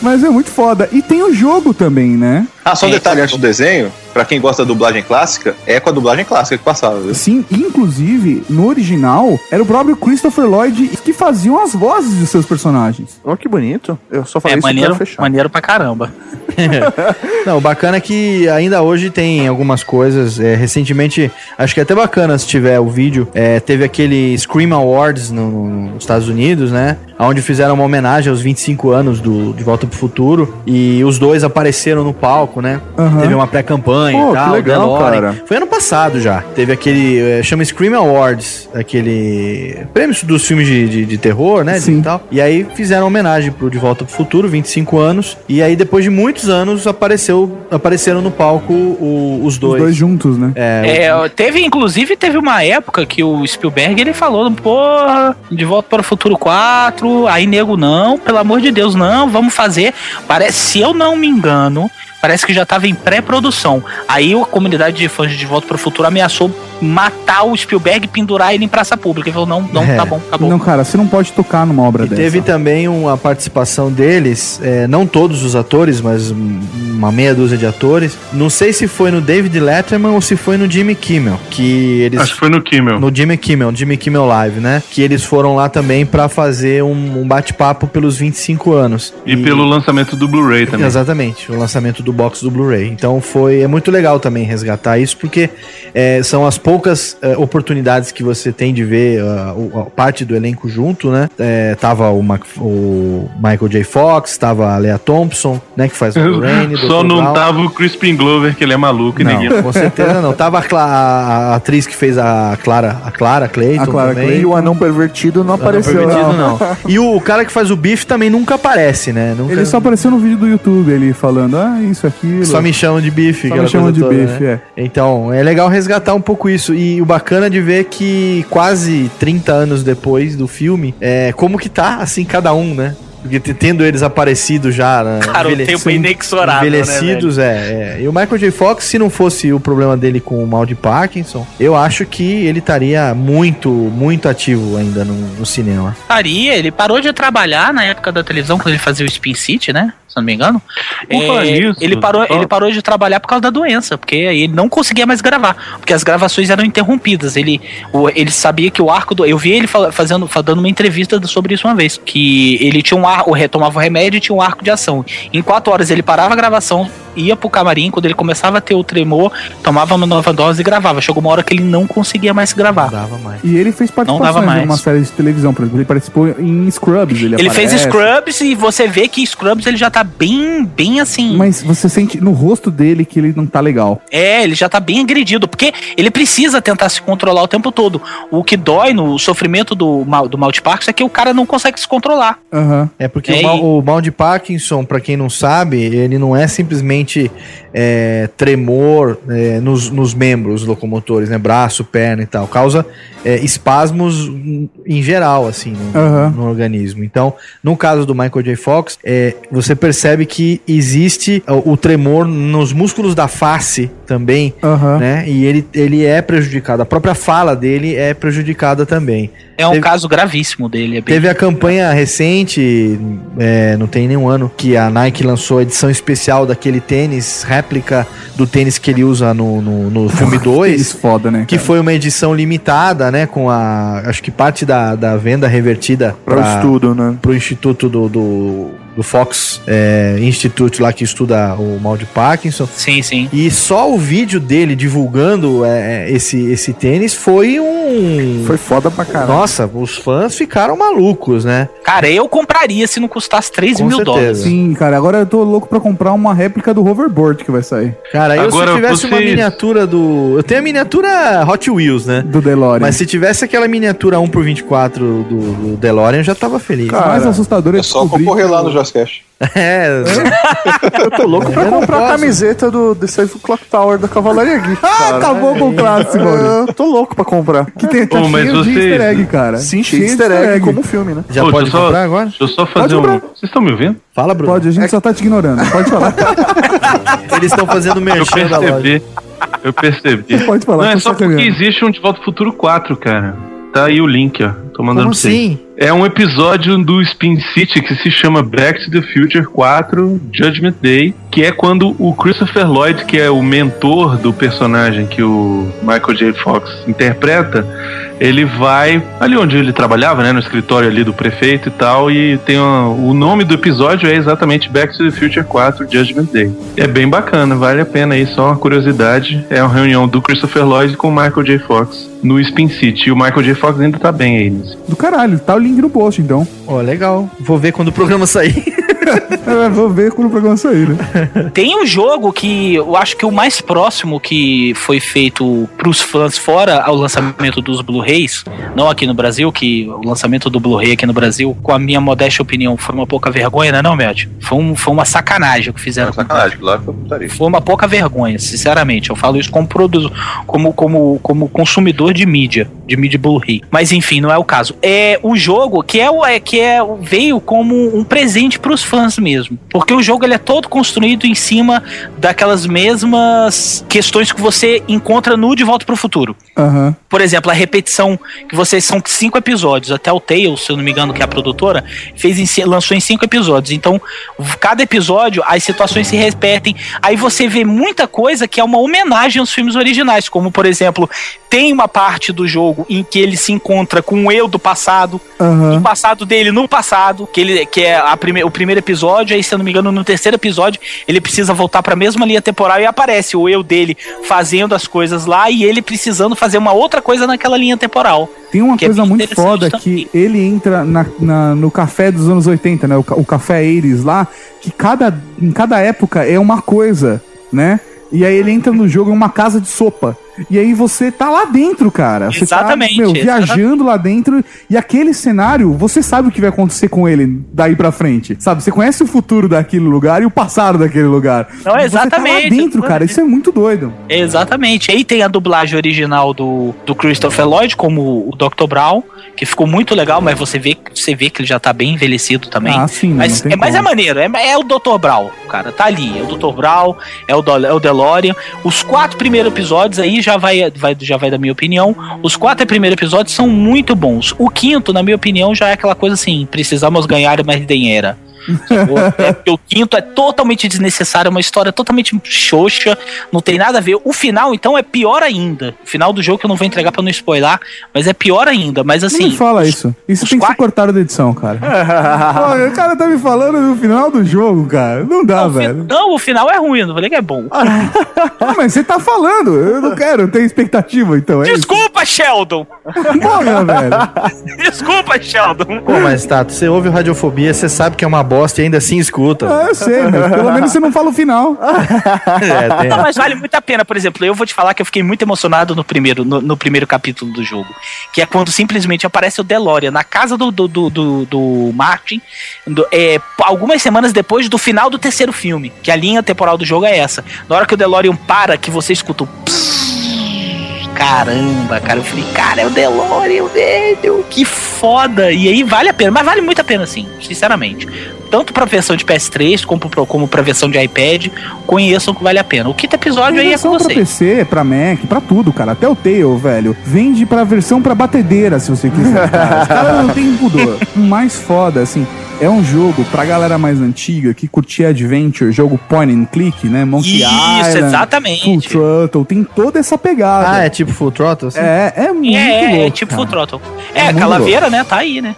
Mas é muito foda. E tem o jogo também, né? Ah, só um Sim, detalhe antes do desenho, pra quem gosta da dublagem clássica, é com a dublagem clássica que passava. viu? Sim, inclusive, no original, era o próprio Christopher Lloyd que faziam as vozes de seus personagens. Olha que bonito. Eu só falei É isso maneiro, pra fechar. maneiro pra caramba. Não, o bacana é que ainda hoje tem algumas coisas. é, recentemente, acho que é até bacana se tiver o vídeo. é, teve aquele Scream Awards no- nos Estados Unidos, né? Onde fizeram uma homenagem aos 25 anos do De Volta pro Futuro. E os dois apareceram no palco. palco, né? Teve uma pré-campanha Pô, e que tal. legal, DeLorean. cara. Foi ano passado já. Teve aquele. eh, chama Scream Awards, aquele. prêmio dos filmes de, de, de terror, né? Sim. E, tal. e aí fizeram homenagem pro De Volta pro Futuro, 25 anos. E aí, depois de muitos anos, apareceu, apareceram no palco o- os dois. Os dois juntos, né? É, É, teve, inclusive, teve uma época que o Spielberg ele falou, porra, de volta para o futuro 4, aí nego não, pelo amor de Deus, não, vamos fazer. Parece, se eu não me engano, parece que já tava em pré-produção. Aí a comunidade de fãs de De Volta para o Futuro ameaçou matar o Spielberg e pendurar ele em praça pública. Ele falou, não, não, É. tá bom, tá bom. Não, cara, você não pode tocar numa obra dessa. É. Teve também uma participação deles, eh, não todos os atores, mas um- uma meia dúzia de atores. Não sei se foi no David Letterman ou se foi no Jimmy Kimmel, que eles Acho que foi no Kimmel. no Jimmy Kimmel, Jimmy Kimmel Live, né? Que eles foram lá também pra fazer um, um bate-papo pelos 25 anos. E pelo lançamento do Blu-ray também. Exatamente, o lançamento do box do Blu-ray. Então foi é muito legal também resgatar isso, porque é, são as poucas é, oportunidades que você tem de ver ah, o- a parte do elenco junto, né? É, tava o, Mac- o Michael J. Fox, tava a Lea Thompson, né? Que faz o Rain, Só não tá tava o Crispin Glover, que ele é maluco e ninguém. não, com certeza não. Tava a, Cla- a- a atriz que fez a Clara, a Clara Clayton também. E o anão pervertido não apareceu. pervertido, não. E o cara que faz o bife também nunca aparece, né? Nunca... Ele só apareceu no vídeo do YouTube, ele falando, ah, isso, aquilo. Só me chamam de bife, Só aquela me chamam coisa de toda, bife, né? Então, é legal resgatar um pouco isso. E o bacana de ver que quase 30 anos depois do filme, é como que tá, assim, cada um, né? Porque te- tendo eles aparecido já, né? Cara, o tempo é inexorável, né, Envelhecidos, é, é. E o Michael J. Fox, se não fosse o problema dele com o mal de Parkinson, eu acho que ele estaria muito, muito ativo ainda no, no cinema. Faria, ele parou de trabalhar na época da televisão, quando ele fazia o Spin City, né? Se eu não me engano. É, Por falar nisso, ele, parou, só- ele parou de trabalhar por causa da doença, porque aí ele não conseguia mais gravar, porque as gravações eram interrompidas. Ele, o- ele sabia que o arco do. Eu vi ele fa- fazendo, fa- dando uma entrevista sobre isso uma vez, que ele tinha um arco, retomava o remédio e tinha um arco de ação. Em quatro horas ele parava a gravação, ia pro camarim, quando ele começava a ter o tremor, tomava uma nova dose e gravava. Chegou uma hora que ele não conseguia mais gravar. Não dava mais. E ele fez dava participações mais. em uma série de televisão, por exemplo. Ele participou em Scrubs. Ele, Ele fez aparece. Scrubs e você vê que Scrubs ele já tá bem, bem assim. Mas você sente no rosto dele que ele não tá legal. É, ele já tá bem agredido, porque ele precisa tentar se controlar o tempo todo. O que dói no sofrimento do, mal- do Malt Parks é que o cara não consegue se controlar. É porque É, o, mal, e- o mal de Parkinson, pra quem não sabe, ele não é simplesmente é, tremor é, nos, nos membros locomotores, né? Braço, perna e tal. Causa é, espasmos hum, em geral, assim, no, no organismo. Então, no caso do Michael J. Fox, é, você percebe que existe é, o, o tremor nos músculos da face também, né? E ele, ele é prejudicado. A própria fala dele é prejudicada também. É um Teve- caso gravíssimo dele. É bem... Teve a campanha recente, é, não tem nenhum ano, que a Nike lançou a edição especial daquele tênis, réplica do tênis que ele usa no, no, no filme 2. foda, né? Que foi uma edição limitada, né? Com a. Acho que parte da, da venda revertida Pra o pra- estudo, né? pro instituto do, do, do Fox é, Institute lá que estuda o mal de Parkinson. Sim, sim. E só o vídeo dele divulgando é, é, esse, esse tênis foi um. Foi foda pra caralho. Nossa, os fãs ficaram malucos, né? Cara, eu compraria se não custasse 3 Com mil certeza. dólares. Sim, cara. Agora eu tô louco pra comprar uma réplica do hoverboard que vai sair. Cara, eu Agora, se tivesse uma vocês- miniatura do. Eu tenho a miniatura Hot Wheels, né? Do DeLorean. Mas se tivesse aquela miniatura 1x24 do, do DeLorean, eu já tava feliz. o mais cara, assustador é, É só descobrir concorrer que lá o- no Just Cash. É, Eu tô louco pra Eu não comprar a posso. camiseta do The Safe Clock Tower da Cavalaria Geek. Ah, cara. acabou com o clássico. mano. Eu tô louco pra comprar. Que tem tá Ô, mas cheio de vocês- easter egg, cara. Sim, cheio de easter egg, como o filme, né? já Ô, pode deixa eu só- comprar agora? Deixa eu só fazer um. comprar. Vocês estão me ouvindo? Fala, Bruno. É Pode, a gente só tá te ignorando. Pode falar. Eles estão fazendo Eu merchan da loja. percebi. Eu percebi. Pode falar, Não, é tô só porque sacaneando. existe um De Volta ao Futuro 4, cara. Tá aí o link, ó. Tô mandando Como pra vocês. assim? É um episódio do Spin City que se chama Back to the Future 4 Judgment Day, que é quando o Christopher Lloyd, que é o mentor do personagem que o Michael J. Fox interpreta, ele vai ali onde ele trabalhava, né, no escritório ali do prefeito e tal, e tem uma- o nome do episódio é exatamente Back to the Future 4 Judgment Day. É bem bacana, vale a pena aí, só uma curiosidade, é uma reunião do Christopher Lloyd com o Michael J. Fox. no Spin City. E o Michael J. Fox ainda tá bem aí nesse. Do caralho, tá o link no post, então. Ó, legal. Vou ver quando o programa sair. É, vou ver quando o programa sair, né? Tem um jogo que eu acho que o mais próximo que foi feito pros fãs fora ao lançamento dos Blu-rays, não aqui no Brasil, que o lançamento do Blu-ray aqui no Brasil, com a minha modesta opinião, foi uma pouca vergonha, né, não, Meld? Foi, um- foi uma sacanagem que fizeram com Sacanagem, claro que eu putaria. foi uma pouca vergonha, sinceramente. Eu falo isso como, produ- como, como, como consumidor de mídia, de mídia Blu-ray. Mas enfim, não é o caso. É o jogo que é o é, que é o- veio como um presente para os fãs mesmo, porque o jogo ele é todo construído em cima daquelas mesmas questões que você encontra no De Volta para o Futuro. Aham. Por exemplo, a repetição que vocês são cinco episódios, até o Tale, se eu não me engano, que é a produtora, fez em ci- lançou em cinco episódios. Então, v- cada episódio, as situações se repetem. Aí você vê muita coisa que é uma homenagem aos filmes originais, como por exemplo, tem uma parte do jogo em que ele se encontra com o eu do passado, Aham. o passado dele no passado, que ele que é a prime, o primeiro episódio, aí se eu não me engano, no terceiro episódio, ele precisa voltar pra mesma linha temporal e aparece o eu dele fazendo as coisas lá e ele precisando fazer uma outra coisa naquela linha temporal. Tem uma Que é coisa bem muito interessante foda que ele entra na- na- no café dos anos 80, né? O, ca- o café Eires lá, que cada, em cada época é uma coisa, né? E aí ele entra no jogo em uma casa de sopa. E aí você tá lá dentro, cara. Você Exatamente, Tá, meu, exatamente. viajando lá dentro. E aquele cenário, você sabe o que vai acontecer com ele daí pra frente. Sabe? Você conhece o futuro daquele lugar e o passado daquele lugar. Não, E Você tá exatamente, lá dentro, cara. Isso é muito doido. Exatamente. Aí tem a dublagem original do, do Christopher Lloyd, como o Dr. Brown, que ficou muito legal, mas você vê, você vê que ele já tá bem envelhecido também. Ah, sim, né? Não mas, tem é, mas é como. maneiro, é, é o Dr. Brown, cara. Tá ali. É o Dr. Brown, é o, Dol- é o DeLorean. Os quatro primeiros episódios aí já vai, vai, já vai da minha opinião. Os quatro primeiros episódios são muito bons. O quinto, na minha opinião, já é aquela coisa assim: precisamos ganhar mais dinheiro. Sacou? É porque o quinto é totalmente desnecessário, é uma história totalmente xoxa, não tem nada a ver. O final, então, é pior ainda. O final do jogo que eu não vou entregar pra não spoiler, mas é pior ainda. Mas Não assim, me fala isso. Isso tem que ser cortado da edição, cara. Olha, o cara tá me falando no final do jogo, cara. Não dá, velho. não, o final é ruim, eu não falei que é bom. Ah, mas você tá falando. Eu não quero, eu tenho expectativa, então. É isso. Desculpa, Sheldon! Porra, velho. Desculpa, Sheldon! Pô, mas Tato, você ouve o Radiofobia, você sabe que é uma bosta e ainda assim escuta. Ah, eu sei, mas pelo menos você não fala o final. É, tem- Não, Tá, mas vale muito a pena, por exemplo, eu vou te falar que eu fiquei muito emocionado no primeiro, no, no primeiro capítulo do jogo. Que é quando simplesmente aparece o DeLorean na casa do, do, do, do- do Martin, do- é, p- algumas semanas depois do final do terceiro filme. Que a linha temporal do jogo é essa. Na hora que o DeLorean para, que você escuta o. psss, Caramba, cara, eu falei, cara, é o DeLorean, velho, que foda! E aí vale a pena, mas vale muito a pena, sim, sinceramente. Tanto pra versão de PS3 como, pro, como pra versão de iPad, conheçam que vale a pena. O quinto episódio aí é com versão pra vocês. PC, pra Mac, pra tudo, cara. Até o Tail, velho. Vende pra versão pra batedeira, se você quiser. Cara. Os caras não tem pudor. O mais foda, assim, é um jogo pra galera mais antiga que curtia Adventure, jogo point and click, né? Monkey Isso, Island, exatamente. Full Throttle, tem toda essa pegada. Ah, é tipo Full Throttle? assim? É, é muito é, é, louco, tipo cara. Full Throttle. É, muito Calaveira, né? Tá aí, né?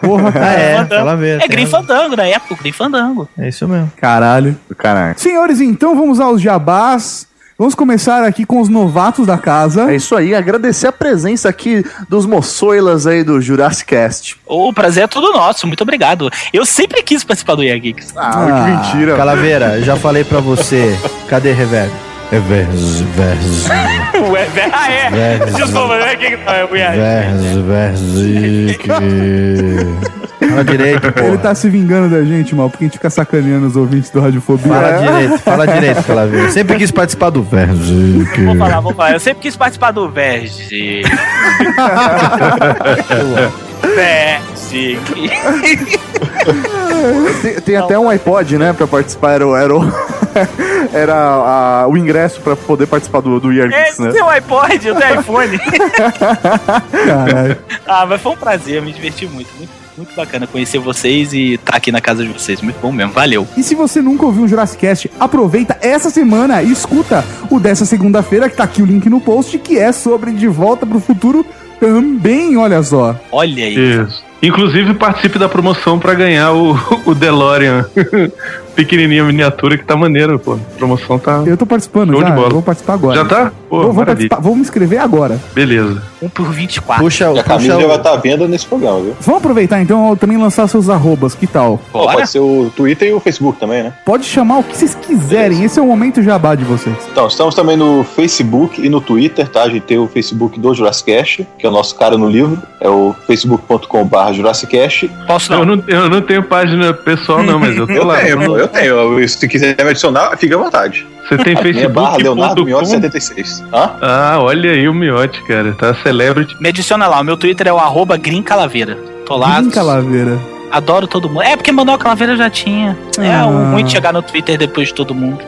Porra, Ah, cara. é, Fandango. Calaveira. É Grim Fandango, na época, Grim Fandango. É isso mesmo. Caralho. Do caralho. Senhores, então vamos aos jabás. Vamos começar aqui com os novatos da casa. É isso aí, agradecer a presença aqui dos moçoilas aí do Jurassic Cast. O prazer é todo nosso, muito obrigado. Eu sempre quis participar do Year Geeks. Ah, Calaveira, já falei pra você. Cadê reverb? É verso, verso, Ué, velho, ah, é. Desculpa, né? Quem que tá? É o Year. verso, Fala direito, pô. Ele tá se vingando da gente, mal, porque a gente fica sacaneando os ouvintes do Radiofobia. Fala É. direito, fala direito, Calaveira. Sempre quis participar do verso. Vou falar, vou falar. Eu sempre quis participar do Verge. Verge. Tem, tem até um iPod, né, pra participar, era, o- era, o, era a- o ingresso pra poder participar do, do Year Geeks, É, né? um- seu iPod, eu tenho iPhone. Caralho. Ah, mas foi um prazer, eu me diverti muito. Muito, muito bacana conhecer vocês e estar aqui na casa de vocês. Muito bom mesmo, valeu. E se você nunca ouviu um Jurassic Cast, aproveita essa semana e escuta o dessa segunda-feira, que tá aqui o link no post, que é sobre De Volta pro Futuro também, olha só. Olha aí. Isso. Inclusive, participe da promoção pra ganhar o, o DeLorean pequenininha, miniatura, que tá maneiro, pô. A promoção tá. Eu tô participando Show já, de bola. eu vou participar agora. Já tá? Pô, Vou- vou, maravilha. participar, vou me inscrever agora. Beleza. 1 por 24. Puxa, a camisa já vai estar à venda nesse programa, viu? Vamos aproveitar então também lançar seus arrobas, que tal? Ó, Pode ser o Twitter e o Facebook também, né? Pode chamar o que vocês quiserem, esse é o momento jabá de vocês. Então, estamos também no Facebook e no Twitter, tá? A gente tem o Facebook do Jurassicast, que é o nosso cara no livro, é o facebook.com.br Jurassicast. Hum, Posso não? Eu, não? eu não tenho página pessoal, não, mas eu tô Eu lá. tenho, pô, eu tenho. Eu- Se quiser me adicionar, fica à vontade. Você tem A minha é barra Leonardo Miotti facebook.com? 76. Hã? Ah, olha aí o Miotti, cara. Tá celebrity. Me adiciona lá, o meu Twitter é o arroba Green Calaveira. Tô lá, Vem, Calaveira. adoro todo mundo. É porque Manuel Calaveira já tinha. É Ah. o ruim de chegar no Twitter depois de todo mundo.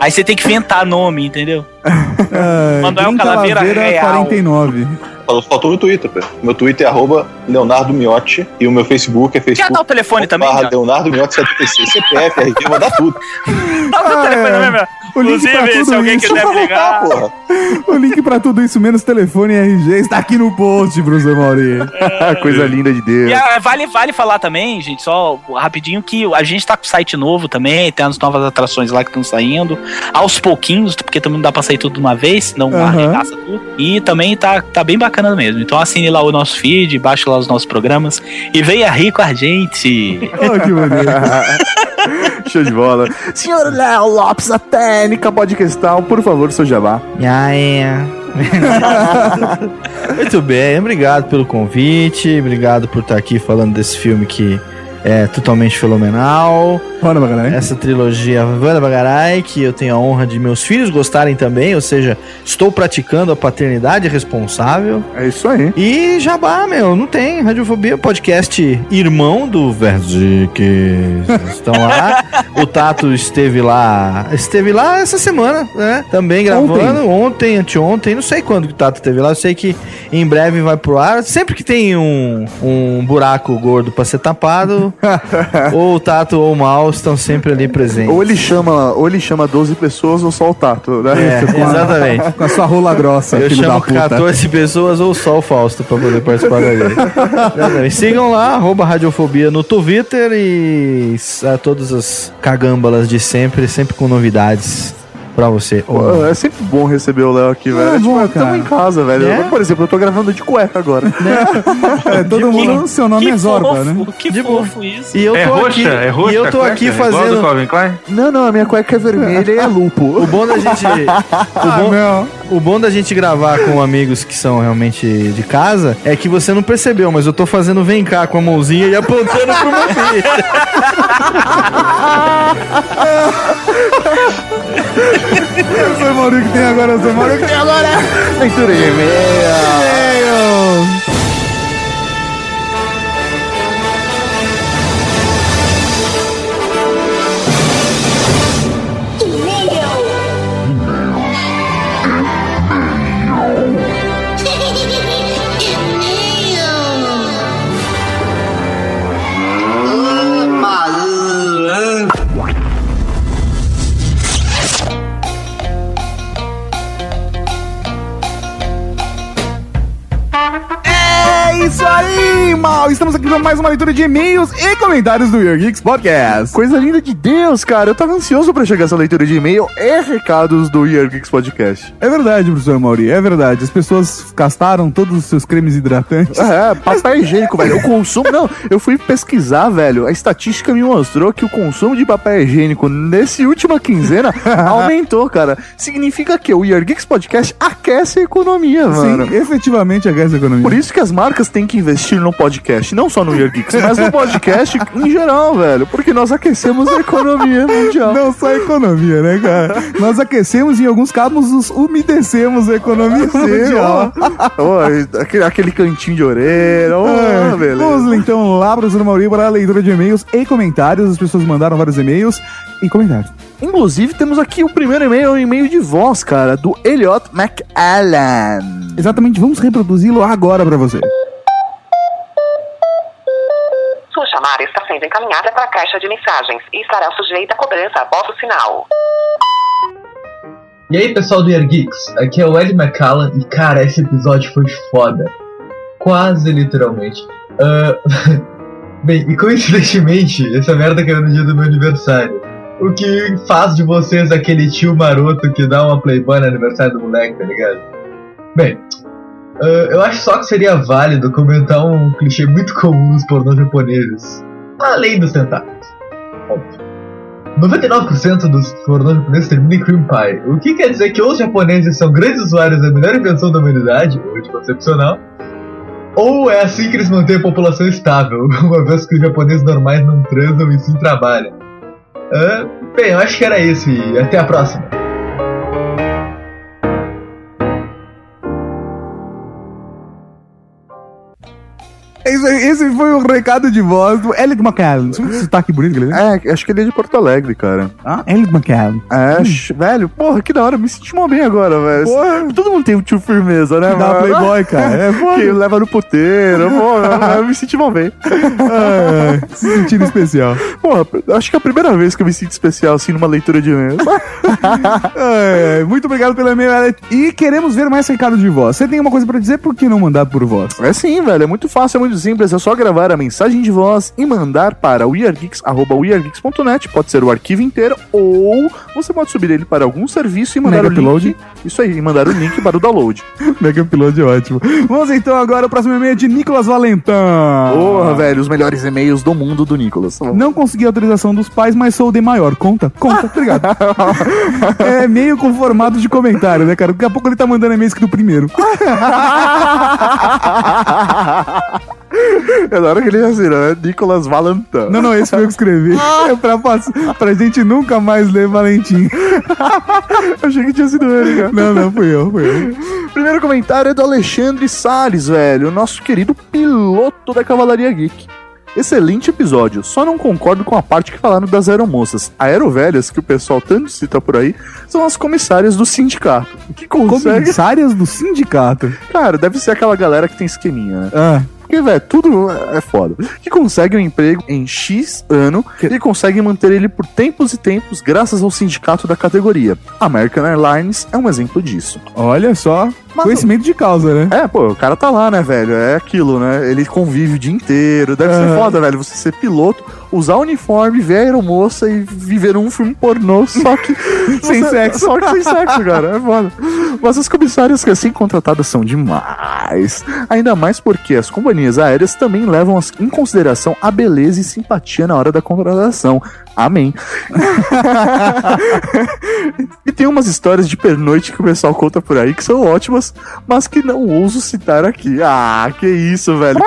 Aí você tem que inventar nome, entendeu? Ai, Mandar Green um Calaveira real. 49. Falou, faltou no Twitter, pô. Meu Twitter é arroba Leonardo Miotti e o meu Facebook é Quer dar o Facebook. telefone também? barra Johnny? Leonardo Miotti 76. CPF, RG, eu vou dar tudo. Dá o teu Ah, telefone é. mesmo. O link pra Inclusive, se tudo alguém isso. quiser Vou pegar. voltar, porra. O link pra tudo isso, menos telefone e RG, está aqui no post, Bruce Mauri. Coisa linda de Deus. E ah, vale, vale falar também, gente, só rapidinho, que a gente tá com site novo também, tem as novas atrações lá que estão saindo, aos pouquinhos, porque também não dá pra sair tudo de uma vez, senão Aham. arregaça tudo. E também tá, tá bem bacana mesmo. Então assine lá o nosso feed, baixe lá os nossos programas e venha rir com a gente. Oh, que maneiro. Show de bola. Senhor Léo Lopes, a técnica podcastal, por favor, seu jabá. Ah, é. Muito bem, obrigado pelo convite, obrigado por estar aqui falando desse filme que é totalmente fenomenal. Bora, Magalhães. Essa trilogia Vanda Bagarai, que eu tenho a honra de meus filhos gostarem também, ou seja, estou praticando a paternidade responsável. É isso aí. E jabá, meu, não tem. Radiofobia, podcast irmão do Verdiques. Estão lá. O Tato esteve lá. Esteve lá essa semana, né? Também gravando. Ontem, anteontem. Não sei quando que o Tato esteve lá. Eu sei que em breve vai pro ar. Sempre que tem um, um buraco gordo pra ser tapado, ou o Tato ou o Mal estão sempre ali presentes. Ou ele chama, ou ele chama 12 pessoas ou só o Tato, né? É, exatamente. Com a sua rola grossa, Eu filho da chamo puta. 14 pessoas ou só o Fausto pra poder participar da lei. Não, não, e Né, Sigam lá, arroba Radiofobia no Twitter e s- a todas as cagâmbalas de sempre, sempre com novidades pra você. Pô, é sempre bom receber o Léo aqui, velho. É tipo, bom, tamo cara. em casa, velho. É? Eu, por exemplo, eu tô gravando de cueca agora. É, todo mundo, seu nome é Zorba, fofo, né? Que De boa. fofo isso. E eu é tô roxa? aqui, é roxa? e eu tô a cueca? aqui Igual a do fazendo. Calvin Klein? Não, não, a minha cueca é vermelha e é lupo. O bom da gente, o Ah, Ah, bom, não. o bom da gente gravar com amigos que são realmente de casa é que você não percebeu, mas eu tô fazendo vem cá com a mãozinha e apontando pro meu filho. Eu sou o Mauri que tem agora, eu sou o Mauri que tem agora. Leitura de e-mail. Meu. É isso aí, mal. Estamos aqui para mais uma leitura de e-mails e comentários do Your Geeks Podcast. Coisa linda de Deus, cara. Eu tava ansioso pra chegar essa leitura de e-mail e recados do Year Geeks Podcast. É verdade, professor Mauri, é verdade. As pessoas gastaram todos os seus cremes hidratantes. É, papel higiênico, velho. O consumo. Não, eu fui pesquisar, velho. A estatística me mostrou que o consumo de papel higiênico nesse última quinzena aumentou, cara. Significa que o Year Geeks Podcast aquece a economia, mano. Sim, efetivamente aquece a economia. Por isso que as marcas têm que investir no podcast, não só no Year Geeks, mas no podcast em geral, velho. Porque nós aquecemos a economia mundial. Não só a economia, né, cara? Nós aquecemos e em alguns casos nos umedecemos a economia Sim, mundial. ó. Ó, aquele, aquele cantinho de orelha. ó, Ah, beleza. Vamos então lá, professor Mauri, para a leitura de e-mails e comentários. As pessoas mandaram vários e-mails e comentários. Inclusive, temos aqui o primeiro e-mail, um e-mail de voz, cara, do Elliot McAllen. Exatamente, vamos reproduzi-lo agora para você. Sua chamada está sendo encaminhada para a caixa de mensagens e estará sujeita a cobrança após o sinal. E aí pessoal do Air Geeks, aqui é o Ed McCallan e cara, esse episódio foi foda. Quase literalmente. Ah, Bem, e coincidentemente, essa merda caiu no dia do meu aniversário. O que faz de vocês aquele tio maroto que dá uma playboy no aniversário do moleque, tá ligado? Bem, ah, eu acho só que seria válido comentar um clichê muito comum nos pornôs japoneses. Além dos tentáculos. Óbvio. 99% dos pornôs japoneses terminam em cream pie. O que quer dizer que ou os japoneses são grandes usuários da melhor invenção da humanidade, ou anticoncepcional, ou é assim que eles mantêm a população estável, uma vez que os japoneses normais não transam e sim trabalham. Ah, bem, eu acho que era isso e até a próxima. Esse, esse foi o recado de voz do Elliot McCallum. Sotaque bonito que ele É, acho que ele é de Porto Alegre, cara. Ah, Elliot McCallum. É, acho- velho, porra, que da hora. Me senti mal bem agora, velho. Porra. Todo mundo tem um tio firmeza, né, Que dá mano? playboy, cara. É, porra. que leva no puteiro. Porra, eu me senti mal bem. É, se sentindo especial. Porra, acho que é a primeira vez que eu me sinto especial, assim, numa leitura de e-mail. É, muito obrigado pelo e-mail, Elliot. E queremos ver mais recado de voz. Você tem uma coisa pra dizer? Por que não mandar por voz? É sim, velho. É muito fácil, é muito simples. É só gravar a mensagem de voz e mandar para weargeeks.weargeeks.net. Pode ser o arquivo inteiro ou você pode subir ele para algum serviço e mandar Mega o link. upload? Isso aí, e mandar o link para o download. Mega Upload é ótimo. Vamos então agora ao próximo e-mail é de Nicolas Valentão. Porra, velho, os melhores e-mails do mundo do Nicolas. Não consegui a autorização dos pais, mas sou o de maior. Conta, conta, obrigado. é meio com formato de comentário, né, cara? Daqui a pouco ele tá mandando e-mail escrito primeiro. É da hora que ele já né? Nicolas Valentin. Ah. Não, não, esse foi eu que escrevi. É pra, pass- pra gente nunca mais ler Valentim. Achei que tinha sido ele, cara. Não, não, fui eu, fui eu. Primeiro comentário é do Alexandre Salles, velho, nosso querido piloto da Cavalaria Geek. Excelente episódio, só não concordo com a parte que falaram das aeromoças. Aerovelhas, que o pessoal tanto cita por aí, são as comissárias do sindicato. Que consegue. Comissárias do sindicato. Cara, deve ser aquela galera que tem esqueminha, né? Ah, Porque, velho, tudo é foda. Que consegue um emprego em X ano e consegue manter ele por tempos e tempos graças ao sindicato da categoria. A American Airlines é um exemplo disso. olha só. Mas- Conhecimento de causa, né? É, pô, o cara tá lá, né, velho? É aquilo, né? Ele convive o dia inteiro. Deve É. ser foda, velho, você ser piloto, usar o uniforme, ver a aeromoça e viver um filme pornô, só que. Sem você- sexo. Só que sem sexo, cara. É foda. Mas as comissárias recém-contratadas são demais. Ainda mais porque as companhias aéreas também levam as- em consideração a beleza e simpatia na hora da contratação. Amém. E tem umas histórias de pernoite que o pessoal conta por aí que são ótimas, mas que não ouso citar aqui. Ah, que isso, velho.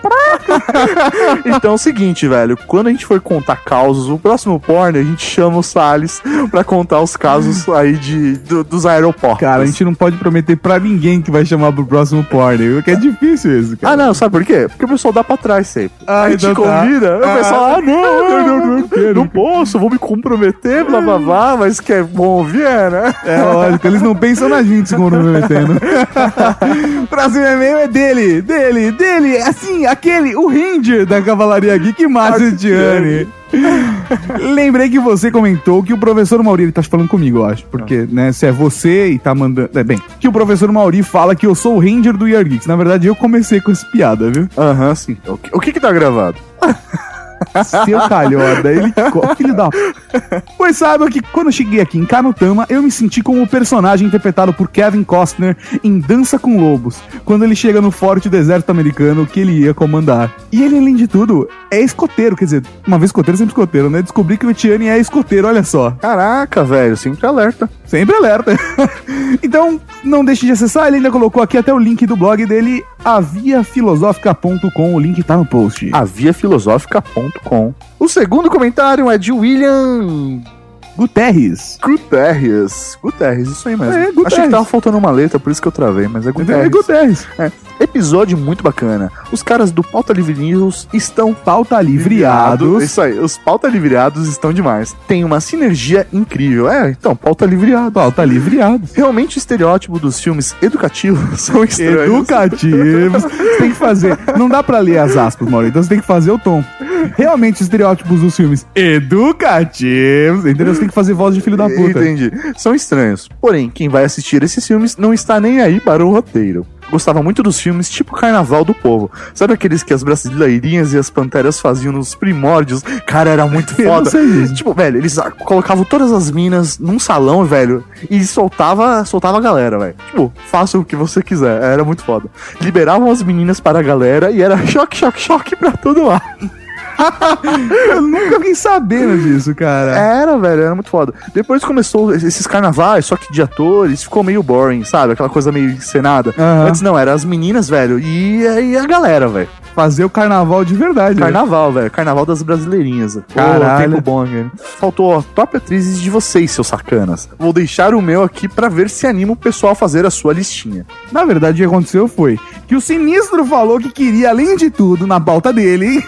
então é o seguinte, velho. Quando a gente for contar casos, o próximo porno a gente chama o Salles pra contar os casos aí de, do- dos aeroportos. Cara, a gente não pode prometer pra ninguém que vai chamar pro próximo porno. Que é difícil isso, cara. Ah, não, sabe por quê? Porque o pessoal dá pra trás sempre. Ah, a gente então tá. convida, Ah. o pessoal, ah, não, não, não, não, não, não quero. posso, vou me comprometer, blá blá blá, mas que é bom ouvir, é, né? É lógico, eles não pensam na gente se comprometendo. Próximo e-mail é dele, dele, dele, assim, aquele, o Ranger da Cavalaria Geek, Márcio Gianni. Lembrei que você comentou que o professor Mauri, ele tá falando comigo, eu acho, porque, né, se é você e tá mandando... É, bem, que o professor Mauri fala que eu sou o Ranger do Year Geeks. Na verdade, eu comecei com essa piada, viu? Aham, sim. O que, o que que tá gravado? Seu calhoda, ele. co- Filho da. Pois saiba que quando eu cheguei aqui em Canutama, eu me senti como o personagem interpretado por Kevin Costner em Dança com Lobos, quando ele chega no forte deserto americano que ele ia comandar. E ele, além de tudo, é escoteiro, quer dizer, uma vez escoteiro, sempre escoteiro, né? Descobri que o Etienne é escoteiro, olha só. Caraca, velho, sempre alerta. Sempre alerta. então, não deixe de acessar, ele ainda colocou aqui até o link do blog dele, aviafilosofica.com, o link tá no post. aviafilosofica.com. O segundo comentário é de William Guterres. Guterres. Guterres, isso aí mesmo. É, Guterres. Achei que tava faltando uma letra, por isso que eu travei, mas é Guterres. É Guterres. Episódio muito bacana. Os caras do Pauta Livre News estão pauta livreados. Isso aí, os Pauta Livreados estão demais. Tem uma sinergia incrível. É, então, Pauta Livreado. Pauta livreados. Realmente o estereótipo dos filmes educativos são estranhos. Educativos. Você tem que fazer. Não dá pra ler as aspas, Maurício. Então você tem que fazer o tom. Realmente, os estereótipos dos filmes educativos. Entendeu? Você tem que fazer voz de filho da puta. Entendi. São estranhos. Porém, quem vai assistir esses filmes não está nem aí para o roteiro. gostava muito dos filmes tipo Carnaval do Povo. Sabe aqueles que as brasileirinhas e as panteras faziam nos primórdios? Cara, era muito Eu não foda. sei disso. Tipo, velho, eles ah, colocavam todas as minas num salão, velho, e soltava, soltava a galera, velho. Tipo, faça o que você quiser. Era muito foda. Liberavam as meninas para a galera e era choque, choque, choque pra todo lado. Eu nunca fiquei sabendo disso, cara. Era, velho, era muito foda. Depois começou esses carnavais, só que de atores, ficou meio boring, sabe? Aquela coisa meio encenada. Aham. Antes não, era as meninas, velho, e, e a galera, velho. Fazer o carnaval de verdade. né? Carnaval, velho. Carnaval das brasileirinhas. Pô, Caralho. tempo bom, velho. Faltou ó, top atrizes de vocês, seus sacanas. Vou deixar o meu aqui pra ver se anima o pessoal a fazer a sua listinha. Na verdade, o que aconteceu foi que o Sinistro falou que queria, além de tudo, na pauta dele,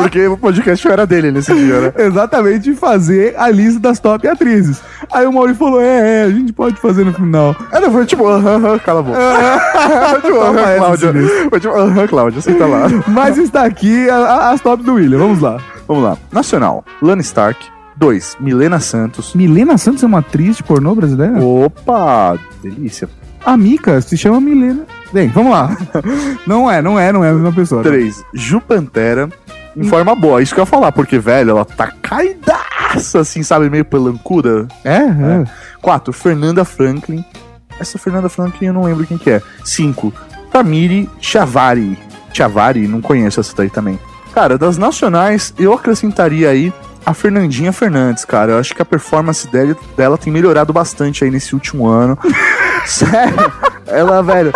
Porque o podcast era dele nesse dia, né? exatamente fazer a lista das top atrizes. Aí o Mauri falou: é, é, a gente pode fazer no final. É. Ela foi tipo, aham, aham, cala a boca. Foi tipo, Toma aham, essa, Cláudia. Sinistro. Foi tipo, aham, Cláudia, senta lá. Mas está aqui a- a- as top do William. Vamos lá. Vamos lá. Nacional, Lana Stark. 2. Milena Santos. Milena Santos é uma atriz de pornô brasileira? Opa, delícia. A Mica se chama Milena. Bem, vamos lá. Não é, não é, não é a mesma pessoa. 3. Ju Pantera. Em forma boa, isso que eu ia falar, porque, velho, ela tá caidaça, assim, sabe? Meio pelancuda. É? é. 4. Fernanda Franklin. Essa Fernanda Franklin eu não lembro quem que é. 5. Tamiri Chavari. Chavari, não conheço essa daí também. Cara, das nacionais, eu acrescentaria aí a Fernandinha Fernandes, cara. Eu acho que a performance dela, dela tem melhorado bastante aí nesse último ano. Sério? Ela, velho.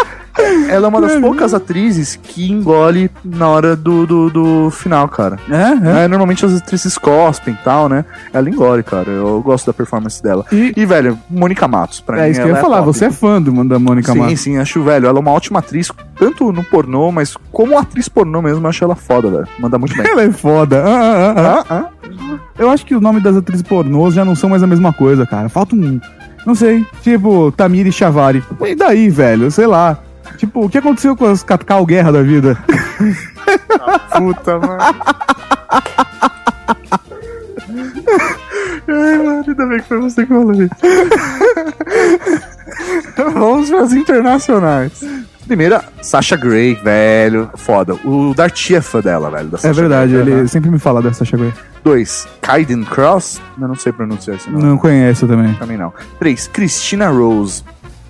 Ela é uma das poucas atrizes que engole na hora do, do, do final, cara. É, é. É, normalmente as atrizes cospem e tal, né? Ela engole, cara. Eu gosto da performance dela. E- E, velho, Mônica Matos, pra mim. É isso que eu ia ela falar. top. Você é fã do, da Mônica Sim, Matos. sim, acho, velho, ela é uma ótima atriz, tanto no pornô, mas como atriz pornô mesmo, eu acho ela foda, velho. Manda muito bem. Ela é foda. Ah, ah, ah, ah. Eu acho que o nome das atrizes pornôs já não são mais a mesma coisa, cara. Falta um. Não sei. Tipo, Tamiri Chavari. E daí, velho? Sei lá. Tipo, o que aconteceu com as Cacau Guerra da vida? Puta, mano. Ai, mano, ainda bem que foi você que falou isso. Vamos assim. para as internacionais. Primeira, Sasha Grey, velho. Foda. O Darty é fã dela, velho. da é Sasha verdade, Grey, ele né? sempre me fala dessa Chagoy. Dois, Kaiden Cross. Eu não sei pronunciar esse nome. Não conheço também. Também não. Três, Christina Rose.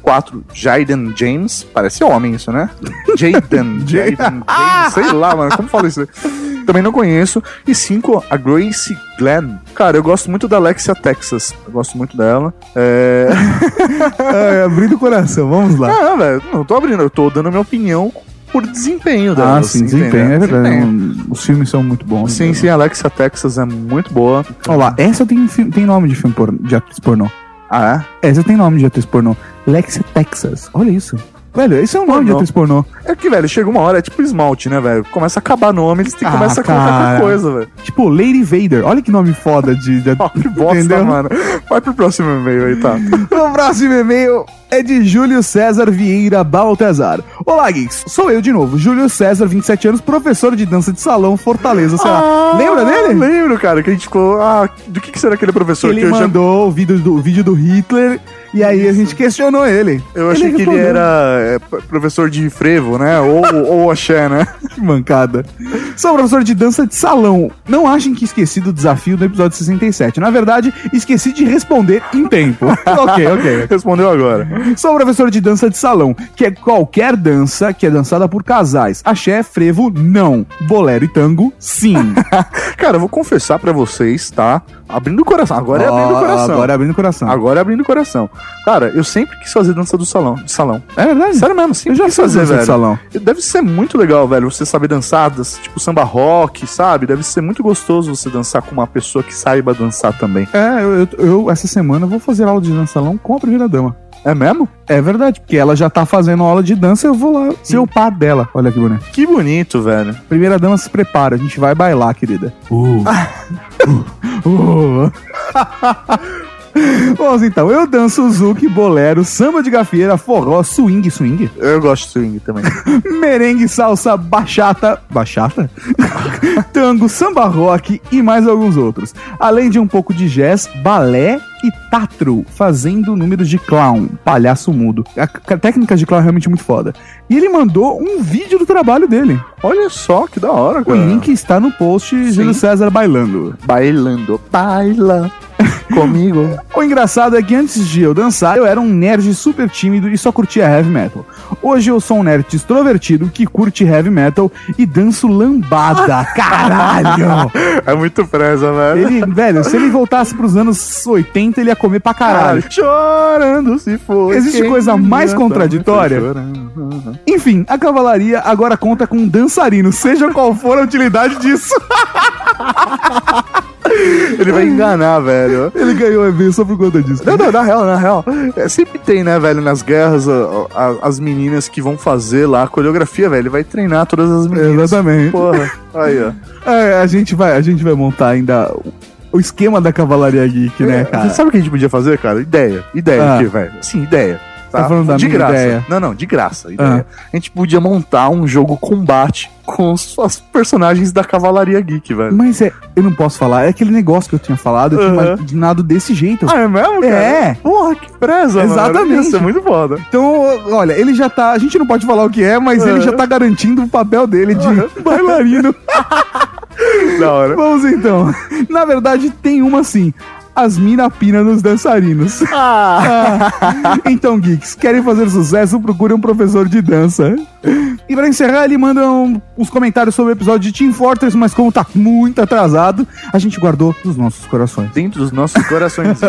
Quatro, Jaden James. Parece homem isso, né? Jaden. Jaden James. Sei lá, mano. Como fala isso? Também não conheço. E cinco, a Grace Glenn. Cara, eu gosto muito da Alexia Texas. Eu gosto muito dela. É... É, abrindo o coração, vamos lá. Ah, velho. Não tô abrindo. Eu tô dando minha opinião por desempenho dela. assim, Ah, sim, desempenho, é verdade. Um, Os filmes são muito bons. Sim, sim, a Alexia Texas é muito boa. Olha lá, essa tem, fi- tem nome de filme pornô, de atriz pornô. Ah, Essa tem nome de atriz pornô. Lexi Texas. Olha isso. Velho, esse é o nome de Pornô. atriz pornô. é? É que, velho, chega uma hora, é tipo esmalte, né, velho? Começa a acabar nome, eles têm Ah, que começar a colocar cara. qualquer coisa, velho. Tipo, Lady Vader. Olha que nome foda de. de Ó, que bosta, Entendeu? mano. Vai pro próximo e-mail aí, tá? O próximo e-mail é de Júlio César Vieira Baltazar. Olá, Geeks. Sou eu de novo, Júlio César, 27 anos, professor de dança de salão, Fortaleza, Ceará. Lembra dele? Ah, Lembro, cara, que a gente ficou. Ah, do que, que será aquele professor Ele que eu já- mandou o, vídeo do, o vídeo do Hitler e aí a gente questionou ele. Eu achei que ele respondeu. era é, p- professor de frevo, né? Ou, ou axé, né? Que mancada. Sou professor de dança de salão. Não achem que esqueci do desafio do episódio 67. Na verdade, esqueci de responder em tempo. ok, ok. Respondeu agora. Sou professor de dança de salão, que é qualquer dança que é dançada por casais. Axé, frevo, não. Bolero e tango, sim. Cara, eu vou confessar pra vocês, tá? Abrindo o coração. Agora é abrindo o Ó, coração. Agora é abrindo o coração. Agora é abrindo o coração. Cara, eu sempre quis fazer dança do salão. De salão. É verdade? Sério mesmo, sempre Eu já quis fiz fazer, dança velho. de salão. Deve ser muito legal, velho, você saber dançar, das- tipo samba rock, sabe? Deve ser muito gostoso você dançar com uma pessoa que saiba dançar também. É, eu, eu- eu, essa semana, eu vou fazer aula de dança de salão com a primeira dama. É mesmo? É verdade, porque ela já tá fazendo aula de dança, eu vou lá ser o par dela. Olha que bonito. Hum. Que bonito, velho. Primeira dama se prepara, a Ah. Uh. gente vai bailar, querida. Uh. Vamos então, eu danço zuki, bolero, samba de gafieira, forró, swing, swing. Eu gosto de swing também. merengue, salsa, bachata, bachata? tango, samba rock e mais alguns outros. Além de um pouco de jazz, balé e tatro, fazendo números de clown, palhaço mudo. A c- técnica de clown é realmente muito foda. E ele mandou um vídeo do trabalho dele. Olha só que da hora, O cara. link está no post Júlio César bailando. Bailando, baila comigo. O engraçado é que antes de eu dançar, eu era um nerd super tímido e só curtia heavy metal. Hoje eu sou um nerd extrovertido que curte heavy metal e danço lambada. Caralho! É muito presa, né? velho. Ele, velho, se ele voltasse pros anos 80, ele ia comer pra caralho. Chorando se for. Existe quem coisa mais canta, contraditória? chorando. Enfim, a cavalaria agora conta com um dançarino, seja qual for a utilidade disso. Ele vai enganar, velho. Ele ganhou o evento só por conta disso. Não, não, na real, na real. É, sempre tem, né, velho, nas guerras, a- a- as meninas que vão fazer lá a coreografia, velho. Ele vai treinar todas as meninas. Exatamente. Porra, aí, ó. É, a gente vai, a gente vai montar ainda o- o esquema da É cavalaria geek, né, cara? É, Você sabe o que a gente podia fazer, cara? Ideia. Ideia Ah. aqui, velho. Sim, ideia. Tá falando da de minha graça. ideia? Ah. Não, não, de graça. Ideia. A gente podia montar um jogo combate com os, as personagens da Cavalaria Geek, velho. Mas é, eu não posso falar. É aquele negócio que eu tinha falado, eu Aham. tinha imaginado desse jeito. Ah, é mesmo, cara? É. Porra, que presa, mano. Exatamente. Isso é muito foda. Então, olha, ele já tá. A gente não pode falar o que é, mas ele Aham. já tá garantindo o papel dele de bailarino. Da hora. Vamos então. Na verdade, tem uma assim. As mina-pina nos dançarinos. Ah. então, geeks, querem fazer sucesso? Procure um professor de dança. E pra encerrar, ele manda um- uns comentários sobre o episódio de Team Fortress, mas como tá muito atrasado, a gente guardou nos nossos corações. Dentro dos nossos coraçõezinhos.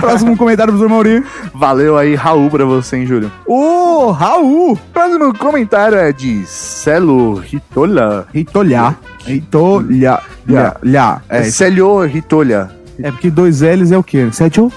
Próximo comentário, professor Mauri. Valeu aí, Raul, pra você, hein, Júlio. Ô, Raul! Próximo comentário é de Celo Ritola. Reitolhar. Reitolhar. Lhar. Lhar. É, É, Celo Ritola. é porque dois L's é o quê? Sete ou?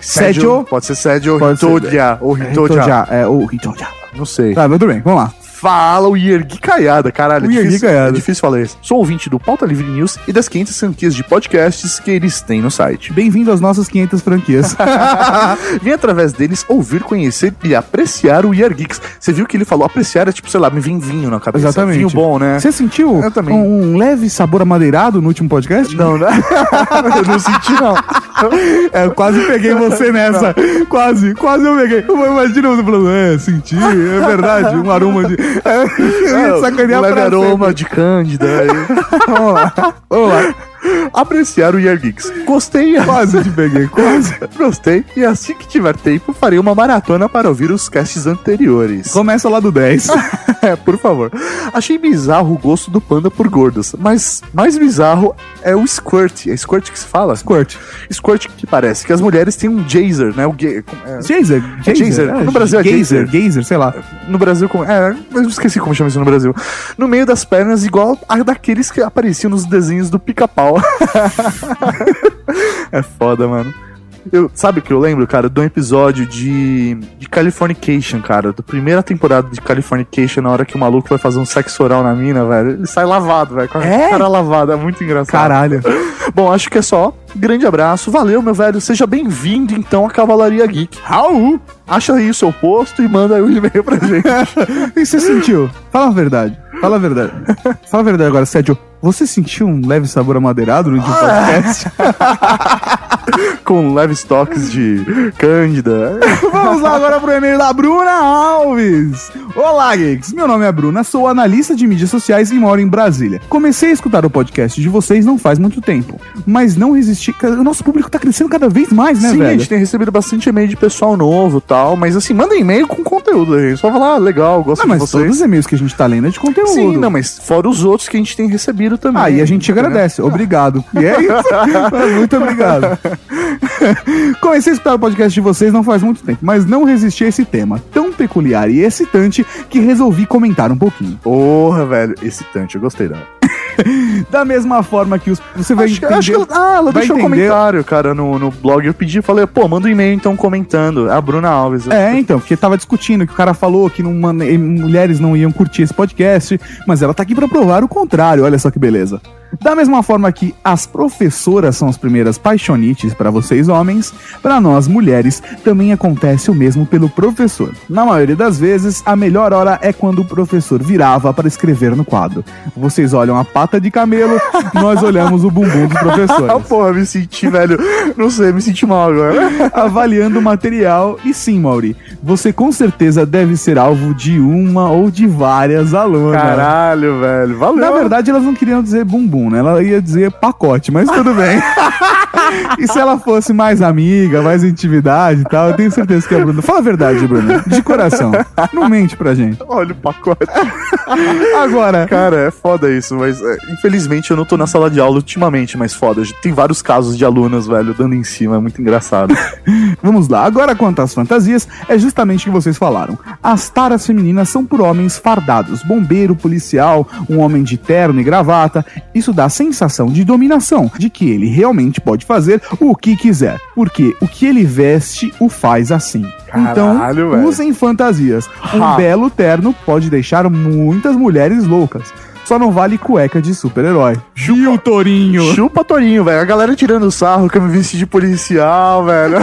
Sete ou? Pode ser Sede ou Pode ser- Ritolia. Ou Ritolia. É, o Reitolhar. Não sei. Tá, mas tudo bem, vamos lá. Fala o Yergui Caiada, caralho. O é Yergui difícil- Caiada. É difícil falar isso. Sou ouvinte do Pauta Livre News e das 500 franquias de podcasts que eles têm no site. Bem-vindo às nossas 500 franquias. Vim através deles ouvir, conhecer e apreciar o Yergeeks. Você viu que ele falou apreciar é tipo, sei lá, me vem vinho na cabeça. Exatamente. Vinho bom, né? Você sentiu Eu também. um, um leve sabor amadeirado no último podcast? Não, né? Eu não senti, não. É, eu quase peguei você nessa. Quase, quase eu peguei. Eu imagino você falando, é, senti, é verdade, um aroma de. É, eu ia sacanear Um leve pra aroma de cândida. aí. sempre. Vamos lá, vamos lá. apreciar o Yergeeks. Gostei. Quase te peguei, quase. Gostei, e assim que tiver tempo, farei uma maratona para ouvir os casts anteriores. Começa lá do 10. É, por favor. Achei bizarro o gosto do panda por gordos, mas mais bizarro é o squirt. É squirt que se fala? Squirt. Squirt que parece que as mulheres têm um jazer, né? O gay, como é? Jazer. É Jazer. No Brasil é Gazer. Jazer. Gazer, sei lá. No Brasil, como. É, mas eu esqueci como chama isso no Brasil. No meio das pernas, igual a daqueles que apareciam nos desenhos do pica-pau. é foda, mano. Eu, sabe o que eu lembro, cara? De um episódio de, de Californication, cara. Da primeira temporada de Californication, na hora que o maluco vai fazer um sexo oral na mina, velho. Ele sai lavado, velho. Com a É? cara lavada. É muito engraçado. Caralho. Bom, acho que é só. Grande abraço. Valeu, meu velho. Seja bem-vindo, então, à Cavalaria Geek. Raul! Acha aí o seu posto e manda aí um e-mail pra gente. O que você sentiu? Fala a verdade. Fala a verdade. Fala a verdade agora, Sérgio. Você sentiu um leve sabor amadeirado no último Ah. podcast? Com leves toques de Cândida. Vamos lá agora pro e-mail da Bruna Alves. Olá, geeks. Meu nome é Bruna, sou analista de mídias sociais e moro em Brasília. Comecei a escutar o podcast de vocês não faz muito tempo, mas não resisti. Cara, O nosso público tá crescendo cada vez mais, né, Sim, a velho? gente tem recebido bastante e-mail de pessoal novo e tal, mas assim, manda e-mail com conteúdo aí. Só falar, ah, legal, gosto Não, de mas todos vocês. os e-mails que a gente tá lendo é de conteúdo. Sim, não, mas fora os outros que a gente tem recebido também. Aí a gente agradece. Obrigado. E é isso. muito obrigado. Comecei a escutar o podcast de vocês não faz muito tempo, mas não resisti a esse tema tão peculiar e excitante que resolvi comentar um pouquinho. Porra, velho, excitante, eu gostei dela. Da mesma forma que os. Você vai Acho, entender. acho que ela, ah, ela vai deixou um entender. comentário, cara, no, no blog. Eu pedi, falei, pô, manda um e-mail então comentando. A Bruna Alves. É, então, porque tava discutindo que o cara falou que não mane- mulheres não iam curtir esse podcast, mas ela tá aqui pra provar o contrário, olha só que beleza. Da mesma forma que as professoras são as primeiras paixonites para vocês homens, para nós mulheres também acontece o mesmo pelo professor. Na maioria das vezes, a melhor hora é quando o professor virava para escrever no quadro. Vocês olham a pata de camelo, nós olhamos o bumbum do professor. Porra, me senti, velho. Não sei, me senti mal agora. Avaliando o material, e sim, Mauri, você com certeza deve ser alvo de uma ou de várias alunas. Caralho, velho. Valeu. Na verdade, elas não queriam dizer bumbum, né? Ela ia dizer pacote, mas tudo bem. e se ela fosse mais amiga, mais intimidade e tal, eu tenho certeza que a Bruna. Fala a verdade, Bruna. De coração. Não mente pra gente. Olha o pacote. Agora. Cara, é foda isso, mas é, infelizmente eu não tô na sala de aula ultimamente, mas foda. Tem vários casos de alunas, velho, dando em cima. É muito engraçado. Vamos lá, agora quanto às fantasias, é justamente o que vocês falaram. As taras femininas são por homens fardados, bombeiro, policial, um homem de terno e gravata. Isso dá a sensação de dominação, de que ele realmente pode fazer o que quiser, porque o que ele veste o faz assim. Caralho, então, velho. usem fantasias. Um Ha. belo terno pode deixar muitas mulheres loucas. Só não vale cueca de super-herói. E o Torinho? Chupa Torinho, velho. A galera tirando sarro que eu me vesti de policial, velho.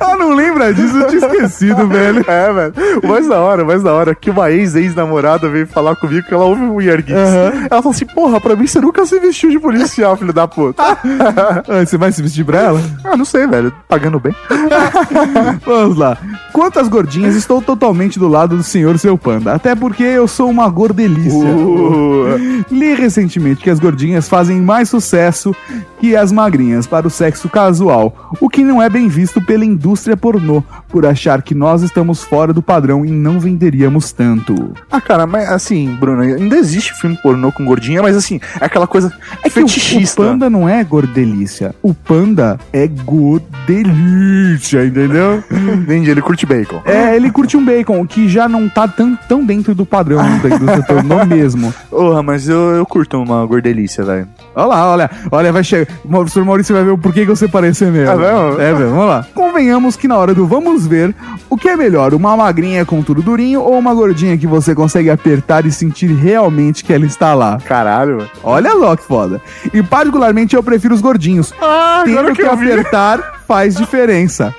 ah, não lembra disso? Eu tinha esquecido, velho. É, velho. O mais da hora, o mais da hora, é que uma ex-ex-namorada veio falar comigo que ela ouve o Yergis. Ela falou assim, porra, pra mim você nunca se vestiu de policial, filho da puta. Ah, Você vai se vestir pra ela? ah, não sei, velho. Pagando bem. Vamos lá. Quanto às gordinhas, estou totalmente do lado do senhor seu panda. Até porque eu sou uma gordelícia. Uh. Li recentemente que as gordinhas fazem mais sucesso que as magrinhas para o sexo casual, o que não é bem visto pela indústria pornô, por achar que nós estamos fora do padrão e não venderíamos tanto. Ah, cara, mas assim, Bruno, ainda existe filme pornô com gordinha, mas assim, é aquela coisa É que o, o fetichista. panda não é gordelícia. O panda é gordelícia, entendeu? Entendi, ele curte bacon. É, ele curte um bacon, que já não tá tão, tão dentro do padrão da indústria pornô mesmo. Porra, mas eu, eu curto uma gordelícia, velho. Olha lá, olha, olha, vai chegar. O professor Maurício vai ver o porquê que eu separei esse mesmo. É mesmo? É mesmo, vamos lá. Convenhamos que na hora do vamos ver, o que é melhor, uma magrinha com tudo durinho ou uma gordinha que você consegue apertar e sentir realmente que ela está lá? Caralho, velho. Olha só que foda. E particularmente eu prefiro os gordinhos. Ah, Tendo que, eu vi. apertar faz diferença.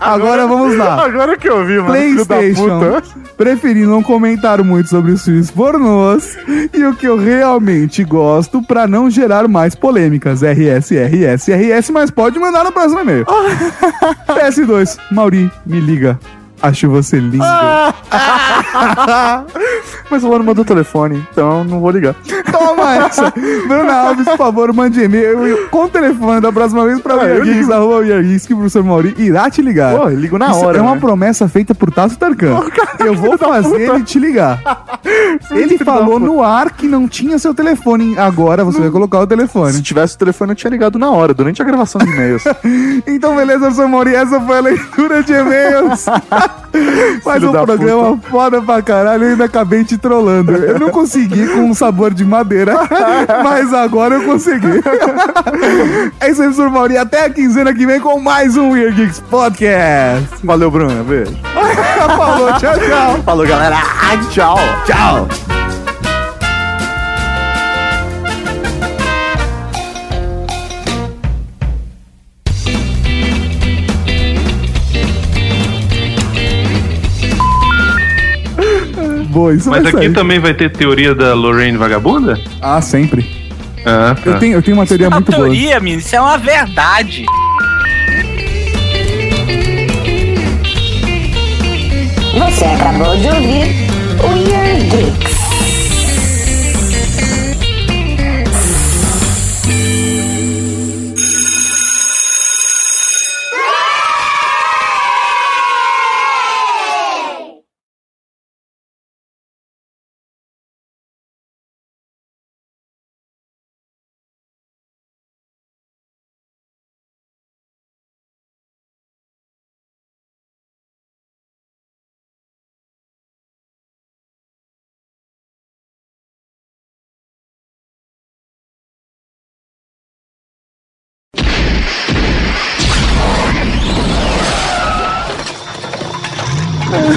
Agora vamos lá. Agora que eu vi, mano. filho da PlayStation, puta. preferi não comentar muito sobre os filmes pornôs e o que eu realmente gosto pra não gerar mais polêmicas. RS, RS, RS, mas pode mandar no próximo e-mail. PS2, Mauri, me liga. Acho você lindo. Ah. Mas o Lano mandou o telefone, então não vou ligar. Toma essa. Bruna Alves, por favor, mande e-mail com o telefone da próxima vez pra Ah, eu Weirgeeks, ligo. arroba Weirgeeks, que o professor Mauri irá te ligar. Pô, eu ligo na Isso hora, é uma né? promessa feita por Tasso Tarkan. eu vou fazer ele te ligar. ele da falou puta. no ar que não tinha seu telefone. Agora você vai colocar o Se telefone. tivesse o telefone, eu tinha ligado na hora, durante a gravação de e-mails. Então, beleza, professor Mauri, essa foi a leitura de e-mails. Mais Filho um da programa foda pra caralho, eu ainda acabei te trollando. Eu não consegui com um sabor de madeira, mas agora eu consegui. é isso aí, professor Mauri. Até a quinzena que vem com mais um Weird Geeks Podcast. Valeu, Bruno. Beijo. Falou, tchau, tchau. Falou, galera. Ah, Tchau. Tchau. Boa, isso Mas vai aqui sair. também vai ter teoria da Lorraine Vagabunda? Ah, sempre. Ah, Eu tá. tenho, eu tenho uma teoria Uma muito boa. teoria, menino, isso é uma verdade. Você acabou de ouvir o Year Geeks.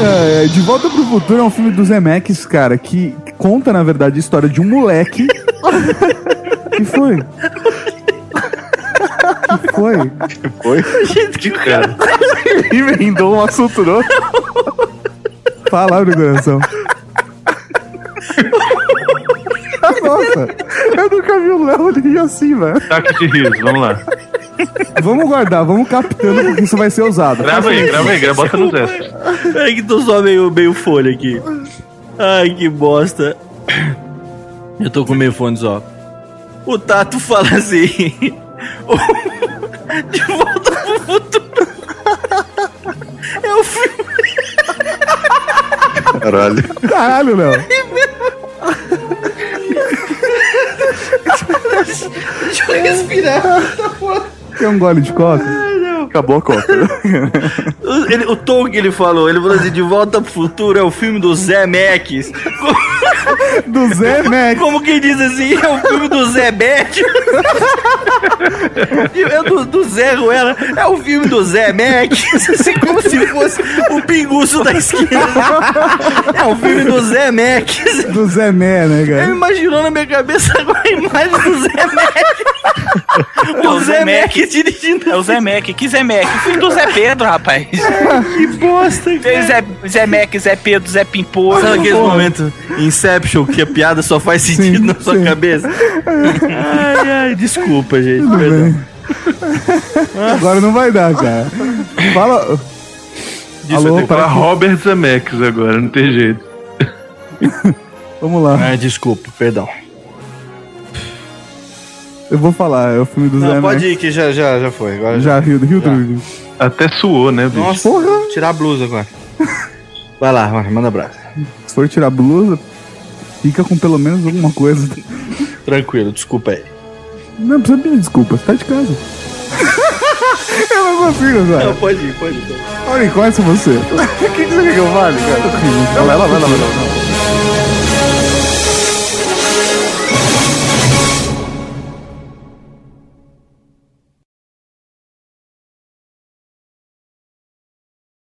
É, é, de Volta pro Futuro é um filme dos Zemeckis, cara, que conta, na verdade, a história de um moleque que foi? que foi? Foi? Gente, que cara. Inventou um assunto novo. Fala, abre o coração. Ah, Nossa, eu nunca vi o Léo rir assim, velho. Ataque de riso, vamos lá. Vamos guardar, vamos captando porque isso vai ser usado. Grava aí, grava aí, grava, bota no Zé. Peraí que tô só meio, meio folha aqui. Ai, que bosta. Eu tô com meio fone só. O Tato fala assim... De volta pro futuro. É o filme... Caralho. Caralho, Léo. Deixa eu respirar. tá foda. Quer um gole de coca? Acabou a coca. O- ele- o tom que ele falou, ele falou assim: De Volta pro Futuro é o filme do Zé Mex. Do Zé Mex. Como quem diz assim, é o filme do Zé Bete. E É do, do Zé Ruela, é o filme do Zé Mex. Assim, como se fosse o pinguço da esquina. É o filme do Zé Mex. Do Zé Mé, né, Eu cara? imaginou na minha cabeça agora a imagem do Zé Mac. É o Zé Mac dirigindo. É o Zé Mac. Que Zé Mac? O filho do Zé Pedro, rapaz. que bosta, Tem Zé, Zé Mac, Zé Pedro, Zé Pimpolho. Sabe aquele momento Inception que a piada só faz sentido na sua cabeça? Ai, ai, desculpa, gente. Perdão. Agora não vai dar, cara. Fala. Alô, Alô, tem que falar parece que- Robert Zemeckis agora, não tem jeito. Vamos lá. Ah, desculpa, perdão. Eu vou falar, é o filme do Zé né? Não, Max. pode ir que já, já, já foi. Agora Já riu, riu, Já. Trulli. Até suou, né, bicho? Nossa, tirar a blusa agora. Vai lá, vai, manda abraço. Se for tirar a blusa, fica com pelo menos alguma coisa. Tranquilo, desculpa aí. Não, precisa pedir desculpa, você tá de casa. eu não consigo, Não, Zé. pode ir, pode ir. Olha, conhece você. O que, que você quer que eu fale, cara? Vai lá, vai lá, vai lá.